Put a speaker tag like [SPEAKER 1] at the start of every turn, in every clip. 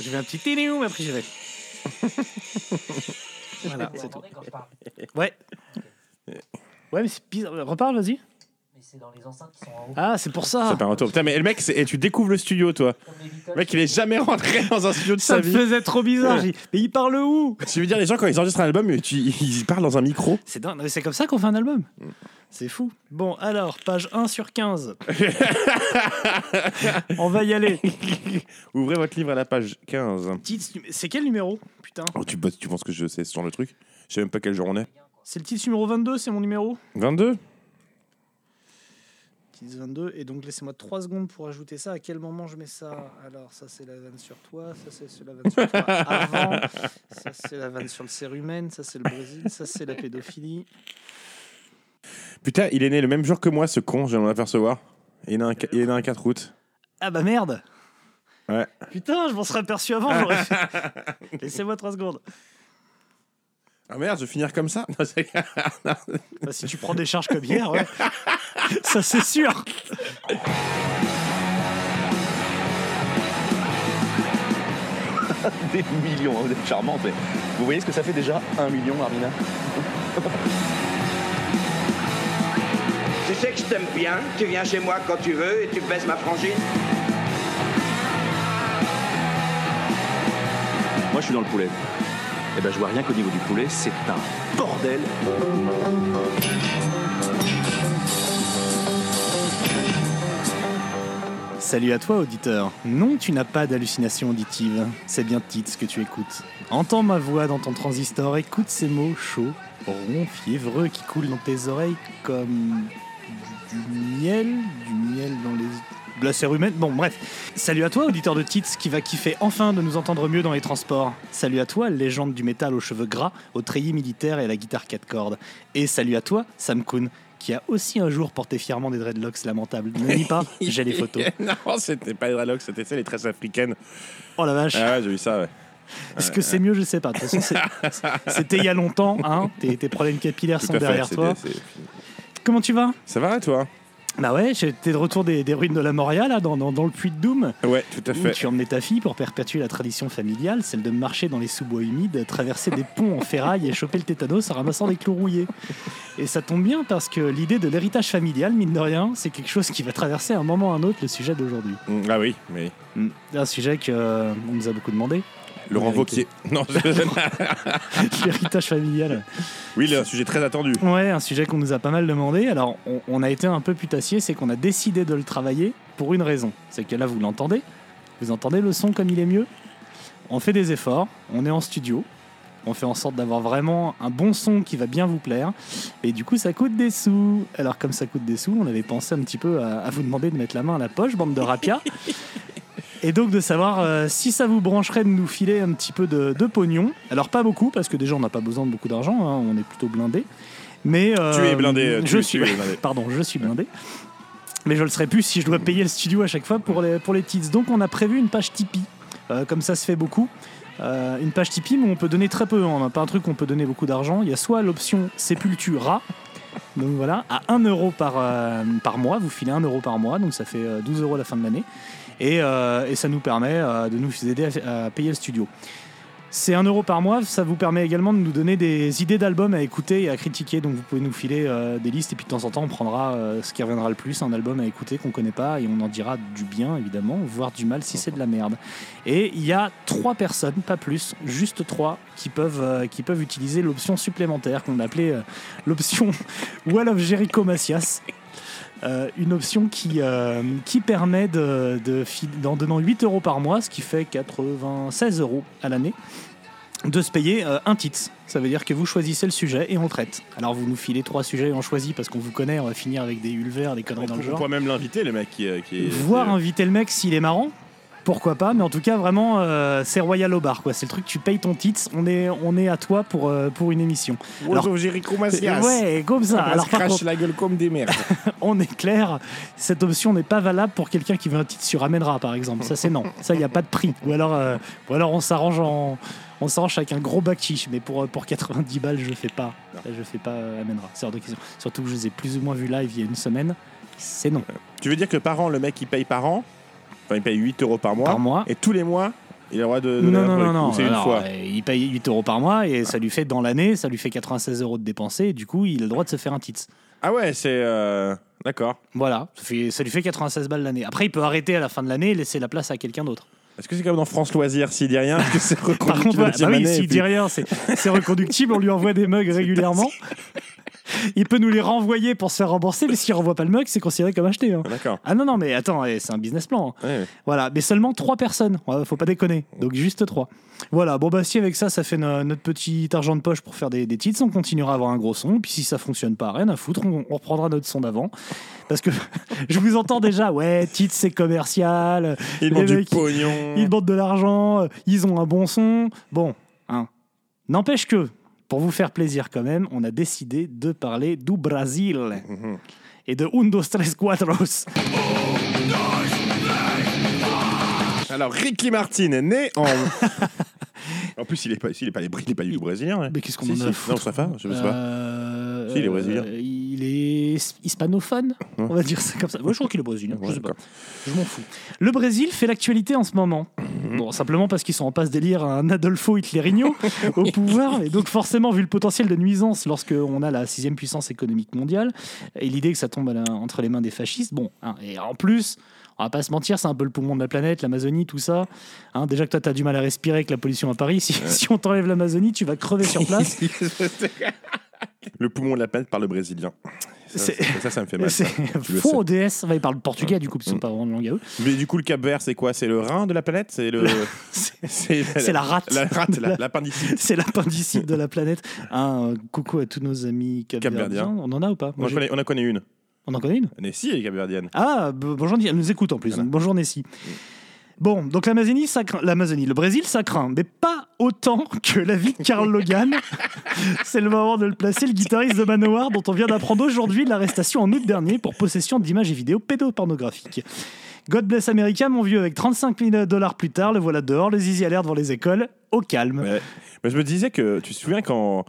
[SPEAKER 1] J'ai fait un petit téléon, mais après j'ai fait. voilà,
[SPEAKER 2] Vous
[SPEAKER 1] c'est tout.
[SPEAKER 2] entendez quand je parle
[SPEAKER 1] Ouais. Ouais, mais c'est bizarre. Reparle, vas-y.
[SPEAKER 2] Mais c'est dans les enceintes qui sont en haut.
[SPEAKER 1] Ah, c'est pour ça.
[SPEAKER 3] Ça part en tour. Putain, mais le mec, c'est- et tu découvres le studio, toi.
[SPEAKER 2] Comme les Beatles,
[SPEAKER 3] Le mec, il est jamais rentré dans un studio de
[SPEAKER 1] Ça
[SPEAKER 3] sa
[SPEAKER 1] me
[SPEAKER 3] vie.
[SPEAKER 1] faisait trop bizarre.
[SPEAKER 3] Ouais.
[SPEAKER 1] j'ai dit, Mais il parle où
[SPEAKER 3] Je veux dire, les gens, quand ils enregistrent un album, tu- ils parlent dans un micro.
[SPEAKER 1] C'est dingue. Non, mais C'est comme ça qu'on fait un album. C'est fou. Bon, alors, page 1 sur 15. On va y aller.
[SPEAKER 3] Ouvrez votre livre à la page 15.
[SPEAKER 1] Titre numé- C'est quel numéro Putain.
[SPEAKER 3] Oh, tu, bosses- tu penses que je sais ce genre de truc Je sais même pas quel jour on est.
[SPEAKER 1] C'est le titre numéro 22, c'est mon numéro
[SPEAKER 3] 22
[SPEAKER 1] 10, 22, et donc laissez-moi 3 secondes pour ajouter ça. À quel moment je mets ça Alors, ça c'est la vanne sur toi, ça c'est c'est la vanne sur toi avant, ça c'est la vanne sur le cérumen, ça c'est le Brésil, ça c'est la pédophilie.
[SPEAKER 3] Putain, il est né le même jour que moi, ce con, je viens de l'apercevoir. Il est né un, il est né un 4 août.
[SPEAKER 1] Ah bah merde
[SPEAKER 3] Ouais.
[SPEAKER 1] Putain, je m'en serais aperçu avant. j'aurais fait- Laissez-moi 3 secondes.
[SPEAKER 3] Ah merde, je vais finir comme ça Non, c'est-
[SPEAKER 1] Bah, si tu prends des charges comme hier, ouais. ça c'est sûr.
[SPEAKER 4] Des millions, hein, vous êtes charmante, mais vous voyez ce que ça fait déjà Un million, Armina
[SPEAKER 5] Tu sais que je t'aime bien, tu viens chez moi quand tu veux et tu baises ma frangine.
[SPEAKER 4] Moi, je suis dans le poulet. Eh ben, je vois rien qu'au niveau du poulet, c'est un bordel.
[SPEAKER 1] Salut à toi, auditeur. Non, tu n'as pas d'hallucination auditive. C'est bien Tite ce que tu écoutes. Entends ma voix dans ton transistor, écoute ces mots chauds, ronds, fiévreux qui coulent dans tes oreilles comme. du, du miel Du miel dans les. de la cérumen Bon, bref. Salut à toi, auditeur de Tits, qui va kiffer enfin de nous entendre mieux dans les transports. Salut à toi, légende du métal aux cheveux gras, au treillis militaire et à la guitare quatre cordes. Et salut à toi, Sam Kuhn, qui a aussi un jour porté fièrement des dreadlocks lamentables. Ne dis pas, j'ai les photos.
[SPEAKER 3] non, c'était pas les dreadlocks, c'était ça, les tresses africaines.
[SPEAKER 1] Oh la vache.
[SPEAKER 3] Ah ouais, j'ai vu ça, ouais.
[SPEAKER 1] Est-ce que c'est mieux Je sais pas. De toute façon, c'est- c'était il y a longtemps. Hein. Tes, tes problèmes capillaires
[SPEAKER 3] Tout
[SPEAKER 1] sont
[SPEAKER 3] à fait,
[SPEAKER 1] derrière
[SPEAKER 3] c'est
[SPEAKER 1] toi.
[SPEAKER 3] des- c'est-
[SPEAKER 1] Comment tu vas
[SPEAKER 3] Ça va, toi
[SPEAKER 1] Bah ouais, j'étais de retour des, des ruines de la Moria, là, dans, dans- dans le puits de Doom.
[SPEAKER 3] Ouais, tout à
[SPEAKER 1] Où
[SPEAKER 3] fait.
[SPEAKER 1] tu emmenais ta fille pour perpétuer la tradition familiale, celle de marcher dans les sous-bois humides, traverser des ponts en ferraille et choper le tétanos en ramassant des clous rouillés. Et ça tombe bien parce que l'idée de l'héritage familial, mine de rien, c'est quelque chose qui va traverser à un moment ou à un autre le sujet d'aujourd'hui.
[SPEAKER 3] Mm, Ah oui, mais.
[SPEAKER 1] Un sujet qu'on nous a beaucoup demandé,
[SPEAKER 3] Laurent
[SPEAKER 1] Vérité.
[SPEAKER 3] Vauquier. Non, je-
[SPEAKER 1] l'héritage familial.
[SPEAKER 3] oui, il a un sujet très attendu.
[SPEAKER 1] Ouais, un sujet qu'on nous a pas mal demandé. Alors, on, on a été un peu putassier, c'est qu'on a décidé de le travailler pour une raison. C'est que là, vous l'entendez. Vous entendez le son comme il est mieux. On fait des efforts, on est en studio. On fait en sorte d'avoir vraiment un bon son qui va bien vous plaire. Et du coup, ça coûte des sous. Alors, comme ça coûte des sous, on avait pensé un petit peu à, à vous demander de mettre la main à la poche, bande de rapia. Et donc de savoir euh, si ça vous brancherait de nous filer un petit peu de, de pognon. Alors pas beaucoup, parce que déjà on n'a pas besoin de beaucoup d'argent, hein, on est plutôt blindé. Mais euh,
[SPEAKER 3] Tu es blindé, tu-
[SPEAKER 1] je
[SPEAKER 3] tu
[SPEAKER 1] suis
[SPEAKER 3] es blindé.
[SPEAKER 1] pardon, je suis blindé. Mais je le serais plus si je dois payer le studio à chaque fois pour les, pour les titres. Donc on a prévu une page Tipeee, euh, comme ça se fait beaucoup. Euh, une page Tipeee, mais on peut donner très peu, hein, on n'a pas un truc où on peut donner beaucoup d'argent. Il y a soit l'option Sepultura, donc voilà, à 1 euro par, euh, par mois, vous filez 1 euro par mois, donc ça fait euh, 12 euros à la fin de l'année. Et, euh, et ça nous permet euh, de nous aider à, à payer le studio. C'est 1 euro par mois, ça vous permet également de nous donner des idées d'albums à écouter et à critiquer. Donc vous pouvez nous filer euh, des listes et puis de temps en temps on prendra euh, ce qui reviendra le plus, un album à écouter qu'on connaît pas et on en dira du bien évidemment, voire du mal si c'est de la merde. Et il y a trois personnes, pas plus, juste trois, qui peuvent, euh, qui peuvent utiliser l'option supplémentaire qu'on appelait euh, l'option Wall of Jericho Macias. Euh, une option qui, euh, qui permet de, de fi- d'en donnant 8 euros par mois, ce qui fait 96 euros à l'année, de se payer euh, un titre. Ça veut dire que vous choisissez le sujet et on le traite. Alors vous nous filez trois sujets et on choisit parce qu'on vous connaît, on va finir avec des Ulver, des conneries
[SPEAKER 3] On,
[SPEAKER 1] dans le
[SPEAKER 3] on
[SPEAKER 1] genre.
[SPEAKER 3] pourrait même l'inviter, le mec qui, est- qui est.
[SPEAKER 1] Voir
[SPEAKER 3] qui est-
[SPEAKER 1] inviter le mec s'il est marrant, pourquoi pas, mais en tout cas vraiment euh, c'est Royal au bar quoi. C'est le truc, tu payes ton titre, on est, on est à toi pour, euh, pour une émission. Alors-
[SPEAKER 3] Waldo Jericho Macias.
[SPEAKER 1] Ouais, comme ça.
[SPEAKER 3] On se
[SPEAKER 1] Alors par
[SPEAKER 3] crache
[SPEAKER 1] contre,
[SPEAKER 3] la gueule comme des merdes.
[SPEAKER 1] on est clair, cette option n'est pas valable pour quelqu'un qui veut un titre sur Amènera par exemple. Ça c'est non, ça il n'y a pas de prix. Ou alors, euh, ou alors on s'arrange en... On s'arrange avec un gros bac chiche, mais pour, euh, pour 90 balles, je fais pas.
[SPEAKER 3] Non.
[SPEAKER 1] Je fais pas euh, Amènera, c'est hors de question. Surtout que je les ai plus ou moins vus live il y a une semaine. C'est non.
[SPEAKER 3] Tu veux dire que par an, le mec, il paye par an Enfin, il paye 8 euros par mois.
[SPEAKER 1] Par mois.
[SPEAKER 3] Et tous les mois, Il a le droit de. de
[SPEAKER 1] Non,
[SPEAKER 3] la-
[SPEAKER 1] non, non, non.
[SPEAKER 3] ou C'est une
[SPEAKER 1] Alors,
[SPEAKER 3] fois.
[SPEAKER 1] euh, il paye 8 euros par mois et ça lui fait dans l'année, ça lui fait 96 euros de dépensés. Et du coup, il a le droit de se faire un tits.
[SPEAKER 3] Ah ouais, c'est. euh, D'accord.
[SPEAKER 1] Voilà, ça, fait- ça lui fait 96 balles l'année. Après, il peut arrêter à la fin de l'année et laisser la place à quelqu'un d'autre.
[SPEAKER 3] Est-ce que c'est comme dans France Loisirs S'il dit rien, est-ce que c'est
[SPEAKER 1] Par
[SPEAKER 3] reconduit
[SPEAKER 1] contre,
[SPEAKER 3] la
[SPEAKER 1] voilà,
[SPEAKER 3] deuxième
[SPEAKER 1] bah oui,
[SPEAKER 3] année, et
[SPEAKER 1] s'il
[SPEAKER 3] puis-
[SPEAKER 1] dit rien, c'est c'est reconductible, on lui envoie des mugs régulièrement. Il peut nous les renvoyer pour se faire rembourser, mais s'il renvoie pas le mug, c'est considéré comme acheté. hein.
[SPEAKER 3] Ah, D'accord.
[SPEAKER 1] Ah non, non, mais attends, eh, c'est un business plan. hein.
[SPEAKER 3] Ouais, ouais.
[SPEAKER 1] Voilà, mais seulement trois personnes, Ouais, faut pas déconner. Donc juste trois. Voilà, bon bah si avec ça, ça fait no- notre petit argent de poche pour faire des, des titres, on continuera à avoir un gros son, puis si ça fonctionne pas, rien à foutre, on, on reprendra notre son d'avant. Parce que je vous entends déjà, ouais, titre c'est commercial,
[SPEAKER 3] Il
[SPEAKER 1] Les
[SPEAKER 3] demande du
[SPEAKER 1] mecs,
[SPEAKER 3] pognon.
[SPEAKER 1] ils demandent de l'argent, euh, ils ont un bon son. Bon, hein. N'empêche que, pour vous faire plaisir quand même, on a décidé de parler du Brésil
[SPEAKER 3] Mhm.
[SPEAKER 1] et de Un, dos, tres, cuatros.
[SPEAKER 3] Alors, Ricky Martin est né en. en plus, il est pas, s'il est pas, il est pas du tout brésilien. ouais.
[SPEAKER 1] Mais qu'est-ce qu'on
[SPEAKER 3] Si,
[SPEAKER 1] en a
[SPEAKER 3] si.
[SPEAKER 1] à foutre
[SPEAKER 3] Non, ça va, je sais pas.
[SPEAKER 1] Euh,
[SPEAKER 3] Si, il est brésilien.
[SPEAKER 1] euh, il est hispanophone, on va dire ça comme ça. Ouais, je crois qu'il est brésilien, je
[SPEAKER 3] Ouais,
[SPEAKER 1] sais pas.
[SPEAKER 3] d'accord.
[SPEAKER 1] Je m'en fous. Le Brésil fait l'actualité en ce moment.
[SPEAKER 3] Mhm.
[SPEAKER 1] Bon, simplement parce qu'ils sont en passe d'élire un Adolfo Hitlerino au pouvoir. Et donc, forcément, vu le potentiel de nuisance lorsqu'on a la sixième puissance économique mondiale et l'idée que ça tombe à la- entre les mains des fascistes, bon, hein, et en plus. On va pas se mentir, c'est un peu le poumon de la planète, l'Amazonie, tout ça. Hein, déjà que toi, t'as du mal à respirer avec la pollution à Paris. Si, si on t'enlève l'Amazonie, tu vas crever sur place.
[SPEAKER 3] Le poumon de la planète par le brésilien. Ça,
[SPEAKER 1] C'est-
[SPEAKER 3] ça, ça, ça me fait mal.
[SPEAKER 1] C'est
[SPEAKER 3] ça. Mm. Tu le
[SPEAKER 1] faux au DS. Enfin, ils parlent portugais, du coup, parce qu'ils sont pas vraiment de langue à eux.
[SPEAKER 3] Mais du coup, le Cap Vert, c'est quoi C'est le rein de la planète C'est le. C'est
[SPEAKER 1] C'est la rate.
[SPEAKER 3] La rate, la- l'appendicite.
[SPEAKER 1] C'est l'appendicite de la planète. Un coucou à tous nos amis capverdiens.
[SPEAKER 3] Capverdiens.
[SPEAKER 1] On en a ou pas Moi,
[SPEAKER 3] On en
[SPEAKER 1] j'ai-
[SPEAKER 3] connaît- on en connaît une.
[SPEAKER 1] On en connaît une
[SPEAKER 3] Nessie, elle est capverdienne.
[SPEAKER 1] Ah, b- bonjour, elle nous écoute en plus.
[SPEAKER 3] Voilà.
[SPEAKER 1] donc Bonjour, Nessie. Bon, donc l'Amazonie, ça craint. L'Amazonie, le Brésil, ça craint, mais pas autant que la vie de Carl Logan. C'est le moment de le placer, le guitariste de Manowar, dont on vient d'apprendre aujourd'hui l'arrestation en août dernier pour possession d'images et vidéos pédopornographiques. God bless America, mon vieux, avec 35 000 dollars plus tard, le voilà dehors, le zizi a l'air devant les écoles, au calme.
[SPEAKER 3] Ouais. Mais je me disais que tu te souviens quand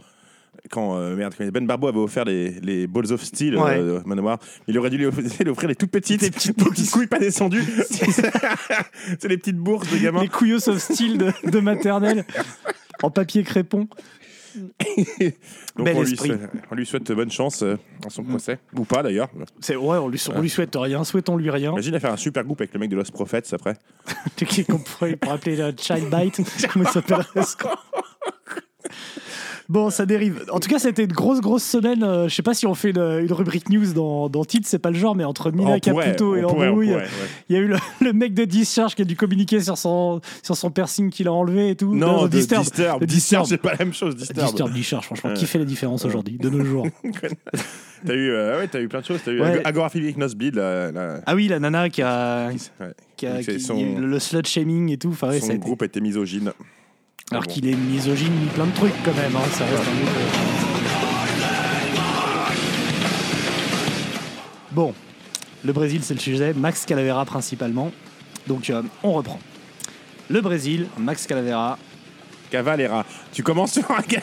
[SPEAKER 3] quand euh, merde, quand Ben Barbo avait offert les, les Balls of Steel
[SPEAKER 1] Ouais.
[SPEAKER 3] euh, au Manoir, il aurait dû lui offrir, lui offrir les toutes petites,
[SPEAKER 1] Des
[SPEAKER 3] les
[SPEAKER 1] petites
[SPEAKER 3] petites pour qu'il couille pas descendu. c'est les petites bourses de gamin.
[SPEAKER 1] Les couillots sauf style de, de maternelle, en papier crépon.
[SPEAKER 3] Donc
[SPEAKER 1] Bel
[SPEAKER 3] on lui,
[SPEAKER 1] esprit.
[SPEAKER 3] souhaite, on lui souhaite bonne chance euh, dans
[SPEAKER 1] Mm.
[SPEAKER 3] son procès ou pas d'ailleurs.
[SPEAKER 1] C'est ouais, on lui, on lui souhaite rien, souhaitons-lui rien.
[SPEAKER 3] Imagine à faire un super groupe avec le mec de Lost Prophets après.
[SPEAKER 1] Tu sais qu'on pourrait pour appeler le Child Bite, comment il s'appellerait ce con Bon, ça dérive. En tout cas, c'était une grosse, grosse semaine. Euh, Je sais pas si on fait une, une rubrique news dans, dans titre, c'est pas le genre, mais entre Mina
[SPEAKER 3] On pourrait,
[SPEAKER 1] Caputo et
[SPEAKER 3] on pourrait, on
[SPEAKER 1] Embrouille,
[SPEAKER 3] pourrait, ouais.
[SPEAKER 1] il y a eu le, le mec de Discharge qui a dû communiquer sur son, sur son piercing qu'il a enlevé et tout.
[SPEAKER 3] Non,
[SPEAKER 1] de
[SPEAKER 3] de
[SPEAKER 1] Disturb.
[SPEAKER 3] Disturb.
[SPEAKER 1] De Disturb.
[SPEAKER 3] Disturb, c'est pas la même chose. Disturb.
[SPEAKER 1] Disturb, Discharge, franchement,
[SPEAKER 3] Ouais.
[SPEAKER 1] qui fait la différence aujourd'hui, de nos jours
[SPEAKER 3] T'as eu, euh, ouais, t'as eu plein de choses. T'as eu
[SPEAKER 1] Ouais.
[SPEAKER 3] Agor- Agoraphobic Nosebid. la- la-
[SPEAKER 1] Ah oui, la nana qui a,
[SPEAKER 3] ouais.
[SPEAKER 1] qui a-
[SPEAKER 3] Donc, c'est
[SPEAKER 1] qui-
[SPEAKER 3] son-
[SPEAKER 1] il y a eu le slut shaming et tout. Enfin, ouais, ça
[SPEAKER 3] Son
[SPEAKER 1] a été-
[SPEAKER 3] groupe était misogyne.
[SPEAKER 1] Alors
[SPEAKER 3] bon.
[SPEAKER 1] qu'il est misogyne, mis plein de trucs quand même. hein, ça reste un groupe, euh. Bon, le Brésil, c'est le sujet. Max Calavera principalement. Donc, euh, on reprend. Le Brésil, Max Calavera.
[SPEAKER 3] Cavalera. Tu commences sur un gars.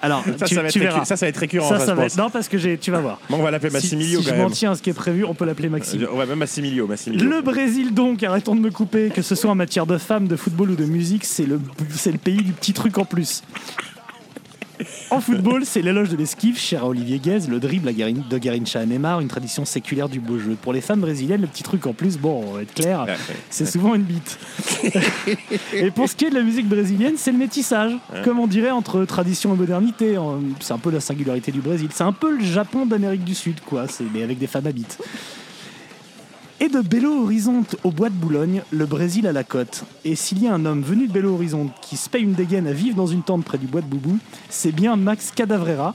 [SPEAKER 1] Alors,
[SPEAKER 3] Ça,
[SPEAKER 1] tu,
[SPEAKER 3] ça va être
[SPEAKER 1] tu verras.
[SPEAKER 3] récu- ça, ça va être récurrent.
[SPEAKER 1] Ça,
[SPEAKER 3] ça,
[SPEAKER 1] ça
[SPEAKER 3] je
[SPEAKER 1] va
[SPEAKER 3] pense.
[SPEAKER 1] être- Non, parce que j'ai- tu vas voir.
[SPEAKER 3] Bon, on va l'appeler
[SPEAKER 1] si
[SPEAKER 3] Massimilio
[SPEAKER 1] si je
[SPEAKER 3] bah, quand
[SPEAKER 1] m'en
[SPEAKER 3] même. Euh,
[SPEAKER 1] tiens à ce qui est prévu, on peut l'appeler Maxime.
[SPEAKER 3] Je- On va même Massimilio. Massimilio.
[SPEAKER 1] Le Brésil donc, arrêtons de me couper, que ce soit en matière de femmes, de football ou de musique, c'est le, c'est le pays du petit truc en plus. En football, c'est l'éloge de l'esquive, cher à Olivier Guez, le dribble à Garin, de Garincha à Neymar, une tradition séculaire du beau jeu. Pour les femmes brésiliennes, le petit truc en plus, bon, on va être clair, c'est souvent une bite. Et pour ce qui est de la musique brésilienne, c'est le métissage, comme on dirait entre tradition et modernité. en- C'est un peu la singularité du Brésil. C'est un peu le Japon d'Amérique du Sud, quoi, c'est- mais avec des femmes à bites. Et de Belo Horizonte au bois de Boulogne, le Brésil à la côte. Et s'il y a un homme venu de Belo Horizonte qui se paye une dégaine à vivre dans une tente près du bois de Boubou, c'est bien Max Cadavrera,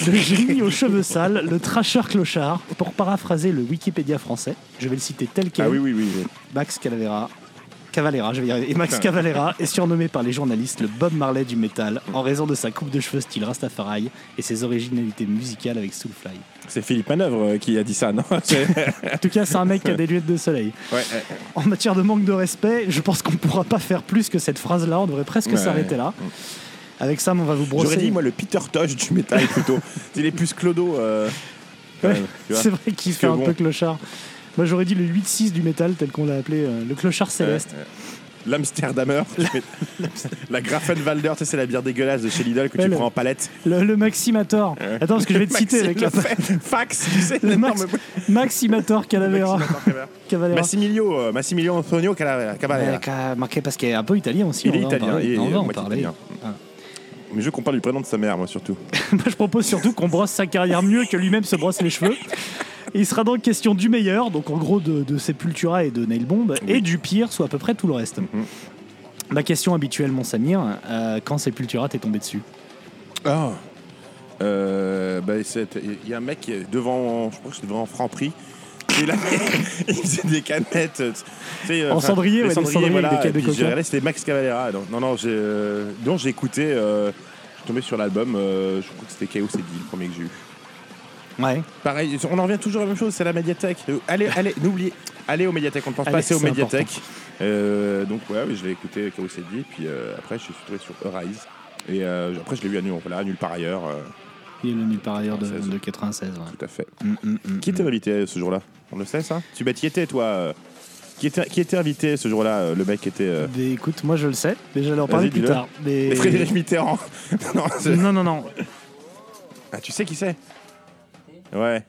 [SPEAKER 1] le génie aux cheveux sales, le tracheur clochard, pour paraphraser le Wikipédia français. Je vais le citer tel quel.
[SPEAKER 3] Ah oui, oui, oui. oui.
[SPEAKER 1] Max Calavera. Cavalera, je vais y arriver. Et Max Cavalera est surnommé par les journalistes le Bob Marley du métal en raison de sa coupe de cheveux style Rastafari et ses originalités musicales avec Soulfly.
[SPEAKER 3] C'est Philippe Manœuvre euh, qui a dit ça, non C'est-
[SPEAKER 1] En tout cas, c'est un mec qui a des lunettes de soleil.
[SPEAKER 3] ouais, ouais.
[SPEAKER 1] En matière de manque de respect, je pense qu'on ne pourra pas faire plus que cette phrase-là. On devrait presque
[SPEAKER 3] Ouais.
[SPEAKER 1] s'arrêter là. Avec ça, on va vous brosser.
[SPEAKER 3] J'aurais dit, moi, le Peter Tosh du métal plutôt. Il est plus Clodo. euh, quand
[SPEAKER 1] Ouais,
[SPEAKER 3] même, tu vois.
[SPEAKER 1] c'est vrai qu'il fait
[SPEAKER 3] que
[SPEAKER 1] un
[SPEAKER 3] bon.
[SPEAKER 1] peu clochard. Moi, j'aurais dit le 8-6 du métal, tel qu'on l'a appelé, euh, le clochard céleste.
[SPEAKER 3] Ouais, ouais. L'Amsterdamer. la Grafenwalder, tu sais, c'est la bière dégueulasse de chez Lidl que
[SPEAKER 1] Ouais,
[SPEAKER 3] tu
[SPEAKER 1] le-
[SPEAKER 3] prends en palette.
[SPEAKER 1] Le, le Maximator. Attends, parce que je vais te citer
[SPEAKER 3] Maxime
[SPEAKER 1] avec la
[SPEAKER 3] Le Fa- Fax, tu sais,
[SPEAKER 1] Le Max-
[SPEAKER 3] l'énorme-
[SPEAKER 1] Maximator Calavera.
[SPEAKER 3] Maxime Cavalera.
[SPEAKER 1] Cavalera.
[SPEAKER 3] Massimilio, euh, Massimilio Antonio Cala- Cavalera.
[SPEAKER 1] Avec, euh, marqué parce qu'il est un peu italien aussi.
[SPEAKER 3] Il
[SPEAKER 1] on
[SPEAKER 3] est
[SPEAKER 1] va en
[SPEAKER 3] italien,
[SPEAKER 1] parler.
[SPEAKER 3] il est
[SPEAKER 1] On va en
[SPEAKER 3] moitié
[SPEAKER 1] parler. Ah.
[SPEAKER 3] italien.
[SPEAKER 1] Voilà.
[SPEAKER 3] Mais je veux qu'on parle du prénom de sa mère, moi surtout.
[SPEAKER 1] Moi, je propose surtout qu'on brosse sa carrière mieux que lui-même se brosse les cheveux. Et il sera donc question du meilleur, donc en gros de, de Sepultura et de Nailbomb, et du pire, soit à peu près tout le reste.
[SPEAKER 3] Mm-hmm.
[SPEAKER 1] La question habituelle, mon Samir, euh, quand Sepultura t'est tombé dessus
[SPEAKER 3] Ah Euh, bah, c'est- Il y a un mec qui est devant, je crois que c'est devant Franprix. Et là, il faisait des canettes. euh, tu sais, euh,
[SPEAKER 1] En
[SPEAKER 3] enfin,
[SPEAKER 1] cendrier,
[SPEAKER 3] les
[SPEAKER 1] ouais, des cendriers
[SPEAKER 3] voilà,
[SPEAKER 1] avec des cannes
[SPEAKER 3] et
[SPEAKER 1] de
[SPEAKER 3] puis j'ai
[SPEAKER 1] coca.
[SPEAKER 3] regardé, c'était Max Cavalera. Non, non, non, j'ai euh, non, j'ai écouté. euh, je suis tombé sur l'album. euh, je crois que c'était KO, c'est le premier que j'ai eu.
[SPEAKER 1] Ouais.
[SPEAKER 3] Pareil, on en revient toujours à la même chose, c'est la médiathèque. Euh, Allez, allez, n'oubliez, allez au médiathèque, on ne pense
[SPEAKER 1] Allez,
[SPEAKER 3] pas assez au
[SPEAKER 1] c'est
[SPEAKER 3] médiathèque. Euh, donc ouais, mais je l'ai écouté, Caro s'est dit, et puis euh, après je suis tombé sur Eurize. Et euh, après je l'ai vu à nulle, voilà, nulle part ailleurs, euh,
[SPEAKER 1] Il est le nul par ailleurs de,
[SPEAKER 3] 96.
[SPEAKER 1] de 96. ouais.
[SPEAKER 3] tout à fait.
[SPEAKER 1] Mm, mm, mm,
[SPEAKER 3] Ah, Qui était invité euh, ce jour-là On le sait ça Tu bah, qui était toi euh, qui, était, qui était invité ce jour-là euh, Le mec qui était... euh,
[SPEAKER 1] mm. Mais écoute, moi je le sais, mais j'allais en parler plus
[SPEAKER 3] dis-le.
[SPEAKER 1] tard. Mais...
[SPEAKER 3] Frédéric Mitterrand non, c'est-
[SPEAKER 1] Non, non, non.
[SPEAKER 3] Ah, tu sais qui c'est Ouais.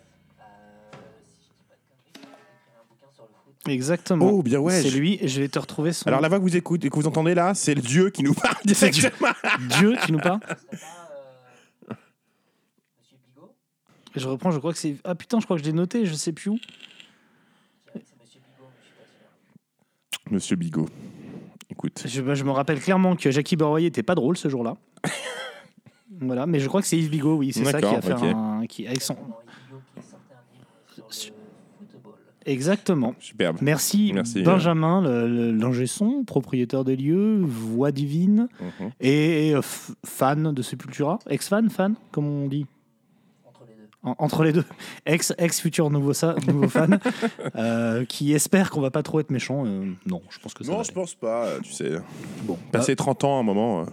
[SPEAKER 1] Exactement.
[SPEAKER 3] Oh, bien ouais.
[SPEAKER 1] C'est
[SPEAKER 3] je-
[SPEAKER 1] lui, et je vais te retrouver son
[SPEAKER 3] Alors la voix que vous écoutez, que vous entendez là, c'est le dieu qui nous parle
[SPEAKER 1] C'est Dieu.
[SPEAKER 3] directement.
[SPEAKER 1] Dieu, tu nous parles
[SPEAKER 2] euh,
[SPEAKER 1] Je reprends, je crois que c'est. Ah putain, je crois que je l'ai noté, je sais plus où.
[SPEAKER 3] Monsieur Bigot. Écoute.
[SPEAKER 1] Je, bah, je me rappelle clairement que Jackie Borroyer était pas drôle ce jour-là. voilà, mais je crois que c'est Yves Bigot, oui, c'est ça qui a fait
[SPEAKER 3] D'accord, ok.
[SPEAKER 1] un. Qui, avec son... Exactement.
[SPEAKER 3] Superbe.
[SPEAKER 1] Merci,
[SPEAKER 3] Merci,
[SPEAKER 1] Benjamin, le- le- l'ingé son, propriétaire des lieux, voix divine
[SPEAKER 3] Mhm.
[SPEAKER 1] et, et, euh, f- fan de Sepultura. Ex-fan, fan, comme on dit En- entre les deux, ex, ex futur nouveau, ça, nouveau fan, euh, qui espère qu'on va pas trop être méchant. Euh, non, je pense que ça.
[SPEAKER 3] Non,
[SPEAKER 1] va
[SPEAKER 3] je
[SPEAKER 1] aller.
[SPEAKER 3] pense pas, euh, tu sais. Bah,
[SPEAKER 1] Bon,
[SPEAKER 3] Passer 30 ans à un moment. euh,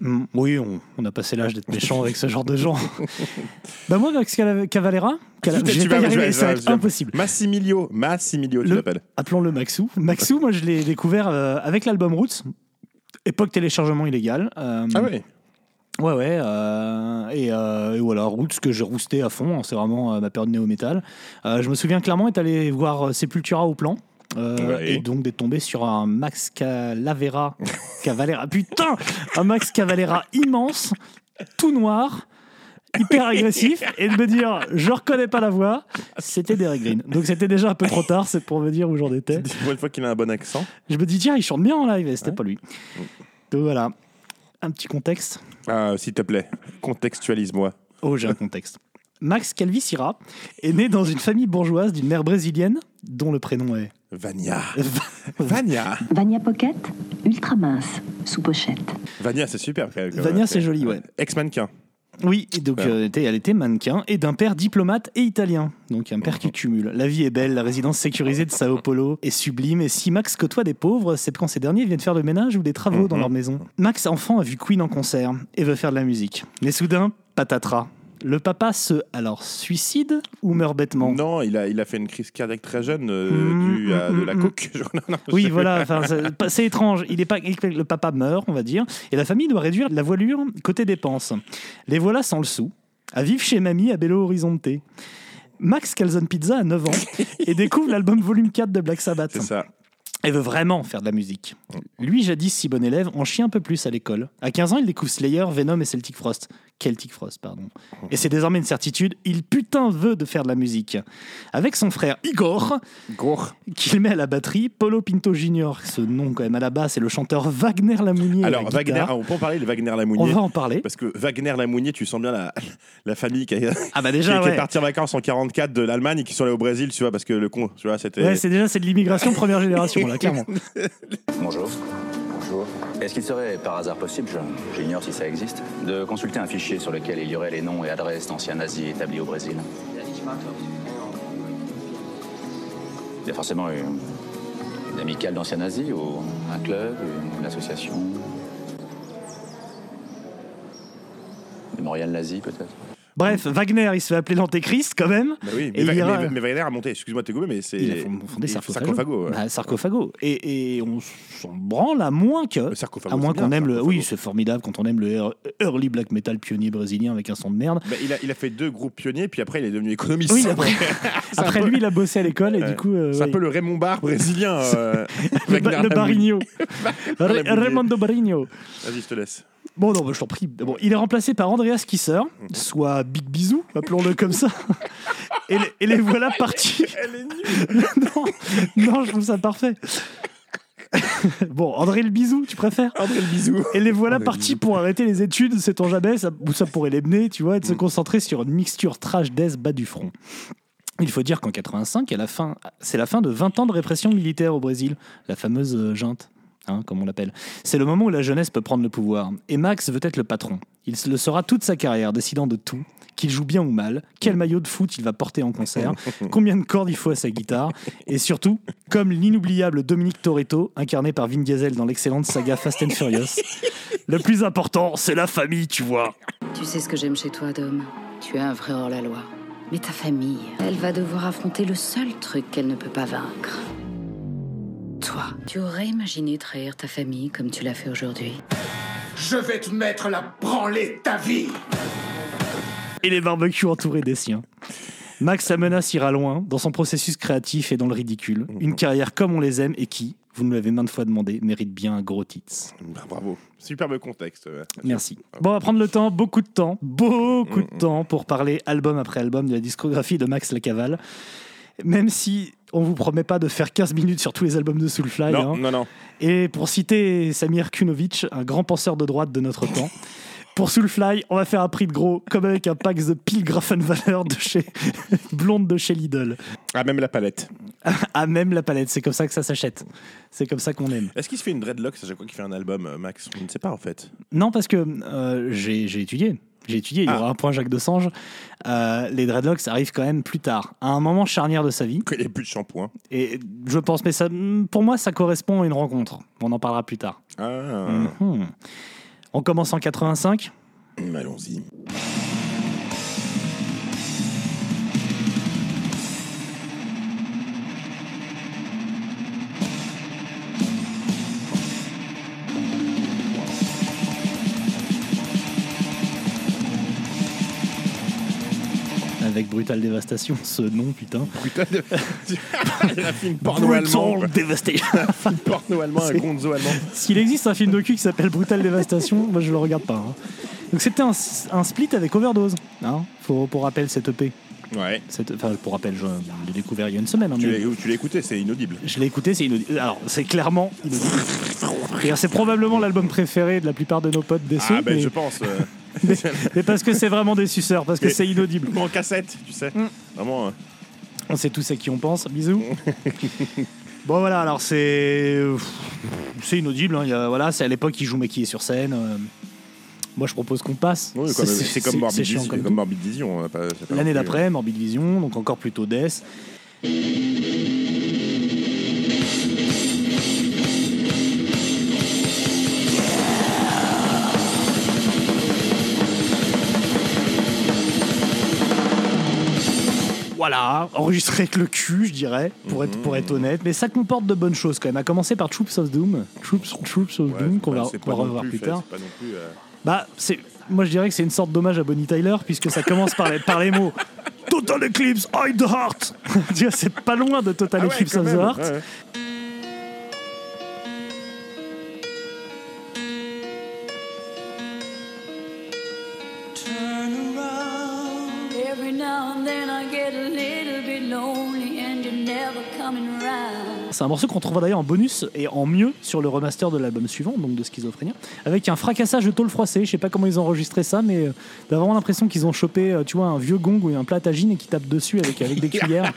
[SPEAKER 1] Mm, Oui, on, on a passé l'âge d'être méchant avec ce genre de gens. bah moi, Max Cala- Cavalera, Cala-
[SPEAKER 3] Tout est-
[SPEAKER 1] je vais
[SPEAKER 3] tu
[SPEAKER 1] pas
[SPEAKER 3] vas-
[SPEAKER 1] y
[SPEAKER 3] je
[SPEAKER 1] arriver,
[SPEAKER 3] vais-
[SPEAKER 1] ça va
[SPEAKER 3] je vais-
[SPEAKER 1] être impossible.
[SPEAKER 3] Massimilio, Massimilio, tu
[SPEAKER 1] Le-
[SPEAKER 3] l'appelles.
[SPEAKER 1] Appelons-le Maxou. Maxou, moi, je l'ai découvert euh, avec l'album Roots, époque téléchargement illégal. euh,
[SPEAKER 3] Ah oui.
[SPEAKER 1] Ouais, ouais. euh, et, euh, et voilà, Roots que j'ai rousté à fond. hein, c'est vraiment euh, ma période néo-métal. Euh, je me souviens clairement être allé voir euh, Sepultura au plan. euh,
[SPEAKER 3] Ouais.
[SPEAKER 1] Et donc d'être tombé sur un Max Calavera. Cavalera. Putain Un Max Cavalera immense, tout noir, hyper agressif. Et de me dire, je reconnais pas la voix. C'était Derek Green. Donc c'était déjà un peu trop tard, c'est pour me dire où j'en étais.
[SPEAKER 3] Pour une fois qu'il a un bon accent.
[SPEAKER 1] Je me dis, tiens, il chante bien en live. Et c'était pas lui. Donc voilà. Un petit contexte.
[SPEAKER 3] Ah, S'il te plaît, contextualise-moi.
[SPEAKER 1] Oh, j'ai un contexte. Max Calvi-Sira est né dans une famille bourgeoise d'une mère brésilienne dont le prénom est.
[SPEAKER 3] Vania. Vania.
[SPEAKER 6] Vania Pocket, ultra mince, sous pochette.
[SPEAKER 3] Vania, c'est super. quand même.
[SPEAKER 1] Vania, c'est joli, ouais.
[SPEAKER 3] Ex-mannequin.
[SPEAKER 1] Oui, et donc
[SPEAKER 3] Ouais.
[SPEAKER 1] euh, était- elle était mannequin et d'un père diplomate et italien. Donc un père qui cumule. La vie est belle, la résidence sécurisée de Sao Paulo est sublime et si Max côtoie des pauvres, c'est quand ces derniers viennent faire le ménage ou des travaux dans
[SPEAKER 3] Mhm.
[SPEAKER 1] leur maison. Max, enfant, a vu Queen en concert et veut faire de la musique. Mais soudain, patatras. Le papa se alors suicide ou meurt bêtement
[SPEAKER 3] Non, il a, il a fait une crise cardiaque très jeune euh,
[SPEAKER 1] Mm,
[SPEAKER 3] due à
[SPEAKER 1] mm,
[SPEAKER 3] de la
[SPEAKER 1] mm,
[SPEAKER 3] coke. Genre, non, non,
[SPEAKER 1] Oui,
[SPEAKER 3] je-
[SPEAKER 1] voilà, enfin, c'est pas- c'est étrange. Il est pas, le papa meurt, on va dire, et la famille doit réduire la voilure côté dépenses. Les voilà sans le sou, à vivre chez mamie à Belo Horizonte. Max Calzone Pizza a 9 ans et découvre l'album volume 4 de Black Sabbath.
[SPEAKER 3] C'est ça.
[SPEAKER 1] Elle veut vraiment faire de la musique. Lui, jadis si bon élève, en chie un peu plus à l'école. À 15 ans, il découvre Slayer, Venom et Celtic Frost. Celtic Frost, pardon. Et c'est désormais une certitude, il putain veut de faire de la musique. Avec son frère Igor,
[SPEAKER 3] Gros.
[SPEAKER 1] qu'il met à la batterie, Polo Pinto Jr. Ce nom quand même à la basse, c'est le chanteur Wagner Lamounier. à la
[SPEAKER 3] Alors, Wagner, ah,
[SPEAKER 1] guitare.
[SPEAKER 3] on peut en parler de Wagner
[SPEAKER 1] on
[SPEAKER 3] Lamounier
[SPEAKER 1] va en parler.
[SPEAKER 3] Parce que Wagner Lamounier, tu sens bien la, la famille qui a,
[SPEAKER 1] Ah bah déjà,
[SPEAKER 3] qui, qui
[SPEAKER 1] ouais.
[SPEAKER 3] est parti en vacances en 44 de l'Allemagne et qui sont allés au Brésil, tu vois, parce que le con, tu vois, c'était.
[SPEAKER 1] Ouais, c'est déjà c'est de l'immigration première génération là, clairement.
[SPEAKER 4] Bonjour. Bonjour. Est-ce qu'il serait par hasard possible, je- j'ignore si ça existe, de consulter un fichier sur lequel il y aurait les noms et adresses d'anciens nazis établis au Brésil Il y a forcément une, une amicale d'anciens nazis ou un club, une, une association Mémorial nazi peut-être
[SPEAKER 1] Bref, Wagner, il se fait appeler l'Antéchrist quand même.
[SPEAKER 7] Bah oui,
[SPEAKER 1] Et
[SPEAKER 7] mais, Va-
[SPEAKER 1] il y aura-
[SPEAKER 7] mais- mais Wagner a monté, excuse-moi de te gommer, mais c'est.
[SPEAKER 1] Il a fond- fondé
[SPEAKER 7] il-
[SPEAKER 1] Sarcophago.
[SPEAKER 7] Sarcophago. ouais.
[SPEAKER 1] Bah, sarcophago. Et, et on s'en branle à moins que.
[SPEAKER 7] Le sarcophago,
[SPEAKER 1] À moins
[SPEAKER 7] c'est
[SPEAKER 1] qu'on
[SPEAKER 7] bien,
[SPEAKER 1] aime le.
[SPEAKER 7] sarcophago.
[SPEAKER 1] Oui, c'est formidable quand on aime le ear- early black metal pionnier brésilien avec un son de merde.
[SPEAKER 7] Bah, il, a, il a fait deux groupes pionniers, puis après il est devenu économiste.
[SPEAKER 1] Oui, après,
[SPEAKER 7] un
[SPEAKER 1] après
[SPEAKER 7] peu-
[SPEAKER 1] lui, il a bossé à l'école et
[SPEAKER 7] Ouais.
[SPEAKER 1] du coup. euh,
[SPEAKER 7] c'est un
[SPEAKER 1] ouais.
[SPEAKER 7] peu le Raymond Barre brésilien. euh,
[SPEAKER 1] le,
[SPEAKER 7] Wagner
[SPEAKER 1] ba- le
[SPEAKER 7] Lamouli.
[SPEAKER 1] Barigno. Ra-
[SPEAKER 7] Lamouli.
[SPEAKER 1] Raimondo Barigno.
[SPEAKER 7] Vas-y, je te laisse.
[SPEAKER 1] Bon, non, bah, je t'en prie. Bon, il est remplacé par Andreas Kisser, soit Big Bisou, appelons-le comme ça. Et les, et les voilà partis. non, non, je trouve ça parfait. bon, André le Bisou, tu préfères
[SPEAKER 7] André le bisou.
[SPEAKER 1] Et les voilà
[SPEAKER 7] André le
[SPEAKER 1] partis
[SPEAKER 7] Bisou.
[SPEAKER 1] pour arrêter les études, sait-on jamais, ça, où ça pourrait les mener, tu vois, et de se
[SPEAKER 7] Mm.
[SPEAKER 1] concentrer sur une mixture trash death bas du front. Il faut dire qu'en 85, à la fin- c'est la fin de 20 ans de répression militaire au Brésil, la fameuse euh, junte, hein, comme on l'appelle. C'est le moment où la jeunesse peut prendre le pouvoir. Et Max veut être le patron. Il le sera toute sa carrière, décidant de tout, qu'il joue bien ou mal, quel maillot de foot il va porter en concert, combien de cordes il faut à sa guitare, et surtout, comme l'inoubliable Dominique Toretto, incarné par Vin Diesel dans l'excellente saga Fast and Furious, le plus important, c'est la famille, tu vois.
[SPEAKER 8] Tu sais ce que j'aime chez toi, Dom. Tu es un vrai hors-la-loi. Mais ta famille, elle va devoir affronter le seul truc qu'elle ne peut pas vaincre. Toi, tu aurais imaginé trahir ta famille comme tu l'as fait aujourd'hui.
[SPEAKER 9] Je vais te mettre la branlée de ta vie
[SPEAKER 1] Et les barbecues entourés des siens. Max, sa menace ira loin, dans son processus créatif et dans le ridicule. Une carrière comme on les aime et qui, vous nous l'avez maintes fois demandé, mérite bien un gros tits.
[SPEAKER 7] Bah, bravo. Superbe contexte. euh. ouais.
[SPEAKER 1] Merci. Bon, on va prendre le temps, beaucoup de temps, beaucoup de temps pour parler album après album de la discographie de Max Lacaval. Même si on vous promet pas de faire 15 minutes sur tous les albums de Soulfly. hein.
[SPEAKER 7] Non, non, non.
[SPEAKER 1] Et pour citer Samir Kunovic, un grand penseur de droite de notre temps, pour Soulfly, on va faire un prix de gros, comme avec un pack The Peel Grafenwalder de chez Blonde de chez Lidl.
[SPEAKER 7] Ah, même la palette.
[SPEAKER 1] À même la palette, c'est comme ça que ça s'achète. C'est comme ça qu'on aime.
[SPEAKER 7] Est-ce qu'il se fait une dreadlock à chaque fois qu'il fait un album, euh, Max On ne sait pas en fait.
[SPEAKER 1] Non, parce que euh, j'ai j'ai étudié. J'ai étudié, il y
[SPEAKER 7] Ah.
[SPEAKER 1] aura un point Jacques Dosange. Euh, les dreadlocks arrivent quand même plus tard, à un moment charnière de sa vie.
[SPEAKER 7] Qu'il n'y ait plus de shampoing.
[SPEAKER 1] Et je pense, mais ça, pour moi, ça correspond à une rencontre. On en parlera plus tard.
[SPEAKER 7] Ah,
[SPEAKER 1] Mhm. On commence en 85. Mm.
[SPEAKER 7] Hum, allons-y.
[SPEAKER 1] Avec Brutal Dévastation, ce nom, putain.
[SPEAKER 7] Putain de. Il a fait une porno allemand.
[SPEAKER 1] Brutal Devastation.
[SPEAKER 7] Un porno allemand, un
[SPEAKER 1] C'est-
[SPEAKER 7] gonzo allemand.
[SPEAKER 1] S'il existe un film docu qui s'appelle Brutal Dévastation, moi je le regarde pas. hein. Donc c'était un, un split avec Overdose. Hein. Faut, pour rappel, cette EP.
[SPEAKER 7] Ouais.
[SPEAKER 1] Cette- Enfin, pour rappel, je l'ai découvert il y a une semaine. hein,
[SPEAKER 7] Tu
[SPEAKER 1] mais-
[SPEAKER 7] l'as- tu l'as écouté, c'est inaudible.
[SPEAKER 1] Je l'ai écouté, c'est inaudible. Alors, c'est clairement inaudible. C'est-à-dire, C'est probablement l'album préféré de la plupart de nos potes déçus.
[SPEAKER 7] Ah, ben
[SPEAKER 1] mais,
[SPEAKER 7] je pense. euh,
[SPEAKER 1] mais- mais parce que c'est vraiment des suceurs, parce que
[SPEAKER 7] Et-
[SPEAKER 1] c'est inaudible.
[SPEAKER 7] en cassette, tu sais.
[SPEAKER 1] Mm.
[SPEAKER 7] Vraiment. euh,
[SPEAKER 1] On sait tous à qui on pense. Bisous. bon voilà, alors c'est c'est inaudible. hein. Il y a- voilà, c'est à l'époque il joue mais qui est sur scène. euh. Moi je propose qu'on passe.
[SPEAKER 7] oui, quoi, mais c'est comme Morbid Vision. c'est comme Morbid Vision, on a pas- c'est pas
[SPEAKER 1] tout. L'année
[SPEAKER 7] non plus, euh,
[SPEAKER 1] d'après, Morbid Vision, donc encore plutôt Death. Voilà, enregistré avec le cul, je dirais, pour être, pour
[SPEAKER 7] Mmh.
[SPEAKER 1] être honnête. Mais ça comporte de bonnes choses quand même, à commencer par Troops of Doom. Troops, Troops of
[SPEAKER 7] euh, ouais,
[SPEAKER 1] Doom,
[SPEAKER 7] c'est
[SPEAKER 1] qu'on
[SPEAKER 7] pas-
[SPEAKER 1] va,
[SPEAKER 7] c'est pas
[SPEAKER 1] qu'on va
[SPEAKER 7] non
[SPEAKER 1] revoir plus
[SPEAKER 7] fait,
[SPEAKER 1] tard.
[SPEAKER 7] c'est pas non plus, euh,
[SPEAKER 1] Bah, c'est, moi je dirais que c'est une sorte d'hommage à Bonnie Tyler, puisque ça commence par les, par les mots Total Eclipse, Hide the Heart Tu vois, c'est pas loin de Total
[SPEAKER 7] Ah ouais,
[SPEAKER 1] Eclipse
[SPEAKER 7] quand
[SPEAKER 1] of the
[SPEAKER 7] même,
[SPEAKER 1] Heart.
[SPEAKER 7] ouais, ouais.
[SPEAKER 8] Every now and then I get a little bit lonely and you're never coming around.
[SPEAKER 1] C'est un morceau qu'on trouvera d'ailleurs en bonus et en mieux sur le remaster de l'album suivant, donc de Schizophrénia, avec un fracassage de tôle froissée. Je sais pas comment ils ont enregistré ça, mais euh, t'as vraiment l'impression qu'ils ont chopé, euh, tu vois, un vieux gong ou un plat à tagine et qui tapent dessus avec, avec des cuillères.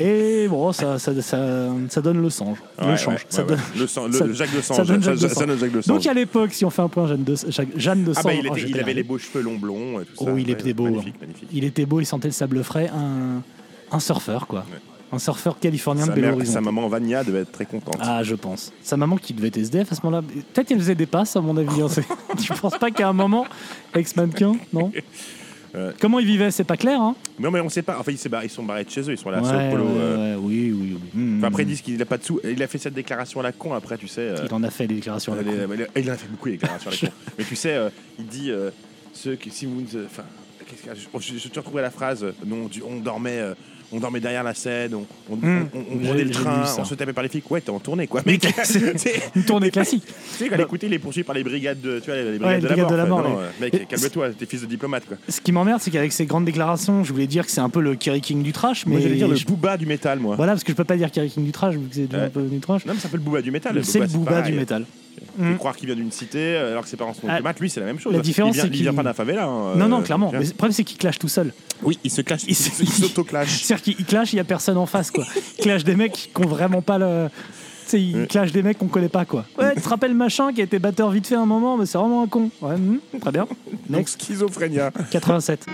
[SPEAKER 1] Et bon, ça, ça, ça, ça donne le sang.
[SPEAKER 7] Ouais,
[SPEAKER 1] le
[SPEAKER 7] ouais,
[SPEAKER 1] change.
[SPEAKER 7] ouais,
[SPEAKER 1] ça
[SPEAKER 7] ouais.
[SPEAKER 1] donne-
[SPEAKER 7] Le sang- le-
[SPEAKER 1] ça-
[SPEAKER 7] le Jacques de Sange.
[SPEAKER 1] ça donne Jacques de Sange.
[SPEAKER 7] Ça donne Jacques de Sange.
[SPEAKER 1] Donc à l'époque, si on fait un point Jeanne de, Jacques- Jeanne de
[SPEAKER 7] Ah,
[SPEAKER 1] Sang,
[SPEAKER 7] bah, il,
[SPEAKER 1] oh,
[SPEAKER 7] était-
[SPEAKER 1] je
[SPEAKER 7] il
[SPEAKER 1] vais
[SPEAKER 7] avait
[SPEAKER 1] arriver.
[SPEAKER 7] les beaux cheveux longs blonds et tout ça.
[SPEAKER 1] Oh, il
[SPEAKER 7] Ouais,
[SPEAKER 1] était beau.
[SPEAKER 7] Magnifique,
[SPEAKER 1] hein.
[SPEAKER 7] magnifique.
[SPEAKER 1] Il était beau, il sentait le sable frais. Un, un surfeur, quoi. Un surfeur californien
[SPEAKER 7] Sa,
[SPEAKER 1] de Belo
[SPEAKER 7] mère,
[SPEAKER 1] Horizonte.
[SPEAKER 7] sa maman Vania devait être très contente.
[SPEAKER 1] Ah, je pense. Sa maman qui devait être SDF à ce moment-là. Peut-être qu'elle faisait des passes, à mon avis. hein. C'est- tu penses pas qu'à un moment, ex-mannequin, non
[SPEAKER 7] Euh,
[SPEAKER 1] Comment ils vivaient, c'est pas clair. Hein
[SPEAKER 3] Non, mais on sait pas. Enfin, ils, s'est barré- ils sont barrés de chez eux, ils sont là à
[SPEAKER 7] bah,
[SPEAKER 1] Ouais,
[SPEAKER 3] Sao Paulo.
[SPEAKER 1] ouais,
[SPEAKER 3] euh.
[SPEAKER 1] ouais, oui, oui. oui. Hmm.
[SPEAKER 3] Enfin, après, ils disent qu'il a pas de sous. Il a fait cette déclaration à la con après, tu sais. euh,
[SPEAKER 1] il en a fait des déclarations. à la
[SPEAKER 3] Elle
[SPEAKER 1] con.
[SPEAKER 7] euh,
[SPEAKER 3] est- elle est- il en a fait beaucoup, les déclarations. les cons. Mais tu sais, euh, il dit euh, ceux que si vous ne. Enfin, qu'est-ce qu'il y a je, je- je te retrouverai la phrase. euh, nous, on, du- on dormait. euh, on dormait derrière la scène, on, on,
[SPEAKER 1] Mmh.
[SPEAKER 3] on- on
[SPEAKER 1] J'ai-
[SPEAKER 3] prenait le
[SPEAKER 1] j'ai
[SPEAKER 3] train,
[SPEAKER 1] lu ça.
[SPEAKER 3] on se tapait par les flics. Ouais, t'es en tournée, quoi. Mais tu sais, tu sais,
[SPEAKER 1] Une tournée classique.
[SPEAKER 3] quand l'écouter, il est poursuivi par les brigades de, tu vois, les brigades
[SPEAKER 1] les
[SPEAKER 3] de, la
[SPEAKER 1] brigades
[SPEAKER 3] mort,
[SPEAKER 1] de la
[SPEAKER 3] en fait.
[SPEAKER 1] mort,
[SPEAKER 3] Non,
[SPEAKER 1] ouais.
[SPEAKER 3] euh,
[SPEAKER 1] Et-
[SPEAKER 3] Mec, calme-toi, t'es fils de diplomate, quoi.
[SPEAKER 1] Ce qui m'emmerde, c'est qu'avec ces grandes déclarations, je voulais dire que c'est un peu le Kerry King du trash, mais
[SPEAKER 3] Moi, j'allais dire le
[SPEAKER 1] je-
[SPEAKER 3] booba du métal, moi.
[SPEAKER 1] voilà, parce que je peux pas dire Kerry King du trash, vu que c'est déjà
[SPEAKER 3] Ouais.
[SPEAKER 1] un peu du trash.
[SPEAKER 3] Non, mais ça fait le booba du métal.
[SPEAKER 1] C'est le
[SPEAKER 3] c'est
[SPEAKER 1] booba
[SPEAKER 3] pareil.
[SPEAKER 1] du métal.
[SPEAKER 3] Fait
[SPEAKER 1] Mm.
[SPEAKER 3] croire qu'il vient d'une cité euh, alors que ses parents sont
[SPEAKER 1] Ah,
[SPEAKER 3] diplomates, lui, c'est la même chose.
[SPEAKER 1] la différence,
[SPEAKER 3] Il vient-
[SPEAKER 1] c'est
[SPEAKER 3] Il vient
[SPEAKER 1] qu'il-
[SPEAKER 3] pas d'un favela. hein,
[SPEAKER 1] Non, non,
[SPEAKER 3] euh,
[SPEAKER 1] clairement.
[SPEAKER 3] tu
[SPEAKER 1] Mais
[SPEAKER 3] vois.
[SPEAKER 1] le problème, c'est qu'il clash tout seul.
[SPEAKER 3] Oui, il se clash, il se- il s'auto-clash.
[SPEAKER 1] C'est-à-dire qu'il il clash, il y a personne en face, quoi. Il clash des mecs qui ont vraiment pas le. Tu sais, il
[SPEAKER 3] Ouais.
[SPEAKER 1] clash des mecs qu'on connaît pas, quoi. Ouais, tu te rappelles machin qui a été batteur vite fait un moment, mais c'est vraiment un con. Ouais, hum, très bien.
[SPEAKER 3] Donc
[SPEAKER 1] Next,
[SPEAKER 3] schizophrénia.
[SPEAKER 1] 87.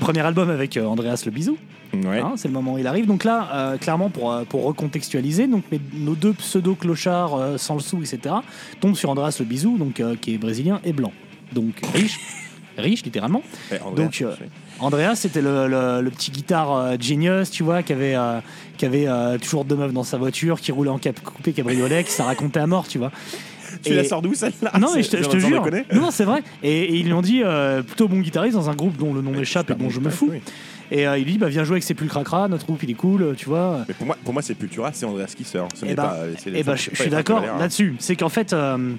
[SPEAKER 1] Premier album avec euh, Andreas Le Bisou.
[SPEAKER 3] Ouais.
[SPEAKER 1] Hein, c'est le moment où il arrive. Donc là, euh, clairement, pour, euh, pour recontextualiser, donc mes- nos deux pseudo-clochards euh, sans le sou, etc., tombent sur Andras le Bisou, donc, euh, qui est brésilien et blanc. Donc riche, riche littéralement.
[SPEAKER 3] Eh, Andreas,
[SPEAKER 1] Donc, euh, Andreas, c'était le, le- le petit guitare euh, genius, tu vois, qui avait, euh, qui avait euh, toujours deux meufs dans sa voiture, qui roulait en cap coupé cabriolet, qui s'en racontait à mort, tu vois.
[SPEAKER 3] tu la
[SPEAKER 1] Et-
[SPEAKER 3] sors d'où celle-là
[SPEAKER 1] non, mais je te, je te
[SPEAKER 3] J'en
[SPEAKER 1] jure.
[SPEAKER 3] reconnais.
[SPEAKER 1] Non, non, c'est vrai. Et, et ils lui ont dit euh, plutôt bon guitariste dans un groupe dont le nom m'échappe et dont je me fous.
[SPEAKER 3] Oui.
[SPEAKER 1] Et euh, il lui dit bah, viens jouer avec ses plus cracra, notre groupe il est cool, euh, tu vois.
[SPEAKER 3] Mais pour moi, pour moi c'est Pultura, c'est Andreas Kisser. Ce
[SPEAKER 1] Eh
[SPEAKER 3] n'est
[SPEAKER 1] ben,
[SPEAKER 3] pas. euh, c'est-
[SPEAKER 1] Et bah,
[SPEAKER 3] c'est
[SPEAKER 1] je je suis
[SPEAKER 3] pas les hein.
[SPEAKER 1] d'accord
[SPEAKER 3] Franco Valera.
[SPEAKER 1] là-dessus. C'est qu'en fait, euh,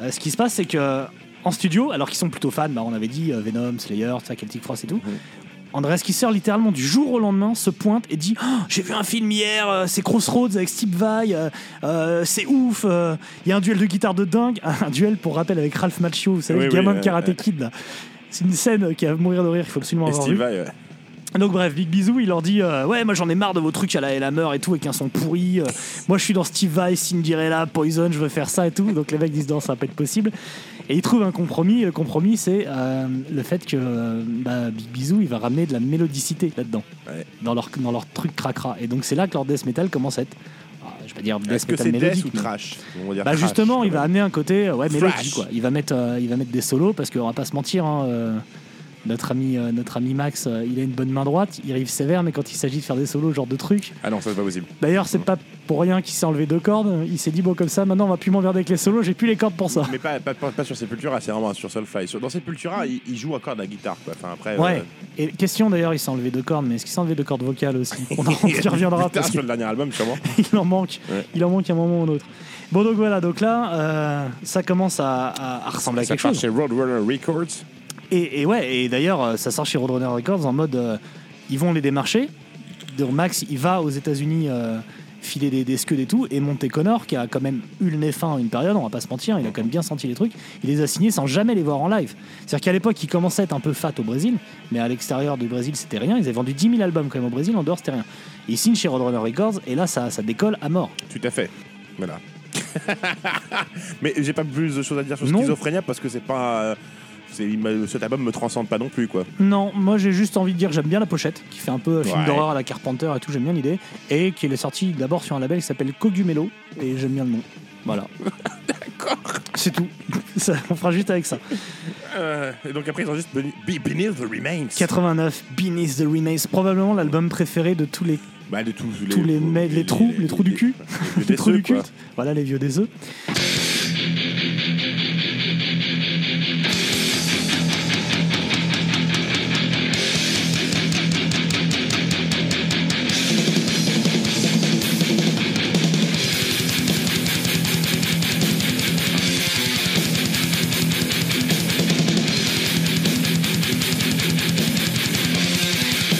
[SPEAKER 1] euh, ce qui se passe, c'est que en studio, alors qu'ils sont plutôt fans, bah, on avait dit euh, Venom, Slayer, tout ça, Celtic Frost et tout. Andreas Kisser, littéralement, du jour au lendemain, se pointe et dit Oh, J'ai vu un film hier, euh, c'est Crossroads avec Steve Vai, euh, euh, c'est ouf, euh, il y a un duel de guitare de dingue, un duel pour rappel avec Ralph Macchio, vous savez,
[SPEAKER 3] Oui,
[SPEAKER 1] le
[SPEAKER 3] oui,
[SPEAKER 1] gamin de
[SPEAKER 3] euh,
[SPEAKER 1] Karate
[SPEAKER 3] euh.
[SPEAKER 1] Kid. là. C'est une scène qui va mourir de rire, il faut absolument
[SPEAKER 3] Et
[SPEAKER 1] avoir
[SPEAKER 3] Steve
[SPEAKER 1] vu.
[SPEAKER 3] Vai. euh,
[SPEAKER 1] Donc bref, Big Bisou, il leur dit euh, ouais, moi j'en ai marre de vos trucs à la Hammer et tout avec un son pourri. euh, moi je suis dans Steve Vai, Cinderella, Poison, je veux faire ça et tout. Donc les mecs disent non, ça va pas être possible. Et ils trouvent un compromis. Et le compromis, c'est euh, le fait que euh, bah, Big Bisou, il va ramener de la mélodicité là-dedans,
[SPEAKER 3] Ouais.
[SPEAKER 1] dans leur dans leur truc cracra. Et donc c'est là que leur death metal commence à être, ah, je vais pas dire death
[SPEAKER 3] Est-ce que
[SPEAKER 1] metal
[SPEAKER 3] c'est Death
[SPEAKER 1] mélodique.
[SPEAKER 3] ou
[SPEAKER 1] mais-
[SPEAKER 3] Trash On va dire
[SPEAKER 1] bah
[SPEAKER 3] trash,
[SPEAKER 1] justement,
[SPEAKER 3] quand
[SPEAKER 1] il va
[SPEAKER 3] même.
[SPEAKER 1] amener un côté euh, ouais
[SPEAKER 3] Thrash.
[SPEAKER 1] mélodie quoi. Il va mettre euh, il va mettre des solos parce qu'on va pas se mentir hein, euh, notre ami euh, notre ami Max, euh, il a une bonne main droite, il arrive sévère mais quand il s'agit de faire des solos genre de trucs.
[SPEAKER 3] Ah non, ça c'est pas possible.
[SPEAKER 1] D'ailleurs, c'est pas pour rien qu'il s'est enlevé deux cordes, il s'est dit bon comme ça, maintenant on va plus m'emmerder avec les solos, j'ai plus les cordes pour ça.
[SPEAKER 3] Mais pas, pas, pas, pas sur Sepultura, c'est vraiment sur Soulfly. Sur- Dans Sepultura, il, il joue encore de la guitare. Quoi. Enfin, après,
[SPEAKER 1] Ouais.
[SPEAKER 3] euh,
[SPEAKER 1] Et question d'ailleurs, il s'est enlevé deux cordes, mais est-ce qu'il s'est enlevé deux cordes vocales aussi On en on y reviendra
[SPEAKER 3] plus tard
[SPEAKER 1] parce
[SPEAKER 3] sur le dernier album, sûrement.
[SPEAKER 1] qu'il en manque.
[SPEAKER 3] Ouais.
[SPEAKER 1] Il en manque à un moment ou un autre. Bon donc voilà, donc là euh, ça commence à, à- à ressembler à
[SPEAKER 3] Ça
[SPEAKER 1] quelque
[SPEAKER 3] part
[SPEAKER 1] chose.
[SPEAKER 3] chez Roadrunner Records.
[SPEAKER 1] Et, et ouais, et d'ailleurs, euh, ça sort chez Roadrunner Records en mode euh, ils vont les démarcher. Donc Max, il va aux États-Unis euh, filer des, des scuds et tout. Et Monte Connor, qui a quand même eu le nez fin à une période, on va pas se mentir, il a quand même bien senti les trucs, il les a signés sans jamais les voir en live. C'est-à-dire qu'à l'époque, ils commençaient à être un peu fat au Brésil, mais à l'extérieur du Brésil, c'était rien. Ils avaient vendu 10 000 albums quand même au Brésil, en dehors, c'était rien. Ils signent chez Roadrunner Records, et là, ça, ça décolle à mort.
[SPEAKER 3] Tout à fait. Voilà. Mais j'ai pas plus de choses à dire sur
[SPEAKER 1] Non.
[SPEAKER 3] Schizophrénia parce que c'est pas. euh, c'est- il me- cet album me transcende pas non plus, quoi.
[SPEAKER 1] Non, moi j'ai juste envie de dire que j'aime bien la pochette, qui fait un peu film
[SPEAKER 3] Ouais.
[SPEAKER 1] d'horreur à la Carpenter et tout, j'aime bien l'idée, et qui est sorti d'abord sur un label qui s'appelle Cogumelo, et j'aime bien le nom. Voilà. D'accord. C'est tout. Ça, on fera juste avec ça.
[SPEAKER 3] Euh, et donc après, ils ont juste Be- Be- Beneath the Remains.
[SPEAKER 1] 89, Beneath the Renaissance, probablement l'album préféré de tous les,
[SPEAKER 3] Bah, de tous les,
[SPEAKER 1] tous les, me- les trous, les, trous du cul,
[SPEAKER 3] les-
[SPEAKER 1] les trous
[SPEAKER 3] déceux,
[SPEAKER 1] du
[SPEAKER 3] quoi.
[SPEAKER 1] culte. Voilà les vieux des œufs.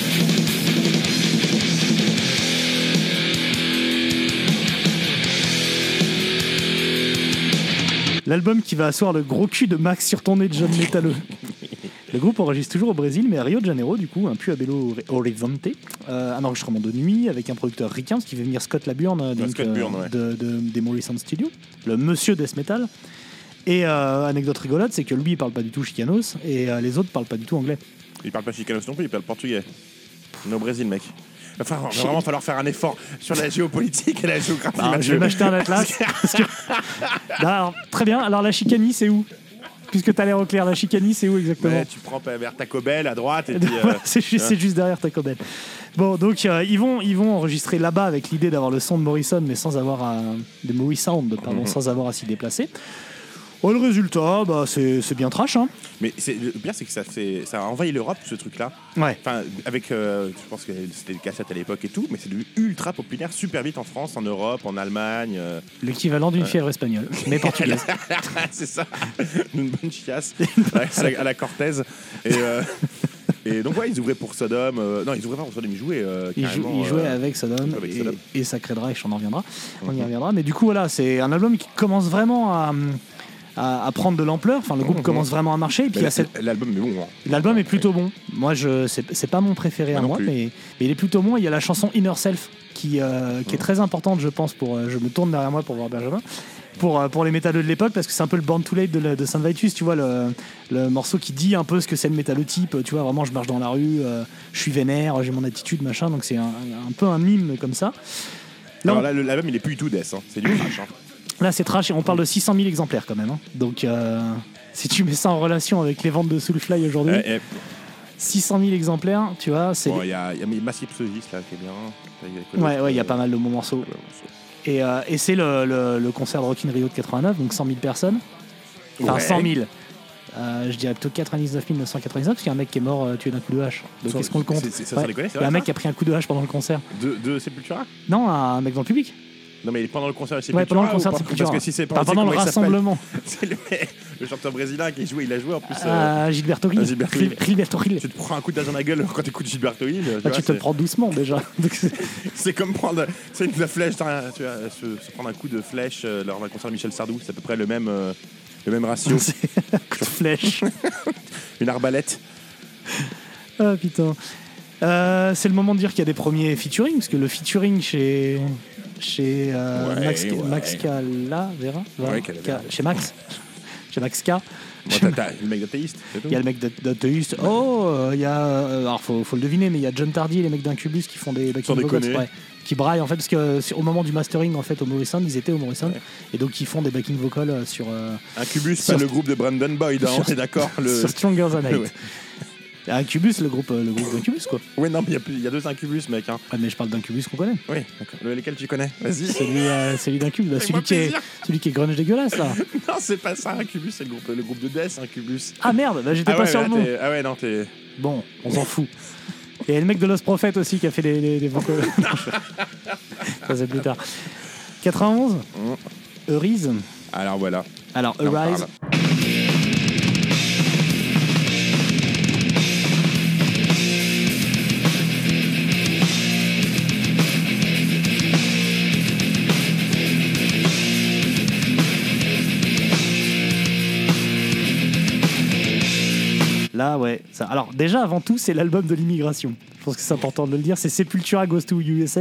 [SPEAKER 1] L'album qui va asseoir le gros cul de Max sur ton nez de jeune métalleux. Le groupe enregistre toujours au Brésil, mais à Rio de Janeiro, du coup, un puis à Belo Horizonte, euh, un enregistrement de nuit avec un producteur ricain, parce qu'il fait venir Scott Laburne, euh, donc,
[SPEAKER 3] Scott
[SPEAKER 1] euh,
[SPEAKER 3] Burn, ouais.
[SPEAKER 1] de, de- des Morrison Studio, le monsieur Death Metal. Et euh, anecdote rigolote, c'est que lui, il parle pas du tout chicanos, et euh, les autres parlent pas du tout anglais.
[SPEAKER 3] Il parle pas chicanos non plus, il parle portugais. On est au Brésil, mec. Enfin, va vraiment falloir faire un effort sur la géopolitique et la géographie.
[SPEAKER 1] Alors, Bah, je
[SPEAKER 3] Mathieu.
[SPEAKER 1] vais m'acheter un atlas. parce que- Non, alors, très bien, alors la Chicanie, c'est où Puisque t'as l'air au clair, la Chicanie, c'est où exactement
[SPEAKER 3] Ouais, tu prends vers Taco Bell à droite et puis. euh,
[SPEAKER 1] Voilà, c'est juste,
[SPEAKER 3] hein.
[SPEAKER 1] c'est juste derrière Taco Bell. Bon, donc euh, ils, vont, ils vont enregistrer là-bas avec l'idée d'avoir le son de Morrison, mais sans avoir à, de Morris Sound, pardon,
[SPEAKER 3] Mhm.
[SPEAKER 1] sans avoir à s'y déplacer. Oh, le résultat, bah, c'est c'est bien trash. Hein.
[SPEAKER 3] Mais c'est- le pire, c'est que ça, fait, ça a envahi l'Europe, ce truc-là.
[SPEAKER 1] Ouais.
[SPEAKER 3] Enfin, avec. euh, je pense que c'était des cassettes à l'époque et tout, mais c'est devenu ultra populaire super vite en France, en Europe, en Allemagne. euh,
[SPEAKER 1] L'équivalent d'une fièvre espagnole, mais portugaise.
[SPEAKER 3] c'est ça, une bonne chiasse Ouais, c'est à la Cortez. Et, euh, et donc, ouais, ils ouvraient pour Sodome. euh, non, ils ouvraient pas pour Sodome, ils jouaient. euh,
[SPEAKER 1] Il, jou-
[SPEAKER 3] carrément,
[SPEAKER 1] il
[SPEAKER 3] euh,
[SPEAKER 1] jouait avec Sodom
[SPEAKER 3] avec Mhm.
[SPEAKER 1] et,
[SPEAKER 3] Sodom.
[SPEAKER 1] et Sacred Reich, on en reviendra. On y reviendra. Mais du coup, voilà, c'est un album qui commence vraiment à, à, à prendre de l'ampleur. Enfin, le groupe
[SPEAKER 3] Mhm.
[SPEAKER 1] commence vraiment à marcher. Et puis il y a
[SPEAKER 3] mais
[SPEAKER 1] cette
[SPEAKER 3] l'al- L'album, mais bon. hein.
[SPEAKER 1] L'album est plutôt bon. Moi, je c'est c'est pas mon préféré
[SPEAKER 3] Moi
[SPEAKER 1] à
[SPEAKER 3] non
[SPEAKER 1] moi,
[SPEAKER 3] plus.
[SPEAKER 1] mais, mais il est plutôt bon. Il y a la chanson Inner Self qui, euh, qui est très importante, je pense. Pour, euh, je me tourne derrière moi pour voir Benjamin. Pour, euh, pour les métalleux de l'époque, parce que c'est un peu le Born Too Late de, la- de Saint Vitus, tu vois, le, le morceau qui dit un peu ce que c'est le métalleux type, tu vois, vraiment je marche dans la rue, euh, je suis vénère, j'ai mon attitude, machin, donc c'est un, un peu un hymne comme ça. Là,
[SPEAKER 3] Alors
[SPEAKER 1] on-
[SPEAKER 3] là, le- l'album, il est plus du tout death, hein. c'est du trash. hein.
[SPEAKER 1] Là, c'est trash et on parle de 600 000 exemplaires quand même. hein. Donc, euh, si tu mets ça en relation avec les ventes de Soulfly aujourd'hui,
[SPEAKER 3] Euh, et-
[SPEAKER 1] 600 000 exemplaires, tu vois, c'est.
[SPEAKER 3] bon, il y a, il y a mes Massive Psogis, là qui est bien.
[SPEAKER 1] Ouais,
[SPEAKER 3] euh,
[SPEAKER 1] ouais, il y a pas mal de bons morceaux. Et, euh, et c'est le, le- le concert de Rockin' Rio de 89, donc 100 000 personnes. Enfin,
[SPEAKER 3] Ouais.
[SPEAKER 1] 100 000. Euh, je dirais plutôt 99 999, parce qu'il y a un mec qui est mort euh, tué d'un coup de hache. Donc,
[SPEAKER 3] Sans-
[SPEAKER 1] est-ce qu'on le compte
[SPEAKER 3] c'est- c'est- ça, ça
[SPEAKER 1] Ouais.
[SPEAKER 3] les connaît, c'est
[SPEAKER 1] Il y a un
[SPEAKER 3] vrai,
[SPEAKER 1] mec
[SPEAKER 3] ça
[SPEAKER 1] qui a pris un coup de hache pendant le concert.
[SPEAKER 3] De, de Sepultura
[SPEAKER 1] Non, un mec dans le public.
[SPEAKER 3] Non, mais il est pendant le concert de Sepultura.
[SPEAKER 1] Ouais, pendant le
[SPEAKER 3] ou
[SPEAKER 1] concert,
[SPEAKER 3] pas
[SPEAKER 1] c'est plus dur.
[SPEAKER 3] Parce que si c'est
[SPEAKER 1] Enfin, pendant le
[SPEAKER 3] comment il s'appelle
[SPEAKER 1] rassemblement.
[SPEAKER 3] C'est le, le chanteur brésilien qui joue, il a joué en plus. euh,
[SPEAKER 1] Ah, Gilberto Gil.
[SPEAKER 3] Ah, Gilberto Gil.
[SPEAKER 1] Gil- Gilberto Gil.
[SPEAKER 3] tu te prends un coup de hache dans la gueule quand t'écoutes Gilberto Hill. tu
[SPEAKER 1] Bah,
[SPEAKER 3] vois,
[SPEAKER 1] tu te
[SPEAKER 3] c'est-
[SPEAKER 1] le prends doucement déjà. Donc, c'est-
[SPEAKER 3] C'est comme prendre c'est une flèche, t'as- tu vois, se, se prendre un coup de flèche euh, lors d'un concert de Michel Sardou, c'est à peu près le même, euh, le même ratio.
[SPEAKER 1] c'est un coup de flèche.
[SPEAKER 3] une arbalète.
[SPEAKER 1] Ah putain. Euh, c'est le moment de dire qu'il y a des premiers featuring, parce que le featuring chez, chez euh,
[SPEAKER 3] Ouais,
[SPEAKER 1] Max,
[SPEAKER 3] ouais.
[SPEAKER 1] Max Calavera, va-
[SPEAKER 3] Ouais, Calavera.
[SPEAKER 1] Ca- chez Max, chez Max K,
[SPEAKER 3] Moi, t'as- t'as le mec d'athéiste, c'est tout.
[SPEAKER 1] il y a le mec d'A- d'Athéiste. Oh, euh, il y a. euh, alors, faut, faut le deviner, mais il y a John Tardy et les mecs d'Incubus qui font des. backing
[SPEAKER 3] Sans
[SPEAKER 1] vocals,
[SPEAKER 3] déconner.
[SPEAKER 1] ouais, qui braillent, en fait, parce que euh, sur- au moment du mastering, en fait, au Morrison, ils étaient au Morrison,
[SPEAKER 3] Ouais.
[SPEAKER 1] et donc ils font des backing vocals euh, sur. euh,
[SPEAKER 3] Incubus, pas
[SPEAKER 1] Sur-
[SPEAKER 3] le groupe de Brandon Boyd, hein,
[SPEAKER 1] Sur-
[SPEAKER 3] on est d'accord le...
[SPEAKER 1] Sur Stronger Than Hate.
[SPEAKER 3] Ouais.
[SPEAKER 1] Incubus, le groupe, euh, le groupe d'Incubus, quoi.
[SPEAKER 3] Ouais, non, mais il y a plus- il y, a deux Incubus, mec. Hein.
[SPEAKER 1] Ah, mais je parle d'Incubus qu'on connaît.
[SPEAKER 3] Oui, d'accord. Le- Lesquels tu connais Vas-y.
[SPEAKER 1] Celui, euh, celui d'Incubus, là, celui,
[SPEAKER 3] Fais-moi
[SPEAKER 1] qui est,
[SPEAKER 3] plaisir.
[SPEAKER 1] celui qui est grunge dégueulasse, là.
[SPEAKER 3] Non, c'est pas ça, Incubus, c'est le groupe, le groupe de Death, Incubus.
[SPEAKER 1] Ah merde, bah, j'étais pas
[SPEAKER 3] ouais,
[SPEAKER 1] sur
[SPEAKER 3] là,
[SPEAKER 1] le nom.
[SPEAKER 3] t'es- ah ouais, non, t'es.
[SPEAKER 1] Bon, on s'en fout. Et il y a le mec de Lost Prophet aussi qui a fait les, les, les vocaux. Non, je- Ça, c'est plus tard. 91
[SPEAKER 3] Mm.
[SPEAKER 1] Eurise.
[SPEAKER 3] Alors voilà.
[SPEAKER 1] Alors,
[SPEAKER 3] Là, on
[SPEAKER 1] Eurise.
[SPEAKER 3] parle.
[SPEAKER 1] Là, ouais. ça- Alors, déjà, avant tout, c'est l'album de l'immigration. Je pense que c'est important de le dire. C'est Sepultura Goes to USA.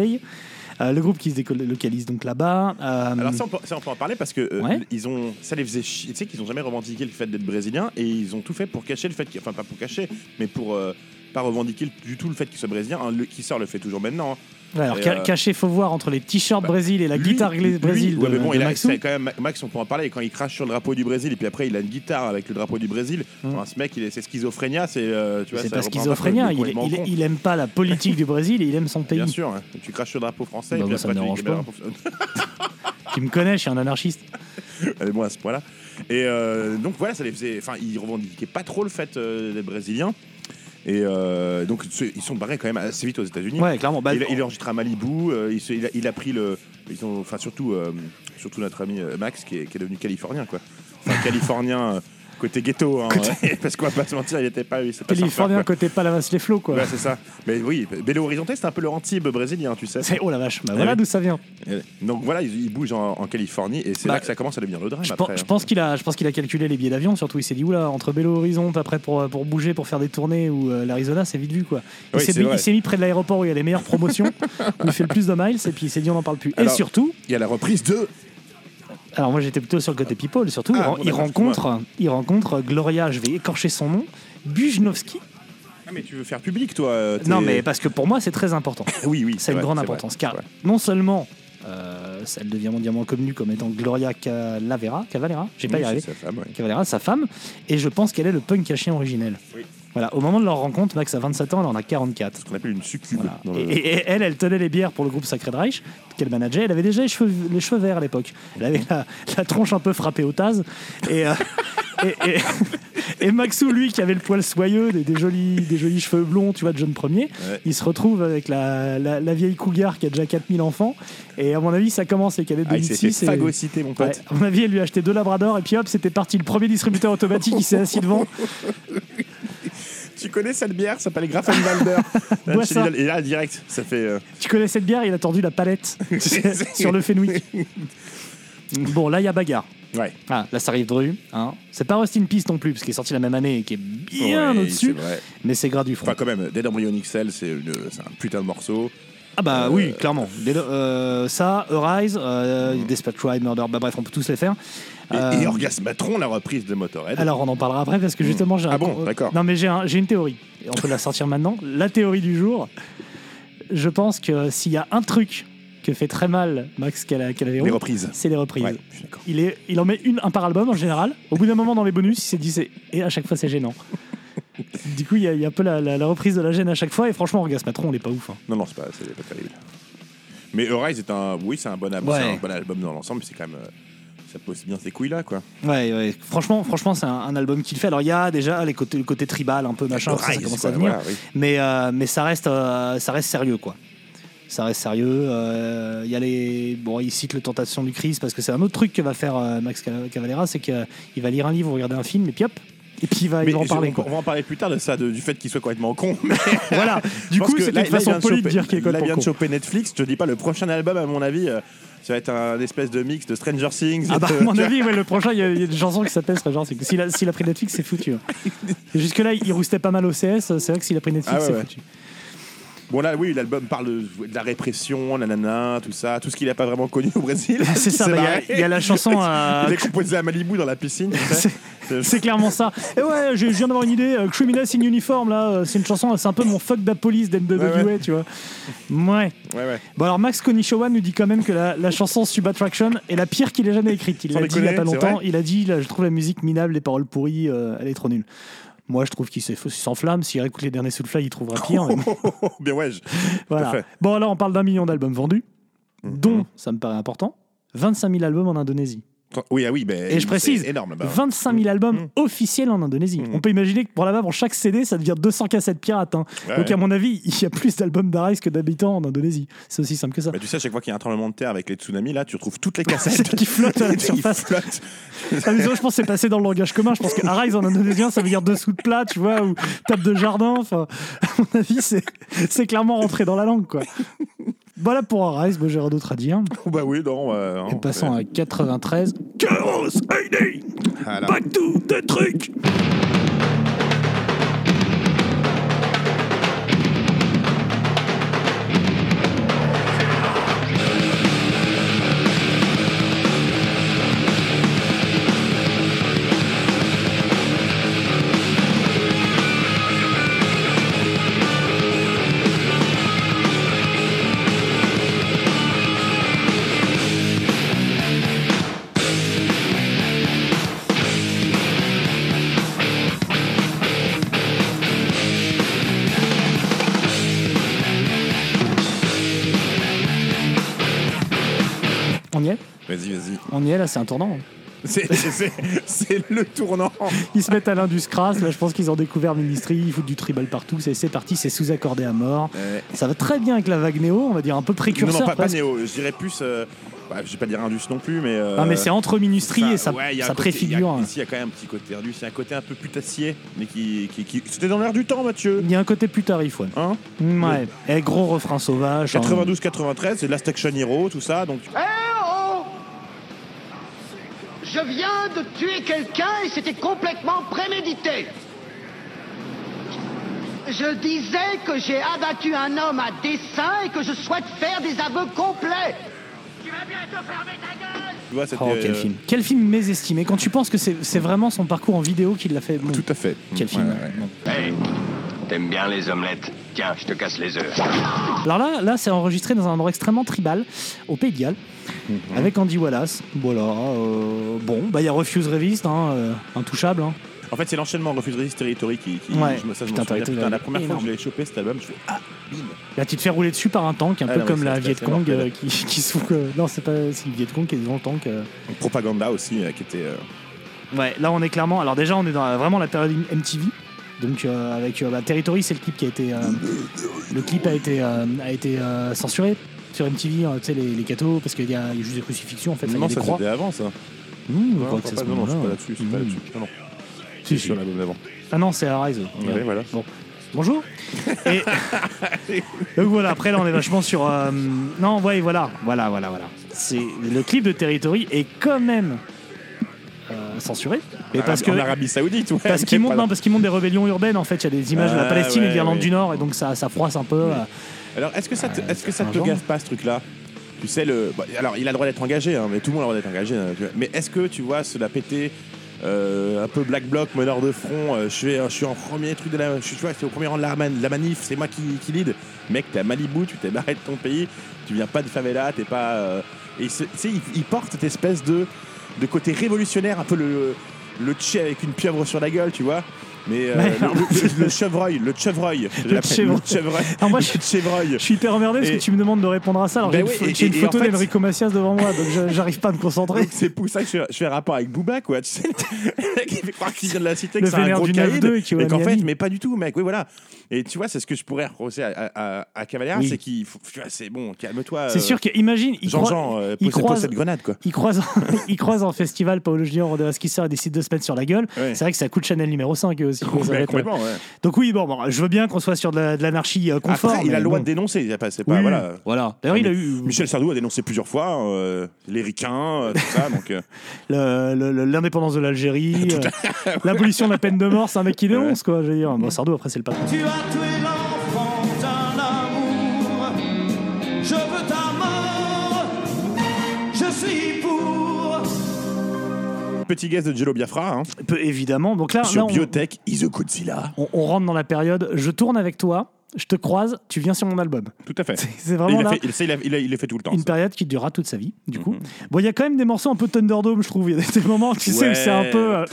[SPEAKER 1] Euh, le groupe qui se décolle- localise donc là-bas. Euh,
[SPEAKER 3] Alors ça on, peut, ça, on peut en parler parce que euh,
[SPEAKER 1] Ouais.
[SPEAKER 3] ils ont, ça les faisait chier. Tu sais qu'ils ont jamais revendiqué le fait d'être brésiliens et ils ont tout fait pour cacher le fait, qu'ils- enfin pas pour cacher, mais pour euh, pas revendiquer le- du tout le fait qu'ils soient brésiliens. Hein, le- qui sort le fait toujours maintenant. hein.
[SPEAKER 1] ouais, alors,
[SPEAKER 3] et,
[SPEAKER 1] ca-
[SPEAKER 3] euh,
[SPEAKER 1] caché, faut voir entre les t-shirts
[SPEAKER 3] bah,
[SPEAKER 1] Brésil et la
[SPEAKER 3] Lui-
[SPEAKER 1] guitare
[SPEAKER 3] lui-
[SPEAKER 1] Brésil.
[SPEAKER 3] ouais,
[SPEAKER 1] de-
[SPEAKER 3] mais bon,
[SPEAKER 1] de
[SPEAKER 3] il a,
[SPEAKER 1] Maxou.
[SPEAKER 3] c'est quand même Max, on peut en parler. Et quand il crache sur le drapeau du Brésil et puis après il a une guitare avec le drapeau du Brésil.
[SPEAKER 1] Mm.
[SPEAKER 3] enfin, ce mec, il est, c'est schizophrénia. C'est euh, tu vois,
[SPEAKER 1] C'est
[SPEAKER 3] ça
[SPEAKER 1] pas
[SPEAKER 3] représente
[SPEAKER 1] schizophrénien,
[SPEAKER 3] peu le
[SPEAKER 1] il,
[SPEAKER 3] complètement
[SPEAKER 1] il-
[SPEAKER 3] con.
[SPEAKER 1] il aime pas la politique du Brésil et il aime son pays.
[SPEAKER 3] Bien sûr, hein. tu craches sur le drapeau
[SPEAKER 1] Bah,
[SPEAKER 3] français et puis
[SPEAKER 1] moi, ça
[SPEAKER 3] après
[SPEAKER 1] me
[SPEAKER 3] tu
[SPEAKER 1] dérange
[SPEAKER 3] dis que, bah,
[SPEAKER 1] Tu me connais, je suis un anarchiste.
[SPEAKER 3] Allez, moi Euh, à ce point-là. Et euh, donc voilà, ça les faisait. Enfin, ils revendiquaient pas trop le fait euh, d'être brésiliens. Et euh, donc ce- ils sont barrés quand même assez vite aux États-Unis.
[SPEAKER 1] Ouais, clairement. Bah,
[SPEAKER 3] il, il enregistre à Malibu. euh, il, se- il a, il a pris le. Ils ont, enfin surtout, euh, surtout notre ami euh, Max qui est, qui est devenu californien quoi. Enfin californien. euh, Côté ghetto, hein, parce qu'on va pas se mentir, il était pas. il s'est pas
[SPEAKER 1] Californien
[SPEAKER 3] surfeur,
[SPEAKER 1] côté Palavas les flots,
[SPEAKER 3] quoi.
[SPEAKER 1] quoi.
[SPEAKER 3] Ouais, c'est ça. Mais oui, Belo Horizonte, c'est un peu leur Antibes brésilien, tu sais.
[SPEAKER 1] C'est- oh la vache, bah
[SPEAKER 3] Ah
[SPEAKER 1] voilà
[SPEAKER 3] oui.
[SPEAKER 1] d'où ça vient.
[SPEAKER 3] Et Donc voilà, ils, ils bougent en, en Californie et c'est
[SPEAKER 1] Bah,
[SPEAKER 3] là que ça commence à devenir le drame.
[SPEAKER 1] Je,
[SPEAKER 3] après,
[SPEAKER 1] pense- je
[SPEAKER 3] hein.
[SPEAKER 1] pense qu'il a, je pense qu'il a calculé les billets d'avion. Surtout, il s'est dit oula entre Belo Horizonte après pour pour bouger, pour faire des tournées ou euh, l'Arizona, c'est vite vu quoi. Il
[SPEAKER 3] Oui,
[SPEAKER 1] s'est
[SPEAKER 3] c'est
[SPEAKER 1] mis-
[SPEAKER 3] vrai.
[SPEAKER 1] il s'est mis près de l'aéroport où il y a les meilleures promotions, où il fait le plus de miles et puis il s'est dit on n'en parle plus.
[SPEAKER 3] Alors-
[SPEAKER 1] et surtout,
[SPEAKER 3] Il y a la reprise de.
[SPEAKER 1] alors moi j'étais plutôt sur le côté people. Surtout,
[SPEAKER 3] Ah,
[SPEAKER 1] il ren-
[SPEAKER 3] bon,
[SPEAKER 1] il
[SPEAKER 3] d'accord,
[SPEAKER 1] rencontre, il rencontre Gloria, je vais écorcher son nom, Bujnowski.
[SPEAKER 3] Ah, mais tu veux faire public, toi euh, t'es-
[SPEAKER 1] Non mais parce que pour moi c'est très important.
[SPEAKER 3] Oui, oui.
[SPEAKER 1] C'est une
[SPEAKER 3] vrai,
[SPEAKER 1] grande
[SPEAKER 3] c'est vrai,
[SPEAKER 1] importance
[SPEAKER 3] c'est
[SPEAKER 1] car
[SPEAKER 3] vrai.
[SPEAKER 1] non seulement euh, elle devient mondialement connue comme étant Gloria Calavera, Cavalera, j'ai pas
[SPEAKER 3] Oui,
[SPEAKER 1] y arrivé.
[SPEAKER 3] c'est sa femme, ouais.
[SPEAKER 1] Cavalera, sa femme, et je pense qu'elle est le punk à chien originel. Voilà, au moment de leur rencontre, Max a 27 ans, elle en a 44.
[SPEAKER 3] Qu'on appelle une succube.
[SPEAKER 1] Voilà.
[SPEAKER 3] dans
[SPEAKER 1] Et,
[SPEAKER 3] le-
[SPEAKER 1] et- et elle, elle tenait les bières pour le groupe Sacred Reich, qu'elle manageait. Elle avait déjà les cheveux, les cheveux verts à l'époque. Elle avait la, la tronche un peu frappée au taz. Et, euh, et, et- et Maxou, lui, qui avait le poil soyeux, des, des jolis, des jolis cheveux blonds, tu vois, de jeune premier,
[SPEAKER 3] Ouais.
[SPEAKER 1] il se retrouve avec la, la- la vieille cougar qui a déjà 4000 enfants. Et à mon avis, ça commence les cadets
[SPEAKER 3] Ah, il s'est fait
[SPEAKER 1] 2006. et-
[SPEAKER 3] phagocyter, mon pote.
[SPEAKER 1] Ouais, à mon avis, elle lui a acheté deux labradors et puis hop, c'était parti. Le premier distributeur automatique, il s'est assis devant.
[SPEAKER 3] Tu connais cette bière Ça s'appelle Grafenwalder. Là,
[SPEAKER 1] Bois
[SPEAKER 3] chez
[SPEAKER 1] ça.
[SPEAKER 3] Lidl. Et là, direct, ça fait. euh,
[SPEAKER 1] Tu connais cette bière, il a tordu la palette tu sais, sur le Fenwick. Bon, là, il y a bagarre.
[SPEAKER 3] Ouais.
[SPEAKER 1] Ah, là, ça arrive Dru. Hein. C'est pas Rust in Peace non plus, parce qu'il est sorti la même année et qui est bien
[SPEAKER 3] Ouais,
[SPEAKER 1] au-dessus.
[SPEAKER 3] c'est vrai.
[SPEAKER 1] Mais c'est gras du front.
[SPEAKER 3] Enfin, quand même, euh, Dead Embryon XL, c'est une- c'est un putain de morceau.
[SPEAKER 1] ah, bah oui, clairement. Dès le- euh, ça, Arise, euh, Desperate Cry, Murder, bah bref, on peut tous les faire.
[SPEAKER 3] Mm. Et, et
[SPEAKER 1] Euh,
[SPEAKER 3] Orgasmatron, la reprise de Motorhead.
[SPEAKER 1] Alors on en parlera après parce que justement j'ai un-
[SPEAKER 3] Ah bon, d'accord.
[SPEAKER 1] Non mais j'ai un- j'ai une théorie. Et On peut la sortir maintenant. La théorie du jour. Je pense que s'il y a un truc que fait très mal Max Cala- Calavero,
[SPEAKER 3] les reprises.
[SPEAKER 1] c'est les reprises.
[SPEAKER 3] Ouais, je suis d'accord.
[SPEAKER 1] Il, est, il en met une un par album en général. Au bout d'un moment dans les bonus, il s'est dit c'est- et à chaque fois c'est gênant. du coup il y, a- il y a un peu la, la- la reprise de la gêne à chaque fois et franchement Orgasmatron on n'est pas ouf. hein.
[SPEAKER 3] Non, non, c'est pas, c'est pas terrible. Mais Arise est un. Oui, c'est un bon album,
[SPEAKER 1] Ouais.
[SPEAKER 3] c'est un bon album dans l'ensemble, c'est quand même. euh, Ça pose bien ses couilles là, quoi.
[SPEAKER 1] Ouais, ouais. Franchement, franchement, c'est un, un album qu'il fait. Alors il y a déjà les côtés, le côté tribal, un peu machin, ça, ça
[SPEAKER 3] Arise,
[SPEAKER 1] commence
[SPEAKER 3] quoi,
[SPEAKER 1] à venir.
[SPEAKER 3] voilà, oui.
[SPEAKER 1] mais euh, mais ça reste, euh, ça reste sérieux, quoi. Ça reste sérieux. euh, Il y a les, bon, il cite le Tentation du Christ parce que c'est un autre truc que va faire euh, Max Ca- Cavalera, c'est qu'il va lire un livre, regarder un film, et puis hop, et puis il va, il
[SPEAKER 3] Mais
[SPEAKER 1] va en
[SPEAKER 3] je-
[SPEAKER 1] parler.
[SPEAKER 3] on,
[SPEAKER 1] quoi.
[SPEAKER 3] on va en parler plus tard de ça, de- du fait qu'il soit complètement con. mais-
[SPEAKER 1] Voilà. Du
[SPEAKER 3] Je pense
[SPEAKER 1] coup,
[SPEAKER 3] que
[SPEAKER 1] c'est
[SPEAKER 3] là-
[SPEAKER 1] une
[SPEAKER 3] là, il
[SPEAKER 1] façon
[SPEAKER 3] vient
[SPEAKER 1] polie de
[SPEAKER 3] choper-
[SPEAKER 1] dire qu'il est
[SPEAKER 3] Là, il
[SPEAKER 1] complètement
[SPEAKER 3] vient de
[SPEAKER 1] con.
[SPEAKER 3] choper Netflix. Je te dis pas, le prochain album, à mon avis, euh, ça va être un espèce de mix de Stranger Things.
[SPEAKER 1] Ah bah,
[SPEAKER 3] et
[SPEAKER 1] à
[SPEAKER 3] de-
[SPEAKER 1] mon avis, ouais, le prochain, il y, a- il y a une chanson qui s'appelle Stranger Things. S'il a, s'il a pris Netflix, c'est foutu. hein. Jusque-là, il roustait pas mal au CS. C'est vrai que s'il a pris Netflix,
[SPEAKER 3] Ah ouais,
[SPEAKER 1] c'est
[SPEAKER 3] ouais.
[SPEAKER 1] foutu.
[SPEAKER 3] Bon, là, oui, l'album parle de, de la répression, la nana, tout ça, tout ce qu'il a pas vraiment connu au Brésil.
[SPEAKER 1] C'est ça,
[SPEAKER 3] Il s'est
[SPEAKER 1] bah, il y a-
[SPEAKER 3] barré.
[SPEAKER 1] il y a la chanson à-
[SPEAKER 3] Il a composé à Malibu dans la piscine, tu sais. Euh,
[SPEAKER 1] C'est- C'est clairement ça. Et ouais, je je viens d'avoir une idée. euh, Criminals in Uniform, là, euh, c'est une chanson, c'est un peu mon fuck da police d'NWA,
[SPEAKER 3] Ouais, ouais.
[SPEAKER 1] tu vois. Ouais.
[SPEAKER 3] Ouais, ouais.
[SPEAKER 1] Bon, alors Max Konishowa nous dit quand même que la, la chanson Subattraction est la pire qu'il ait jamais écrite. Il
[SPEAKER 3] Sans
[SPEAKER 1] l'a dit il y a
[SPEAKER 3] déconner,
[SPEAKER 1] pas
[SPEAKER 3] c'est
[SPEAKER 1] longtemps.
[SPEAKER 3] vrai
[SPEAKER 1] Il a dit là, Je trouve la musique minable, les paroles pourries, euh, elle est trop nulle. Moi, je trouve qu'il s'est- s'enflamme. S'il écoute les derniers Soulfly, il trouvera pire. mais bon.
[SPEAKER 3] Bien, ouais. je-
[SPEAKER 1] Voilà.
[SPEAKER 3] Tout à Oh, fait. Mhm.
[SPEAKER 1] Bon, alors on parle d'un million d'albums vendus, dont, ça me paraît important, 25 000 albums en Indonésie.
[SPEAKER 3] Oui, ah oui, ben.
[SPEAKER 1] Et je précise,
[SPEAKER 3] C'est énorme, Mhm. là
[SPEAKER 1] 25 000 albums officiels en Indonésie.
[SPEAKER 3] Mhm.
[SPEAKER 1] On peut imaginer que pour là-bas, pour chaque CD, ça devient 200 cassettes pirates. hein.
[SPEAKER 3] Ouais,
[SPEAKER 1] Donc, à
[SPEAKER 3] ouais.
[SPEAKER 1] mon avis, il y a plus d'albums d'Arise que d'habitants en Indonésie. C'est aussi simple que ça.
[SPEAKER 3] Bah, tu sais, à chaque fois qu'il y a un tremblement de terre avec les tsunamis, là, tu retrouves toutes les
[SPEAKER 1] C'est
[SPEAKER 3] cassettes.
[SPEAKER 1] qui flotte à la
[SPEAKER 3] Ils
[SPEAKER 1] surface.
[SPEAKER 3] flottent.
[SPEAKER 1] Ah, mais ça, je pense que c'est passé dans le langage commun. Je pense que Arise en indonésien, ça veut dire dessous de plat, tu vois, ou table de jardin. Enfin, à mon avis, c'est c'est clairement rentré dans la langue, quoi. Voilà pour Arise, moi j'ai rien d'autre à dire.
[SPEAKER 3] Oh, bah oui, non. euh,
[SPEAKER 1] Et
[SPEAKER 3] non,
[SPEAKER 1] passons
[SPEAKER 3] euh,
[SPEAKER 1] à 93. Chaos, Heidi,
[SPEAKER 3] voilà.
[SPEAKER 1] back to the truc On y est
[SPEAKER 3] Vas-y, vas-y.
[SPEAKER 1] On y est, là, c'est un tournant.
[SPEAKER 3] C'est- c'est- C'est c'est le tournant.
[SPEAKER 1] Ils se mettent à l'induscrasse, là je pense qu'ils ont découvert Ministry, ils foutent du tribal partout, c'est c'est parti, c'est sous-accordé à mort.
[SPEAKER 3] Ouais.
[SPEAKER 1] Ça va très bien avec la vague néo, on va dire un peu
[SPEAKER 3] Euh, Non,
[SPEAKER 1] précurseur.
[SPEAKER 3] non, pas, pas
[SPEAKER 1] presque.
[SPEAKER 3] Néo. Je dirais plus euh, bah, je vais pas dire Indus non plus, mais. euh,
[SPEAKER 1] Non, mais c'est entre ministries et ça,
[SPEAKER 3] ouais, il y a
[SPEAKER 1] ça
[SPEAKER 3] un côté-
[SPEAKER 1] préfigure.
[SPEAKER 3] il y
[SPEAKER 1] hein.
[SPEAKER 3] a- Ici, il y a quand même un petit côté Indus. Il y a un côté un peu putassier, mais qui. qui, qui- C'était dans l'air du temps, Mathieu.
[SPEAKER 1] Il y a un côté plus tarif, ouais.
[SPEAKER 3] Hein
[SPEAKER 1] Mm, ouais. Et gros refrain sauvage. hein.
[SPEAKER 3] 92-93, c'est de Last Action Hero, tout ça. Donc,
[SPEAKER 9] Eh, oh. Je viens de tuer quelqu'un et c'était complètement prémédité. Je disais que j'ai abattu un homme à dessein et que je souhaite faire des aveux complets.
[SPEAKER 3] tu vois, c'était.
[SPEAKER 1] Oh, quel
[SPEAKER 3] euh,
[SPEAKER 1] film. Quel film mésestimé. Quand tu penses que c'est c'est vraiment son parcours en vidéo qui l'a fait. bon,
[SPEAKER 3] Tout à fait. Mm,
[SPEAKER 1] Quel
[SPEAKER 3] Ouais,
[SPEAKER 1] film.
[SPEAKER 3] ouais.
[SPEAKER 1] bon.
[SPEAKER 4] Hey, t'aimes bien les omelettes Tiens, je te casse les œufs.
[SPEAKER 1] Alors là, là c'est enregistré dans un endroit extrêmement tribal, au Pays de Galles,
[SPEAKER 3] Mm-hmm.
[SPEAKER 1] avec Andy Wallace. Voilà. euh, bon, bah il y a Refuse Revist, hein, euh, intouchable. hein.
[SPEAKER 3] En fait, c'est l'enchaînement Refuse Resist Territory qui. qui
[SPEAKER 1] Ouais.
[SPEAKER 3] je me-
[SPEAKER 1] Putain,
[SPEAKER 3] ça, je m'en souviens.
[SPEAKER 1] Territory,
[SPEAKER 3] Putain, la première fois
[SPEAKER 1] énorme.
[SPEAKER 3] que je l'ai chopé cet album, je fais Ah,
[SPEAKER 1] Là, tu te fais rouler dessus par un tank, un peu
[SPEAKER 3] Ah, non, mais
[SPEAKER 1] comme
[SPEAKER 3] ça,
[SPEAKER 1] la
[SPEAKER 3] c'est
[SPEAKER 1] Viet
[SPEAKER 3] assez
[SPEAKER 1] Cong
[SPEAKER 3] mortel.
[SPEAKER 1] euh, qui, qui s'ouvre. euh, non, c'est pas c'est le Viet Cong qui est devant le tank. euh.
[SPEAKER 3] Propaganda aussi, euh, qui était. euh,
[SPEAKER 1] Ouais, là on est clairement. Alors déjà on est dans la- vraiment la période MTV. Donc euh, avec euh, bah, Territory, c'est le clip qui a été. euh, le clip a été, euh, a été euh, censuré sur MTV, hein, tu sais, les, les cathos, parce qu'il y, a il y a juste des crucifixions en fait. enfin, il y a
[SPEAKER 3] non,
[SPEAKER 1] des
[SPEAKER 3] ça
[SPEAKER 1] croix.
[SPEAKER 3] c'était avant ça.
[SPEAKER 1] Mmh, je
[SPEAKER 3] Non,
[SPEAKER 1] crois que c'est à
[SPEAKER 3] je crois pas-
[SPEAKER 1] ce
[SPEAKER 3] non, non, je suis pas
[SPEAKER 1] moment-là.
[SPEAKER 3] là-dessus. je suis pas
[SPEAKER 1] Mmh.
[SPEAKER 3] là-dessus. Non, non,
[SPEAKER 1] Si,
[SPEAKER 3] c'est
[SPEAKER 1] si.
[SPEAKER 3] sur l'album d'avant.
[SPEAKER 1] Ah non, c'est Rise.
[SPEAKER 3] Ouais,
[SPEAKER 1] Merde.
[SPEAKER 3] voilà.
[SPEAKER 1] Bon. Bonjour. Et... Donc voilà, après là on est vachement sur. euh, Non, ouais, voilà, voilà, voilà, voilà. C'est le clip de Territory est quand même euh, censuré, mais
[SPEAKER 3] Ah, En
[SPEAKER 1] parce que
[SPEAKER 3] En Arabie Saoudite, ouais.
[SPEAKER 1] parce
[SPEAKER 3] mais
[SPEAKER 1] qu'ils
[SPEAKER 3] pas
[SPEAKER 1] montent,
[SPEAKER 3] dans-
[SPEAKER 1] non, parce qu'ils montent des rébellions urbaines en fait. Il y a des images de la
[SPEAKER 3] Ah,
[SPEAKER 1] Palestine et de
[SPEAKER 3] ouais,
[SPEAKER 1] l'Irlande
[SPEAKER 3] ouais.
[SPEAKER 1] du Nord et donc ça, ça froisse un peu. euh.
[SPEAKER 3] Alors, est-ce que ça te, est-ce que ça
[SPEAKER 1] c'est
[SPEAKER 3] te
[SPEAKER 1] Euh, un
[SPEAKER 3] gaffe pas ce truc-là Tu sais, le. bah, alors, il a le droit d'être engagé, hein, mais tout le monde a le droit d'être engagé. hein, tu vois. mais est-ce que tu vois se la péter euh, un peu black bloc, meneur de front euh, je, suis, je suis en premier truc de la. Je suis, tu vois, je suis au premier rang de la, man- de la manif, c'est moi qui, qui lead. Mec, t'es à Malibu, tu t'es barré de ton pays, tu viens pas de favela, t'es pas. euh, et c'est- tu sais, il, il porte cette espèce de, de côté révolutionnaire, un peu le, le tché avec une pieuvre sur la gueule, tu vois. Mais euh,
[SPEAKER 1] Ouais.
[SPEAKER 3] le, le- le chevreuil, le chevreuil, je
[SPEAKER 1] Le
[SPEAKER 3] l'appelle,
[SPEAKER 1] chevreuil.
[SPEAKER 3] chevreuil.
[SPEAKER 1] Alors moi, je-
[SPEAKER 3] Le chevreuil.
[SPEAKER 1] Je suis hyper emmerdé parce
[SPEAKER 3] Et-
[SPEAKER 1] que tu me demandes de répondre à ça. Alors
[SPEAKER 3] Ben
[SPEAKER 1] j'ai une,
[SPEAKER 3] oui,
[SPEAKER 1] pho-
[SPEAKER 3] et-
[SPEAKER 1] j'ai une
[SPEAKER 3] et- et
[SPEAKER 1] photo
[SPEAKER 3] en fait- euh,
[SPEAKER 1] d'Enrico Macias devant moi, donc je- j'arrive pas à me concentrer.
[SPEAKER 3] C'est pour ça que je fais, je fais rapport avec Booba, quoi. Tu sais, le mec, il fait croire qu'il vient de la cité, que
[SPEAKER 1] Le
[SPEAKER 3] c'est un
[SPEAKER 1] vénère
[SPEAKER 3] gros
[SPEAKER 1] du
[SPEAKER 3] caïd,
[SPEAKER 1] 9-2 qui est au
[SPEAKER 3] et qu'en
[SPEAKER 1] Miami.
[SPEAKER 3] fait, mais pas du tout, mec. Oui, voilà. Et tu vois, c'est ce que je pourrais reprocher à, à, à- à Cavalera,
[SPEAKER 1] Oui.
[SPEAKER 3] c'est qu'il faut, tu vois, c'est bon, calme-toi.
[SPEAKER 1] C'est sûr qu'imagine, il croit-
[SPEAKER 3] Jean-Jean, euh,
[SPEAKER 1] il
[SPEAKER 3] pose- pose
[SPEAKER 1] croise-
[SPEAKER 3] cette grenade, quoi.
[SPEAKER 1] Il croise, il croise en festival Paolo Junior, Rodriguez Kisser et décide de se mettre sur la gueule.
[SPEAKER 3] Ouais.
[SPEAKER 1] C'est vrai que ça coûte Chanel numéro euh, 5 aussi. quoi, ça va
[SPEAKER 3] Ouais,
[SPEAKER 1] être-
[SPEAKER 3] complètement, ouais.
[SPEAKER 1] Donc oui, bon, bon, je veux bien qu'on soit sur de la- de l'anarchie euh,
[SPEAKER 3] Après,
[SPEAKER 1] conforme.
[SPEAKER 3] il a
[SPEAKER 1] mais
[SPEAKER 3] le droit
[SPEAKER 1] bon.
[SPEAKER 3] de dénoncer. Il a pas, c'est pas,
[SPEAKER 1] Oui,
[SPEAKER 3] voilà.
[SPEAKER 1] voilà. D'ailleurs, il a eu euh,
[SPEAKER 3] Michel Sardou a dénoncé plusieurs fois euh, les ricains, euh, tout ça. donc, euh,
[SPEAKER 1] le- le- le- l'indépendance de l'Algérie, euh, l'abolition de la peine de mort, c'est un mec qui dénonce, quoi. Je veux dire, bon, Sardou, après, c'est le patron.
[SPEAKER 9] Tu as tué l'enfant d'un amour. Je veux ta mort. Je suis pour.
[SPEAKER 3] petit guest de Jello Biafra hein,
[SPEAKER 1] Peu, évidemment. Donc là, là,
[SPEAKER 3] sur
[SPEAKER 1] on,
[SPEAKER 3] Biotech, is a Godzilla.
[SPEAKER 1] on- on rentre dans la période. Je tourne avec toi, je te croise, tu viens sur mon album.
[SPEAKER 3] Tout à fait.
[SPEAKER 1] C'est
[SPEAKER 3] Et
[SPEAKER 1] vraiment
[SPEAKER 3] il, a
[SPEAKER 1] là.
[SPEAKER 3] fait, il, ça, il, a- il a- il le fait tout le temps.
[SPEAKER 1] Une
[SPEAKER 3] ça.
[SPEAKER 1] période qui durera toute sa vie, du
[SPEAKER 3] Mhm.
[SPEAKER 1] coup. Bon, il y a quand même des morceaux un peu Thunderdome, je trouve. Il y a des moments, tu sais, où c'est un
[SPEAKER 3] Ouais.
[SPEAKER 1] peu. euh,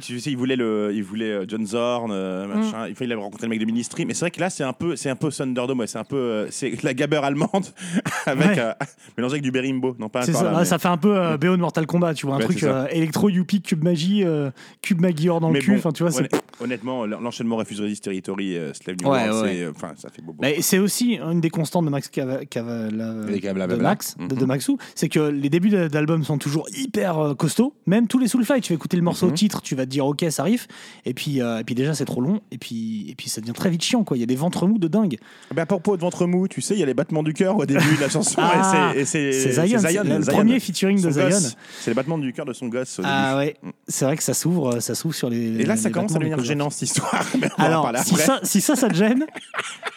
[SPEAKER 3] Tu sais, il voulait, le, il voulait euh, John Zorn,
[SPEAKER 1] Mm.
[SPEAKER 3] euh, machin. Il, fallait avait rencontré le mec de Ministry. Mais c'est vrai que là, c'est un peu, c'est un peu Thunderdome. ouais, c'est un peu, euh, c'est la gabber allemande avec
[SPEAKER 1] Ouais.
[SPEAKER 3] euh, mélangée avec du berimbo. Non pas
[SPEAKER 1] C'est
[SPEAKER 3] encore
[SPEAKER 1] ça,
[SPEAKER 3] là,
[SPEAKER 1] là,
[SPEAKER 3] mais-
[SPEAKER 1] ça fait un peu euh, BO de Mortal Kombat, tu vois, un
[SPEAKER 3] Ouais,
[SPEAKER 1] truc
[SPEAKER 3] c'est ça.
[SPEAKER 1] euh, électro youpi cube magie, euh, cube magie hors dans
[SPEAKER 3] mais
[SPEAKER 1] le cul,
[SPEAKER 3] bon,
[SPEAKER 1] enfin tu vois, c'est
[SPEAKER 3] honn- honnêtement, l'en- l'enchaînement Refuse Resist Territory, euh, Slave New
[SPEAKER 1] Ouais,
[SPEAKER 3] World,
[SPEAKER 1] ouais.
[SPEAKER 3] c'est, euh, enfin, ça fait bobo.
[SPEAKER 1] Bah, et c'est aussi une des constantes de Max Cava- Cavala-
[SPEAKER 3] Et Cavala-
[SPEAKER 1] de Max, de,
[SPEAKER 3] Mhm.
[SPEAKER 1] de Maxou, c'est que les débuts d'a- d'albums sont toujours hyper euh, costauds, même tous les Soulfly, tu vas écouter le
[SPEAKER 3] Mhm.
[SPEAKER 1] morceau au titre, tu vas te dire ok ça arrive, et puis, euh, et puis déjà c'est trop long, et puis, et puis ça devient très vite chiant quoi, il y a des ventres mous de dingue.
[SPEAKER 3] Bah, à propos de ventre mou, tu sais, il y a les battements du cœur au début de la chanson.
[SPEAKER 1] Ah,
[SPEAKER 3] et c'est, et
[SPEAKER 1] c'est Zion, c'est le premier featuring de
[SPEAKER 3] Son gosse.
[SPEAKER 1] Zion.
[SPEAKER 3] C'est les battements du cœur de son gosse. au
[SPEAKER 1] Ah
[SPEAKER 3] début.
[SPEAKER 1] ouais, c'est vrai que ça s'ouvre, euh, ça s'ouvre sur les...
[SPEAKER 3] Et là,
[SPEAKER 1] les
[SPEAKER 3] ça commence à
[SPEAKER 1] battements des
[SPEAKER 3] devenir
[SPEAKER 1] couleurs.
[SPEAKER 3] gênant cette histoire. mais on va en
[SPEAKER 1] Alors,
[SPEAKER 3] parler
[SPEAKER 1] si
[SPEAKER 3] après.
[SPEAKER 1] ça, si ça, ça te gêne,